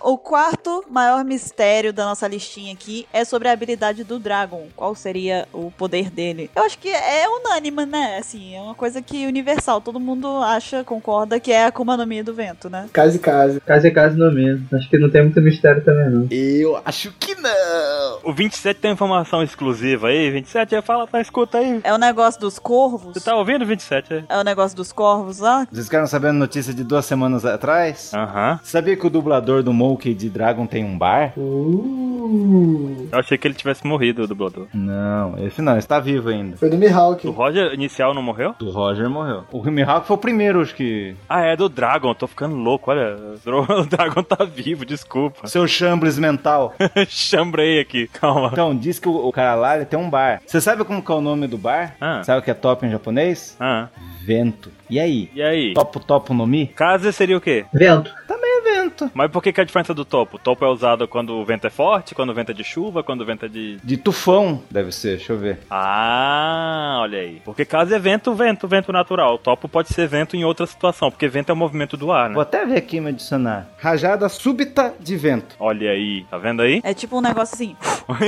E: O quarto maior mistério da nossa listinha aqui é sobre a habilidade do Dragon. Qual seria o poder dele? Eu acho que é unânime, né? Assim, é uma coisa que universal. Todo mundo acha, concorda que é a Akuma no Mi do vento, né?
A: Case case.
B: Caso é caso não mesmo. Acho que não tem muito mistério também, não.
D: Eu acho que não.
C: O 27 tem uma informação exclusiva aí, 27? Eu falo, tá, escuta aí.
E: É o negócio dos corvos.
C: Você tá ouvindo, 27? É.
E: É o negócio dos corvos lá.
F: Vocês ficaram sabendo a notícia de duas semanas atrás?
C: Aham.
F: Sabia que o dublador do Monkey de Dragon tem um bar?
A: Uh,
C: Eu achei que ele tivesse morrido, o dublador.
F: Não, esse não, está vivo ainda.
A: foi do Mihawk.
C: O Roger inicial não morreu?
F: O Roger morreu. O Mihawk foi o primeiro, acho que.
C: Ah, é do Dragon, tô ficando louco, olha. O Dragon tá vivo, desculpa.
F: Seu Chambres mental.
C: Chambrei aqui, calma.
F: Então, diz que o, o cara lá ele tem um bar. Você sabe como que é o nome do bar?
C: Ah.
F: Sabe o que é top em japonês?
C: Ah,
F: Vento. E aí?
C: e aí?
F: Topo Topo no Mi?
C: Kaze seria o quê?
B: Vento.
F: É vento.
C: Mas por que, que é a diferença do topo? O topo é usado quando o vento é forte, quando o vento é de chuva, quando o vento é de.
F: De tufão, deve ser, deixa eu ver.
C: Ah, olha aí. Porque caso é vento, vento, vento natural. O topo pode ser vento em outra situação, porque vento é o movimento do ar,
F: Vou
C: né?
F: até ver aqui meu dicionário. Rajada súbita de vento.
C: Olha aí, tá vendo aí?
E: É tipo um negócio assim,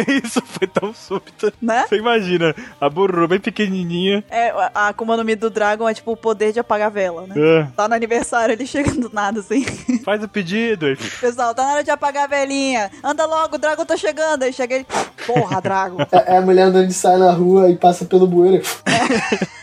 C: Isso foi tão súbito.
E: né?
C: Você imagina, a burro bem pequenininha.
E: É, a Akuma no Mi do Dragon é tipo o poder de apagar a vela, né?
C: Ah.
E: Tá no aniversário, ele chega do nada, assim.
C: Faz o pedido. aí.
E: Pessoal, tá na hora de apagar a velhinha. Anda logo, o Dragon tá chegando. Aí chega ele. Porra, Dragon.
A: É, é a mulher andando de saia na rua e passa pelo bueiro.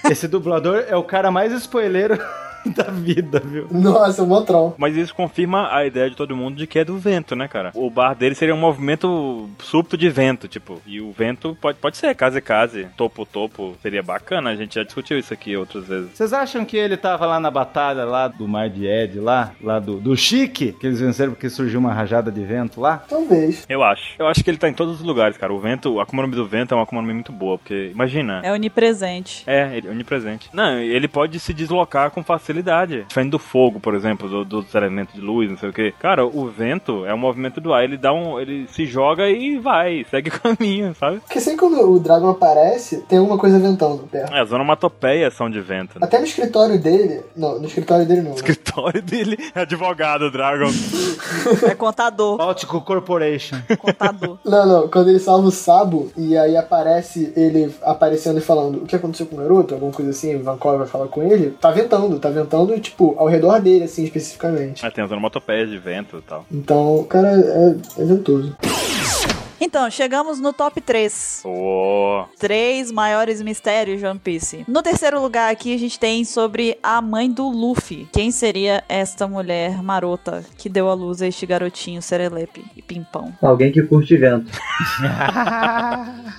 F: Esse dublador é o cara mais spoileiro da vida, viu?
A: Nossa, mó troll.
C: Mas isso confirma a ideia de todo mundo de que é do vento, né, cara? O bar dele seria um movimento súbito de vento, tipo. E o vento pode, pode ser case case, topo topo. Seria bacana, a gente já discutiu isso aqui outras vezes.
F: Vocês acham que ele tava lá na batalha lá do Mar de Ed, lá, lá do, do Chique, que eles venceram porque surgiu uma rajada de vento lá?
A: Talvez.
C: Eu acho. Eu acho que ele tá em todos os lugares, cara. O vento, a Akuma no Mi do vento é uma Akuma no Mi muito boa, porque imagina.
E: É onipresente.
C: É, ele é onipresente. Não, ele pode se deslocar com facilidade. Diferente do fogo, por exemplo, do- dos elementos de luz, não sei o quê. Cara, o vento é um movimento do ar. Ele dá um. Ele se joga e vai, segue o caminho, sabe?
A: Porque sempre quando o Dragon aparece, tem alguma coisa ventando perto.
C: É, as onomatopeias são de vento, né?
A: Até no escritório dele. Não, no escritório dele não.
C: O
A: Né?
C: escritório dele é advogado, Dragon.
E: É contador.
F: Baltico Corporation.
E: contador.
A: Não, não, quando ele salva o Sabo e aí aparece ele aparecendo e falando o que aconteceu com o garoto, alguma coisa assim, o Vancouver vai falar com ele, tá ventando, tá ventando, tipo, ao redor dele, assim, especificamente.
C: Mas É, tem as onomatopeias de vento e tal.
A: Então, o cara é, é ventoso.
E: Então, chegamos no top 3.
C: Oh,
E: Três maiores mistérios de One Piece. No terceiro lugar aqui, a gente tem sobre a mãe do Luffy. Quem seria esta mulher marota que deu à luz a este garotinho serelepe e pimpão?
B: Alguém que curte vento.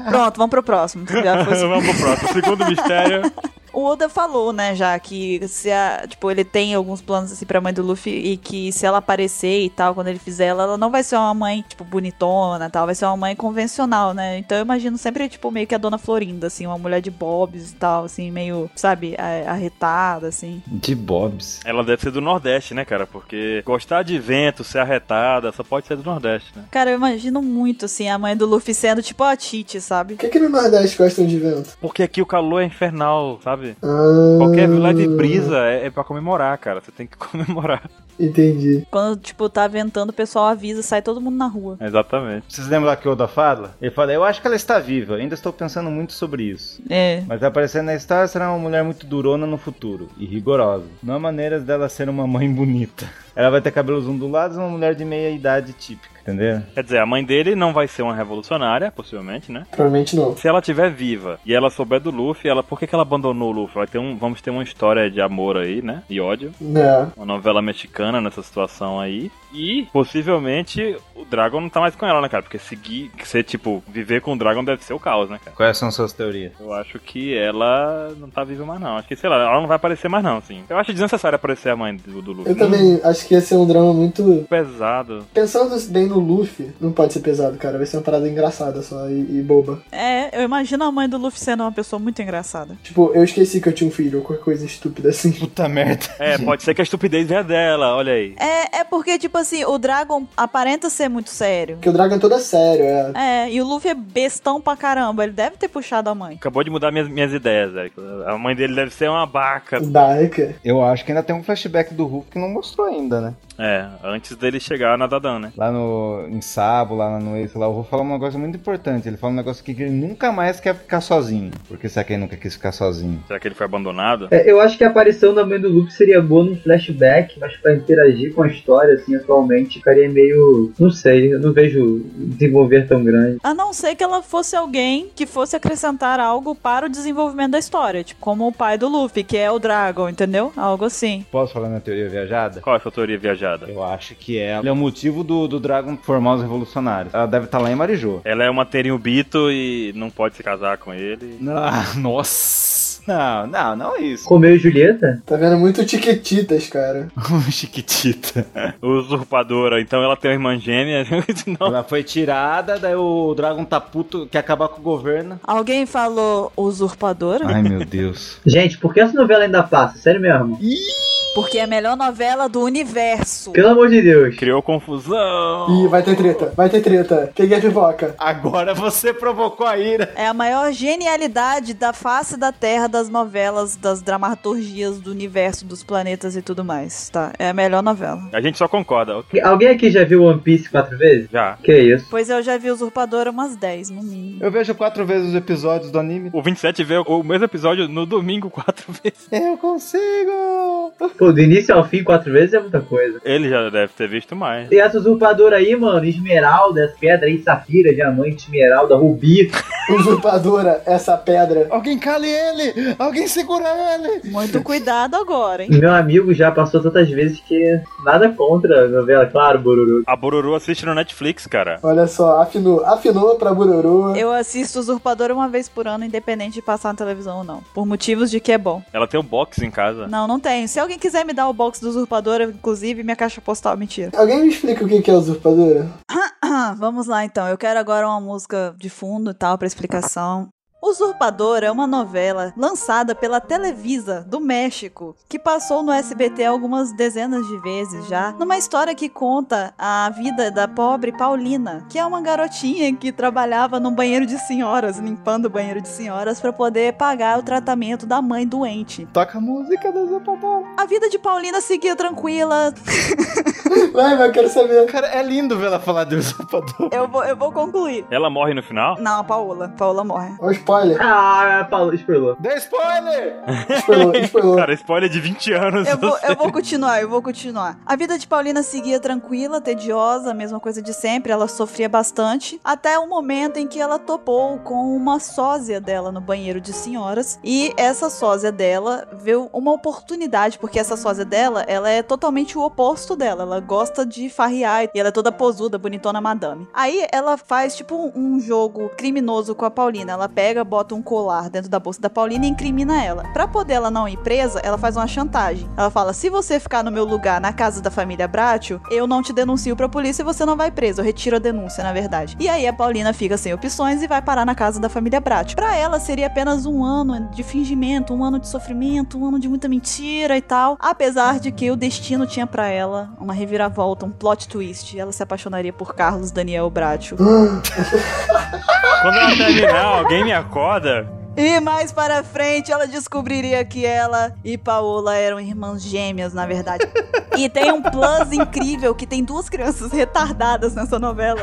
E: Pronto, vamos pro próximo. Já foi
C: Vamos pro próximo. Segundo mistério.
E: O Oda falou, né, já que se a, tipo, ele tem alguns planos assim pra mãe do Luffy e que se ela aparecer e tal, quando ele fizer ela, ela não vai ser uma mãe, tipo, bonitona e tal, vai ser uma mãe convencional, né? Então eu imagino sempre, tipo, meio que a Dona Florinda, assim, uma mulher de bobs e tal, assim, meio, sabe, a- arretada, assim.
F: De Bobs.
C: Ela deve ser do Nordeste, né, cara? Porque gostar de vento, ser arretada, só pode ser do Nordeste, né?
E: Cara, eu imagino muito, assim, a mãe do Luffy sendo, tipo, a Titi, sabe?
A: Por que, que no Nordeste gostam de vento?
C: Porque aqui o calor é infernal, sabe? sabe?
A: Ah,
C: Qualquer vilã de brisa é, é pra comemorar, cara. Você tem que comemorar.
A: Entendi.
E: Quando, tipo, tá ventando, o pessoal avisa, sai todo mundo na rua.
C: Exatamente.
F: Vocês lembram lá que o Oda fala? Ele fala, eu acho que ela está viva, ainda estou pensando muito sobre isso.
E: É.
F: Mas aparecendo na história será uma mulher muito durona no futuro e rigorosa. Não há maneiras dela ser uma mãe bonita. Ela vai ter cabelos ondulados e uma mulher de meia idade típica, entendeu?
C: Quer dizer, a mãe dele não vai ser uma revolucionária, possivelmente, né?
A: Provavelmente não.
C: Se ela tiver viva e ela souber do Luffy, ela por que, que ela abandonou o Luffy? Vai ter um, vamos ter uma história de amor aí, né? E ódio.
A: É.
C: Uma novela mexicana nessa situação aí. E possivelmente o Dragon não tá mais com ela, né, cara? Porque seguir, ser tipo, viver com o Dragon deve ser o caos, né, cara?
F: Quais são suas teorias?
C: Eu acho que ela não tá viva mais, não. Acho que, sei lá, ela não vai aparecer mais, não, assim. Eu acho desnecessário aparecer a mãe do, do Luffy.
A: Eu também acho que ia ser um drama muito.
C: Pesado.
A: Pensando bem no Luffy, não pode ser pesado, cara. Vai ser uma parada engraçada só e, e boba.
E: É, eu imagino a mãe do Luffy sendo uma pessoa muito engraçada.
A: Tipo, eu esqueci que eu tinha um filho, ou qualquer coisa estúpida assim.
F: Puta merda.
C: É, pode ser que a estupidez venha dela, olha aí.
E: É, é porque, tipo assim, o Dragon aparenta ser muito sério.
A: Porque o Dragon todo é sério, é.
E: É, e o Luffy é bestão pra caramba. Ele deve ter puxado a mãe.
C: Acabou de mudar minhas, minhas ideias, velho. A mãe dele deve ser uma baca.
A: Barca.
F: Eu acho que ainda tem um flashback do Hulk que não mostrou ainda, né?
C: É, antes dele chegar na Dadan, né?
F: Lá no em Sabo, lá no Ace, lá, eu vou falar um negócio muito importante. Ele fala um negócio aqui que ele nunca mais quer ficar sozinho. Porque será que ele nunca quis ficar sozinho?
C: Será que ele foi abandonado?
B: É, eu acho que a aparição da mãe do Luke seria boa num flashback, mas pra interagir com a história, assim, atualmente, ficaria meio. Não sei, eu não vejo desenvolver tão grande.
E: A não ser que ela fosse alguém que fosse acrescentar algo para o desenvolvimento da história. Tipo, como o pai do Luffy, que é o Dragon, entendeu? Algo assim.
F: Posso falar minha teoria viajada?
C: Qual é a sua teoria viajada?
F: Eu acho que ela é o motivo do, do Dragon formar os revolucionários. Ela deve estar lá em Marijô.
C: Ela é uma teriubito e não pode se casar com ele.
F: Ah, nossa. Não, não, não é isso.
B: Comeu e Julieta?
A: Tá vendo muito tiquetitas, cara.
F: Chiquitita.
C: Usurpadora, então ela tem uma irmã gêmea. não.
F: Ela foi tirada, daí o Dragon tá puto, quer acabar com o governo.
E: Alguém falou usurpadora?
F: Ai, meu Deus.
B: Gente, por que essa novela ainda passa? Sério mesmo?
E: Porque é a melhor novela do universo.
B: Pelo amor de Deus.
C: Criou confusão.
A: Ih, vai ter treta, vai ter treta. Peguei a pipoca.
F: Agora você provocou a ira.
E: É a maior genialidade da face da Terra das novelas, das dramaturgias do universo, dos planetas e tudo mais, tá? É a melhor novela.
C: A gente só concorda. ok?
B: Alguém aqui já viu One Piece quatro vezes?
C: Já.
B: Que isso?
E: Pois eu já vi Usurpadora umas 10, no mínimo.
F: Eu vejo quatro vezes os episódios do anime.
C: O 27 vê o mesmo episódio no domingo quatro vezes.
F: Eu consigo!
B: Pô, do início ao fim, quatro vezes é muita coisa.
C: Ele já deve ter visto mais.
B: Tem essa usurpadora aí, mano. Esmeralda, essa pedra aí, safira, diamante, esmeralda, rubi.
A: Usurpadora, essa pedra.
F: Alguém cale ele! Alguém segura ele!
E: Muito cuidado agora, hein?
B: Meu amigo já passou tantas vezes que nada contra a novela, claro, Bururu.
C: A Bororô assiste no Netflix, cara.
A: Olha só, afinou. Afinou pra Bururu.
E: Eu assisto Usurpadora uma vez por ano, independente de passar na televisão ou não. Por motivos de que é bom.
C: Ela tem um box em casa.
E: Não, não tenho. Se alguém quiser me dar o box do Usurpadora, inclusive, minha caixa postal, mentira.
A: Alguém me explica o que que é usurpadora?
E: Ah, vamos lá então. Eu quero agora uma música de fundo e tal pra explicação. Usurpador é uma novela lançada pela Televisa do México, que passou no SBT algumas dezenas de vezes já, numa história que conta a vida da pobre Paulina, que é uma garotinha que trabalhava num banheiro de senhoras, limpando o banheiro de senhoras para poder pagar o tratamento da mãe doente.
F: Toca a música da Zapadora.
E: A vida de Paulina seguia tranquila,
A: Vai, mas eu quero saber.
F: Cara, é lindo ver ela falar do Zapadora.
E: eu vou, eu vou concluir.
C: Ela morre no final?
E: Não, a Paola. Paola morre.
A: Ó, o spoiler.
B: Ah, Paulo, spoilou.
F: Dê spoiler!
A: Spoilou, spoilou.
C: Cara, spoiler de 20 anos.
E: Eu vou, eu vou continuar, eu vou continuar. A vida de Paulina seguia tranquila, tediosa, a mesma coisa de sempre, ela sofria bastante, até o momento em que ela topou com uma sósia dela no banheiro de senhoras, e essa sósia dela viu uma oportunidade, porque essa sósia dela, ela é totalmente o oposto dela, ela gosta de farrear, e ela é toda posuda, bonitona madame. Aí ela faz, tipo, um- um jogo criminoso com a Paulina, ela pega, bota um colar dentro da bolsa da Paulina e incrimina ela. Pra poder ela não ir presa, ela faz uma chantagem. Ela fala: se você ficar no meu lugar na casa da família Bratio, eu não te denuncio pra polícia e você não vai preso. Eu retiro a denúncia, na verdade. E aí a Paulina fica sem opções e vai parar na casa da família Bratio. Pra ela seria apenas um ano de fingimento, um ano de sofrimento, um ano de muita mentira e tal. Apesar de que o destino tinha pra ela uma reviravolta, um plot twist. Ela se apaixonaria por Carlos Daniel Bratio.
C: Quando ela terminar, alguém me acorda.
E: E mais para frente, ela descobriria que ela e Paola eram irmãs gêmeas, na verdade. E tem um plus incrível que tem duas crianças retardadas nessa novela.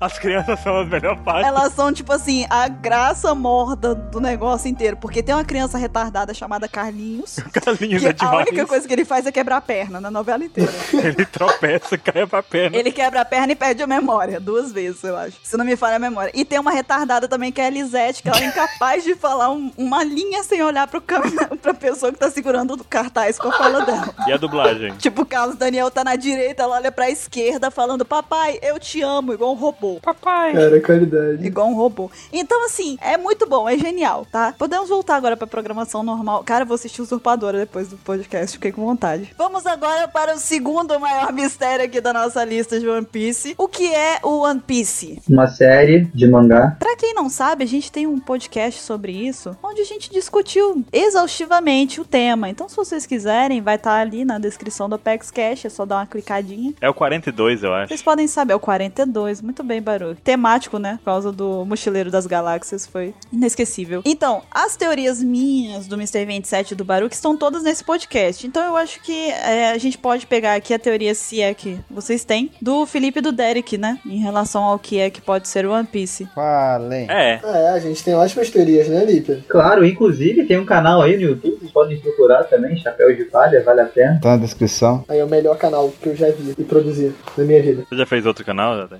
C: As crianças são as melhores partes.
E: Elas são, tipo assim, a graça morda do negócio inteiro. Porque tem uma criança retardada chamada Carlinhos,
C: Carlinhos
E: que
C: é
E: a
C: demais.
E: única coisa que ele faz é quebrar a perna na novela inteira.
C: Ele tropeça, cai pra perna.
E: Ele quebra a perna e perde a memória. Duas vezes, eu acho. Se não me falha a memória. E tem uma retardada também, que é a Lisette, que ela é incapaz de falar um- uma linha sem olhar pro câmera, pra pessoa que tá segurando o cartaz com a fala dela.
C: E a dublagem?
E: Tipo, o Carlos Daniel tá na direita, ela olha pra esquerda falando, papai, eu te amo, igual um robô.
A: Cara, qualidade.
E: Igual um robô. Então, assim, é muito bom, é genial, tá? Podemos voltar agora pra programação normal. Cara, eu vou assistir Usurpadora depois do podcast, fiquei com vontade. Vamos agora para o segundo maior mistério aqui da nossa lista de One Piece. O que é o One Piece?
B: Uma série de mangá.
E: Pra quem não sabe, a gente tem um podcast sobre isso, onde a gente discutiu exaustivamente o tema. Então, se vocês quiserem, vai estar ali na descrição do Apex Cash, é só dar uma clicadinha.
C: É o 42, eu acho.
E: Vocês podem saber, é o 42, muito bem, barulho. Temático, né? Por causa do Mochileiro das Galáxias, foi inesquecível. Então, as teorias minhas do Mr. 27 e do Baruch estão todas nesse podcast. Então, eu acho que é, a gente pode pegar aqui a teoria, se é que vocês têm, do Felipe e do Derek, né? Em relação ao que é que pode ser o One Piece.
D: Falem.
C: É.
A: Ah, é, a gente tem ótimas teorias, né, Lípia?
B: Claro, inclusive tem um canal aí no YouTube, vocês podem procurar também, Chapéu de Palha, vale a pena.
F: Tá na descrição.
A: Aí é o melhor canal que eu já vi e produzi na minha vida.
C: Você já fez outro canal? Já tem?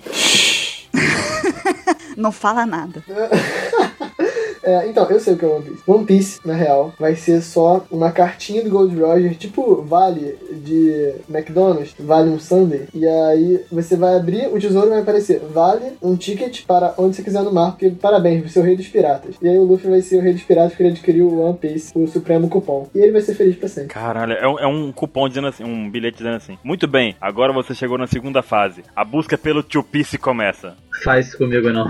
E: Não fala nada.
A: É, então, eu sei o que é One Piece. One Piece, na real, vai ser só uma cartinha do Gold Roger, tipo vale de McDonald's, vale um Sunday. E aí você vai abrir, o tesouro vai aparecer, vale um ticket para onde você quiser no mar, porque parabéns, você é o rei dos piratas. E aí o Luffy vai ser o rei dos piratas porque ele adquiriu o One Piece, o supremo cupom. E ele vai ser feliz pra sempre.
C: Caralho, é um, é um cupom dizendo assim, um bilhete dizendo assim. Muito bem, agora você chegou na segunda fase. A busca pelo Tio Piece começa.
B: Faz isso comigo não.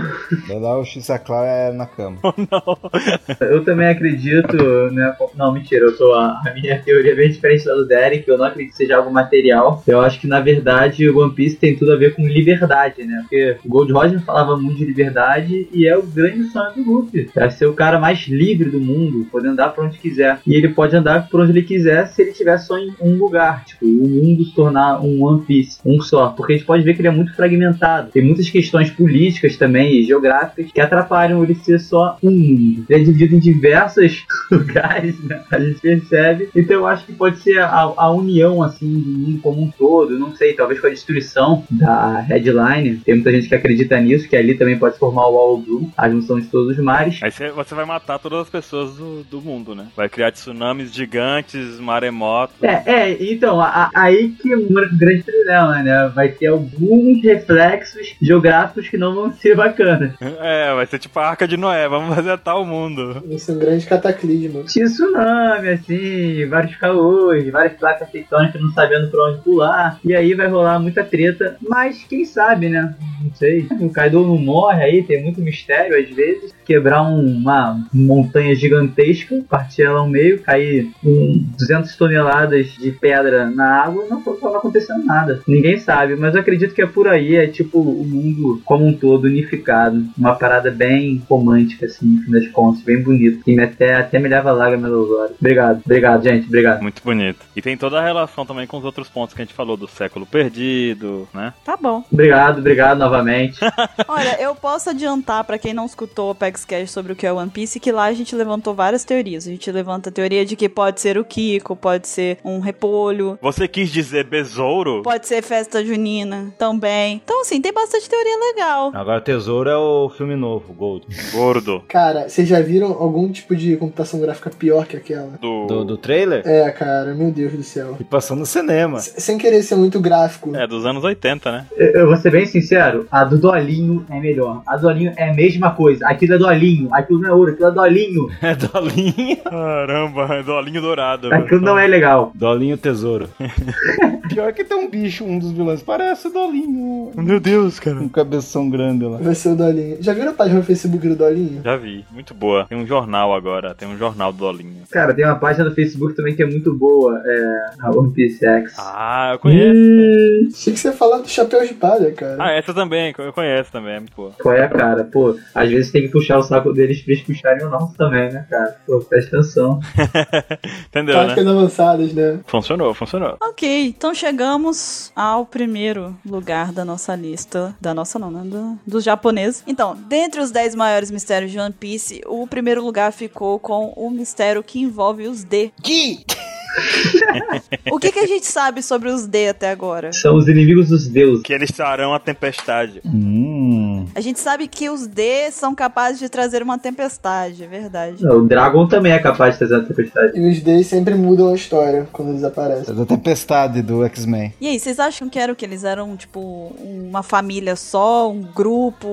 F: Vai lá o Xaclau é na cama.
B: Eu também acredito, né? Não, mentira, eu sou a, a minha teoria é bem diferente da do Derek, eu não acredito que seja algo material. Eu acho que na verdade o One Piece tem tudo a ver com liberdade, né? Porque o Gold Roger falava muito de liberdade e é o grande sonho do Luffy. É ser o cara mais livre do mundo, poder andar pra onde quiser. E ele pode andar por onde ele quiser se ele tiver só em um lugar. Tipo, o mundo se tornar um One Piece, um só. Porque a gente pode ver que ele é muito fragmentado. Tem muitas questões políticas também e geográficas que atrapalham ele ser só um mundo. Ele é dividido em diversos lugares, né? A gente percebe. Então eu acho que pode ser a, a união, assim, do mundo como um todo. Não sei, talvez com a destruição da Headline. Tem muita gente que acredita nisso, que ali também pode se formar o All Blue, a junção de todos os mares.
C: Aí você, você vai matar todas as pessoas do, do mundo, né? Vai criar tsunamis gigantes, maremoto.
B: É, é, então, a- a- aí que é um grande problema, né? Vai ter alguns reflexos geográficos que não vão ser bacanas.
C: É, vai ser tipo a Arca de Noé, vamos resetar o mundo.
A: Vai ser um grande cataclismo.
B: Tsunami, assim, vários caôs, várias placas tectônicas não sabendo pra onde pular. E aí vai rolar muita treta, mas quem sabe, né? Não sei. O Kaido não morre aí, tem muito mistério às vezes. Quebrar um, uma montanha gigantesca, partir ela ao meio, cair um 200 toneladas de pedra na água, não estava acontecendo nada. Ninguém sabe, mas eu acredito que é por aí, é tipo o mundo como um todo unificado. Uma parada bem romântica, assim, no fim das contas, bem bonita. E me até, até me leva lágrimas aos olhos. Obrigado, obrigado, gente, obrigado.
C: Muito bonito. E tem toda a relação também com os outros pontos que a gente falou, do século perdido, né?
E: Tá bom.
B: Obrigado, obrigado novamente.
E: Olha, eu posso adiantar pra quem não escutou o Apex Cash sobre o que é One Piece que lá a gente levantou várias teorias. A gente levanta a teoria de que pode ser o Kiko, pode ser um repolho,
C: Você quis dizer besouro?
E: pode ser festa junina também. Então, assim, tem bastante teoria legal.
F: Agora Tesouro é o filme novo, Gold.
C: Gordo.
A: Cara, vocês já viram algum tipo de computação gráfica pior que aquela?
C: Do...
F: Do, do trailer?
A: É, cara, meu Deus do céu.
F: Tipo, E passou no cinema.
A: S- sem querer ser muito gráfico,
C: É, dos anos 80, né?
B: Eu, eu vou ser bem sincero, a do Dolinho é melhor. A do Dolinho é a mesma coisa. Aquilo é Dolinho, aquilo não é ouro, aquilo é Dolinho.
F: É Dolinho.
C: Caramba, é do olhinho dourado.
B: Aquilo não é legal.
F: Dolinho Tesouro. Pior que tem um bicho, um dos vilões parece o Dolinho.
C: Meu Deus, cara.
F: Um cabeça coração grande lá.
A: Vai ser o Dolinho. Já viram a página no Facebook do Dolinho?
C: Já vi. Muito boa. Tem um jornal agora. Tem um jornal do Dolinho.
B: Cara, tem uma página no Facebook também que é muito boa, é a One Piece X.
C: Ah, eu conheço.
B: Ih,
A: Achei que você ia falar do chapéu de palha, cara.
C: Ah, essa também. Eu conheço também. É muito boa.
B: Qual é a cara? Pô, às vezes tem que puxar o saco deles pra eles puxarem o nosso também, né, cara? Pô, presta atenção.
C: Entendeu, né?
A: Táticas avançadas, né?
C: Funcionou, funcionou.
E: Ok, então chegamos ao primeiro lugar da nossa lista. Da nossa não, né? Do, dos japoneses. Então, dentre os 10 maiores mistérios de One Piece, o primeiro lugar ficou com o mistério que envolve os D.
D: Gui!
E: O que, que a gente sabe sobre os D até agora?
B: São os inimigos dos deuses.
C: Que eles trarão a tempestade.
F: Hum.
E: A gente sabe que os D são capazes de trazer uma tempestade, é verdade.
B: Não, O Dragon também é capaz de trazer a tempestade.
A: E os Ds sempre mudam a história quando eles aparecem.
F: É da tempestade do X-Men.
E: E aí, vocês acham que era o que? Eles eram, tipo, uma família só, um grupo,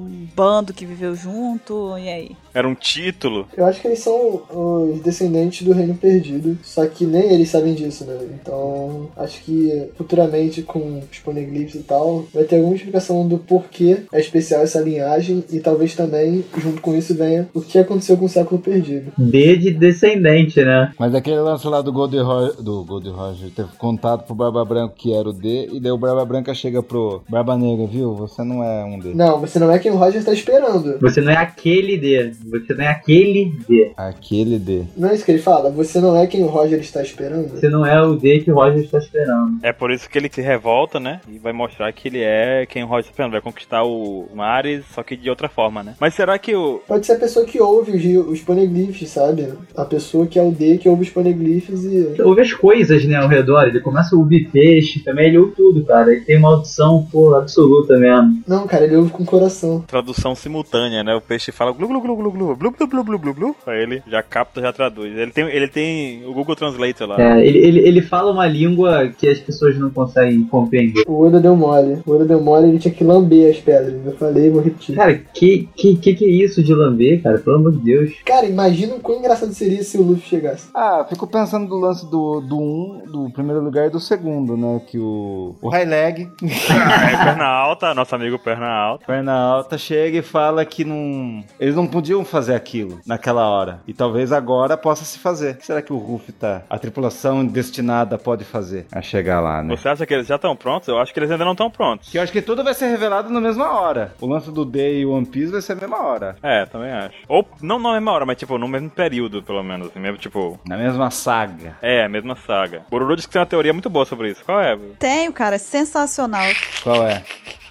E: um bando que viveu junto? E aí?
C: Era um título.
A: Eu acho que eles são os descendentes do Reino Perdido, só que nem eles sabem disso, né? Então, acho que futuramente com os Poneglyphs e tal, vai ter alguma explicação do porquê é especial essa linhagem e talvez também, junto com isso, venha o que aconteceu com o Século Perdido.
B: D de descendente, né?
F: Mas aquele lance lá do Gold Roger, do Gold Roger teve contato pro Barba Branca que era o D, e daí o Barba Branca chega pro Barba Negra, viu? Você não é um D.
A: Não, você não é quem o Roger está esperando.
B: Você não é aquele D. Você não é aquele D.
F: Aquele D.
A: Não é isso que ele fala? Você não é quem o Roger está esperando?
B: Você não é o D que o Roger está esperando.
C: É por isso que ele se revolta, né? E vai mostrar que ele é quem o Roger tá esperando. Vai conquistar o Mares, só que de outra forma, né? Mas será que o.
A: Pode ser a pessoa que ouve os, os poneglyphs, sabe? A pessoa que é o D que ouve os poneglyphs e.
B: Ouve as coisas, né, ao redor. Ele começa a ouvir peixe também. Ele ouve tudo, cara. Ele tem uma audição, pô, absoluta mesmo.
A: Não, cara, ele ouve com o coração.
C: Tradução simultânea, né? O peixe fala glu glu glu glu glu glu glu glu glu glu glu. Aí ele já capta, já traduz. Ele tem, ele tem o Google Translator lá.
B: É, ele, ele, ele fala uma língua que as pessoas não conseguem compreender.
A: O Oda deu mole. O Oda deu mole, ele tinha que lamber as pedras. Eu falei, vou repetir.
B: Cara, que, que, que que é isso de lamber, cara? Pelo amor de Deus.
A: Cara, imagina o quão engraçado seria se o Luffy chegasse.
F: Ah, fico pensando do lance do, do um, do primeiro lugar e do segundo, né? Que o. O High Leg,
C: Ah, é perna alta, nosso amigo perna alta.
F: perna alta, chega e fala que não. Eles não podiam fazer aquilo naquela hora. E talvez agora possa se fazer. O que será que o Ruff tá. A tripulação destinada pode fazer? A chegar lá, né?
C: Você acha que eles já estão prontos? Eu acho que eles ainda não estão prontos.
F: Que eu acho que tudo vai ser revelado na mesma hora. O lance do Day e o One Piece vai ser na mesma hora.
C: É, também acho. Ou não na mesma hora, mas tipo, no mesmo período, pelo menos. assim, Mesmo, tipo.
F: Na mesma saga.
C: É, a mesma saga. Bururu diz que tem uma teoria muito boa sobre isso. Qual é?
E: Tenho, cara, é sensacional.
F: Qual é?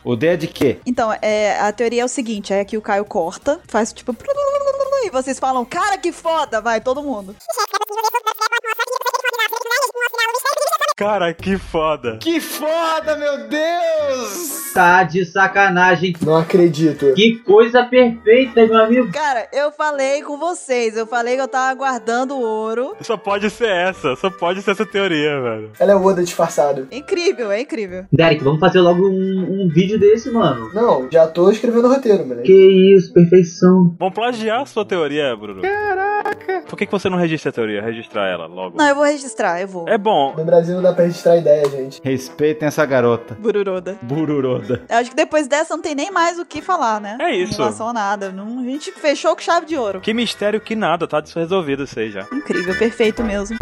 F: O D é de quê?
E: Então, é, a teoria é o seguinte: é que o Caio corta, faz tipo. E vocês falam, cara, que foda! Vai, todo mundo.
C: Cara, que foda.
F: Que foda, meu Deus!
B: Tá de sacanagem.
A: Não acredito.
B: Que coisa perfeita, meu amigo.
E: Cara, eu falei com vocês, eu falei que eu tava guardando o ouro.
C: Só pode ser essa. Só pode ser essa teoria, velho.
A: Ela é o Oda disfarçado.
E: Incrível, é incrível.
B: Derek, vamos fazer logo um, um vídeo desse, mano.
A: Não, já tô escrevendo o roteiro, moleque.
B: Que isso, perfeição.
C: Vão plagiar a sua teoria, Bruno. Caraca. Por que, que você não registra a teoria? Registrar ela logo.
E: Não, eu vou registrar, eu vou.
C: É bom.
A: No Brasil não dá pra registrar ideia, gente.
F: Respeitem essa garota.
E: Bururoda.
F: Bururoda.
E: Eu acho que depois dessa não tem nem mais o que falar, né?
C: É isso.
E: Em relação a nada. Não, a gente fechou com chave de ouro.
C: Que mistério que nada, tá disso resolvido isso aí já.
E: Incrível, perfeito mesmo.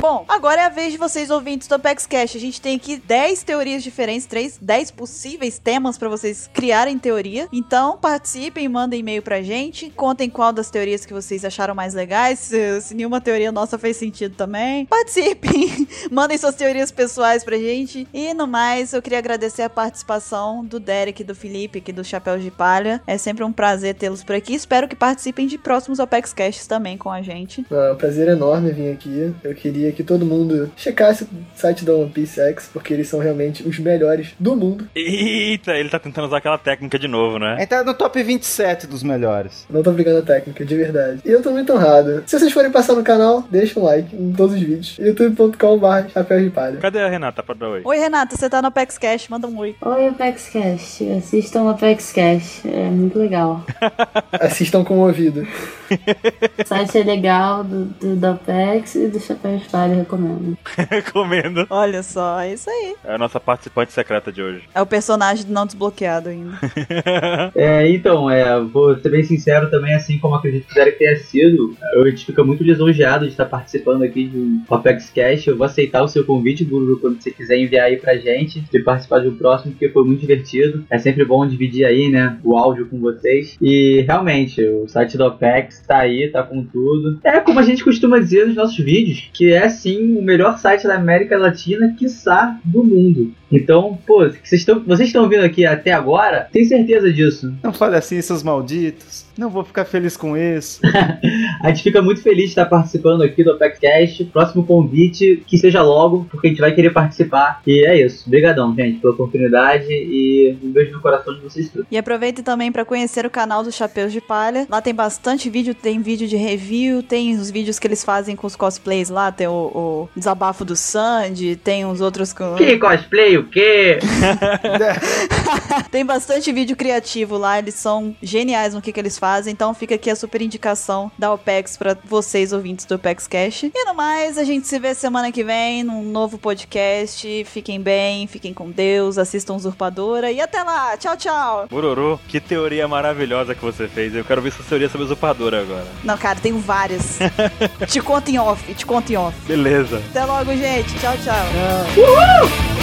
E: Bom, agora é a vez de vocês ouvintes do Apex Cash. A gente tem aqui 10 teorias diferentes, 3, 10 possíveis temas pra vocês criarem teoria. Então, participem, mandem e-mail pra gente, contem qual das teorias que vocês acharam mais legais, se, se nenhuma teoria nossa fez sentido também. Participem, mandem suas teorias pessoais pra gente. E no mais, eu queria agradecer a participação do Derek e do Felipe aqui do Chapéu de Palha. É sempre um prazer tê-los por aqui. Espero que participem de próximos Apex Casts também com a gente.
A: Ah, É um prazer enorme vir aqui. Eu queria que todo mundo checasse o site da One Piece X, porque eles são realmente os melhores do mundo.
C: Eita, ele tá tentando usar aquela técnica de novo, né?
F: Ele tá no top 27 dos melhores.
A: Não tô brigando a técnica, de verdade. E eu tô muito honrado. Se vocês forem passar no canal, deixa um like em todos os vídeos. youtube.com.br chapéu de palha.
C: Cadê a Renata pra dar oi?
E: Oi, Renata, você tá no Apex Cash, manda um oi.
H: Oi, Apex Cash. Assistam o Apex Cash. É muito legal.
A: Assistam com o ouvido.
H: O site é legal do, do, do Apex e do Chapéu de Otário recomendo.
C: Recomendo.
E: Olha só, é isso aí.
C: É a nossa participante secreta de hoje.
E: É o personagem não desbloqueado ainda.
B: É, então, é, vou ser bem sincero também, assim como acredito que Derek tenha sido, eu, a gente fica muito lisonjeado de estar participando aqui de um Papex Cash. Eu vou aceitar o seu convite, Guru, quando você quiser enviar aí pra gente, de participar de um próximo, porque foi muito divertido. É sempre bom dividir aí, né, o áudio com vocês. E realmente, o site do Apex tá aí, tá com tudo. É como a gente costuma dizer nos nossos vídeos, que é sim o melhor site da América Latina, quiçá do mundo. Então, pô, vocês estão vocês estão vindo aqui até agora, tem certeza disso.
F: Não fale assim, seus malditos. Não vou ficar feliz com isso.
B: A gente fica muito feliz de estar participando aqui do Opecast. Próximo convite, que seja logo, porque a gente vai querer participar. E é isso. Obrigadão, gente, pela oportunidade e um beijo no coração de vocês todos.
E: E aproveite também para conhecer o canal do Chapéus de Palha. Lá tem bastante vídeo, tem vídeo de review, tem os vídeos que eles fazem com os cosplays lá, tem o, o desabafo do Sandy, tem uns outros com...
B: Que cosplay, o quê?
E: Tem bastante vídeo criativo lá, eles são geniais no que, que eles fazem, então fica aqui a super indicação da OPEX pra vocês, ouvintes do OPEX Cash. E no mais, a gente se vê semana que vem num novo podcast. Fiquem bem, fiquem com Deus, assistam Usurpadora e até lá! Tchau, tchau!
C: Bururu, que teoria maravilhosa que você fez. Eu quero ver sua teoria sobre usurpadora agora.
E: Não, cara, tenho várias. te conto em off, te conto em off.
C: Beleza.
E: Até logo, gente. Tchau, tchau.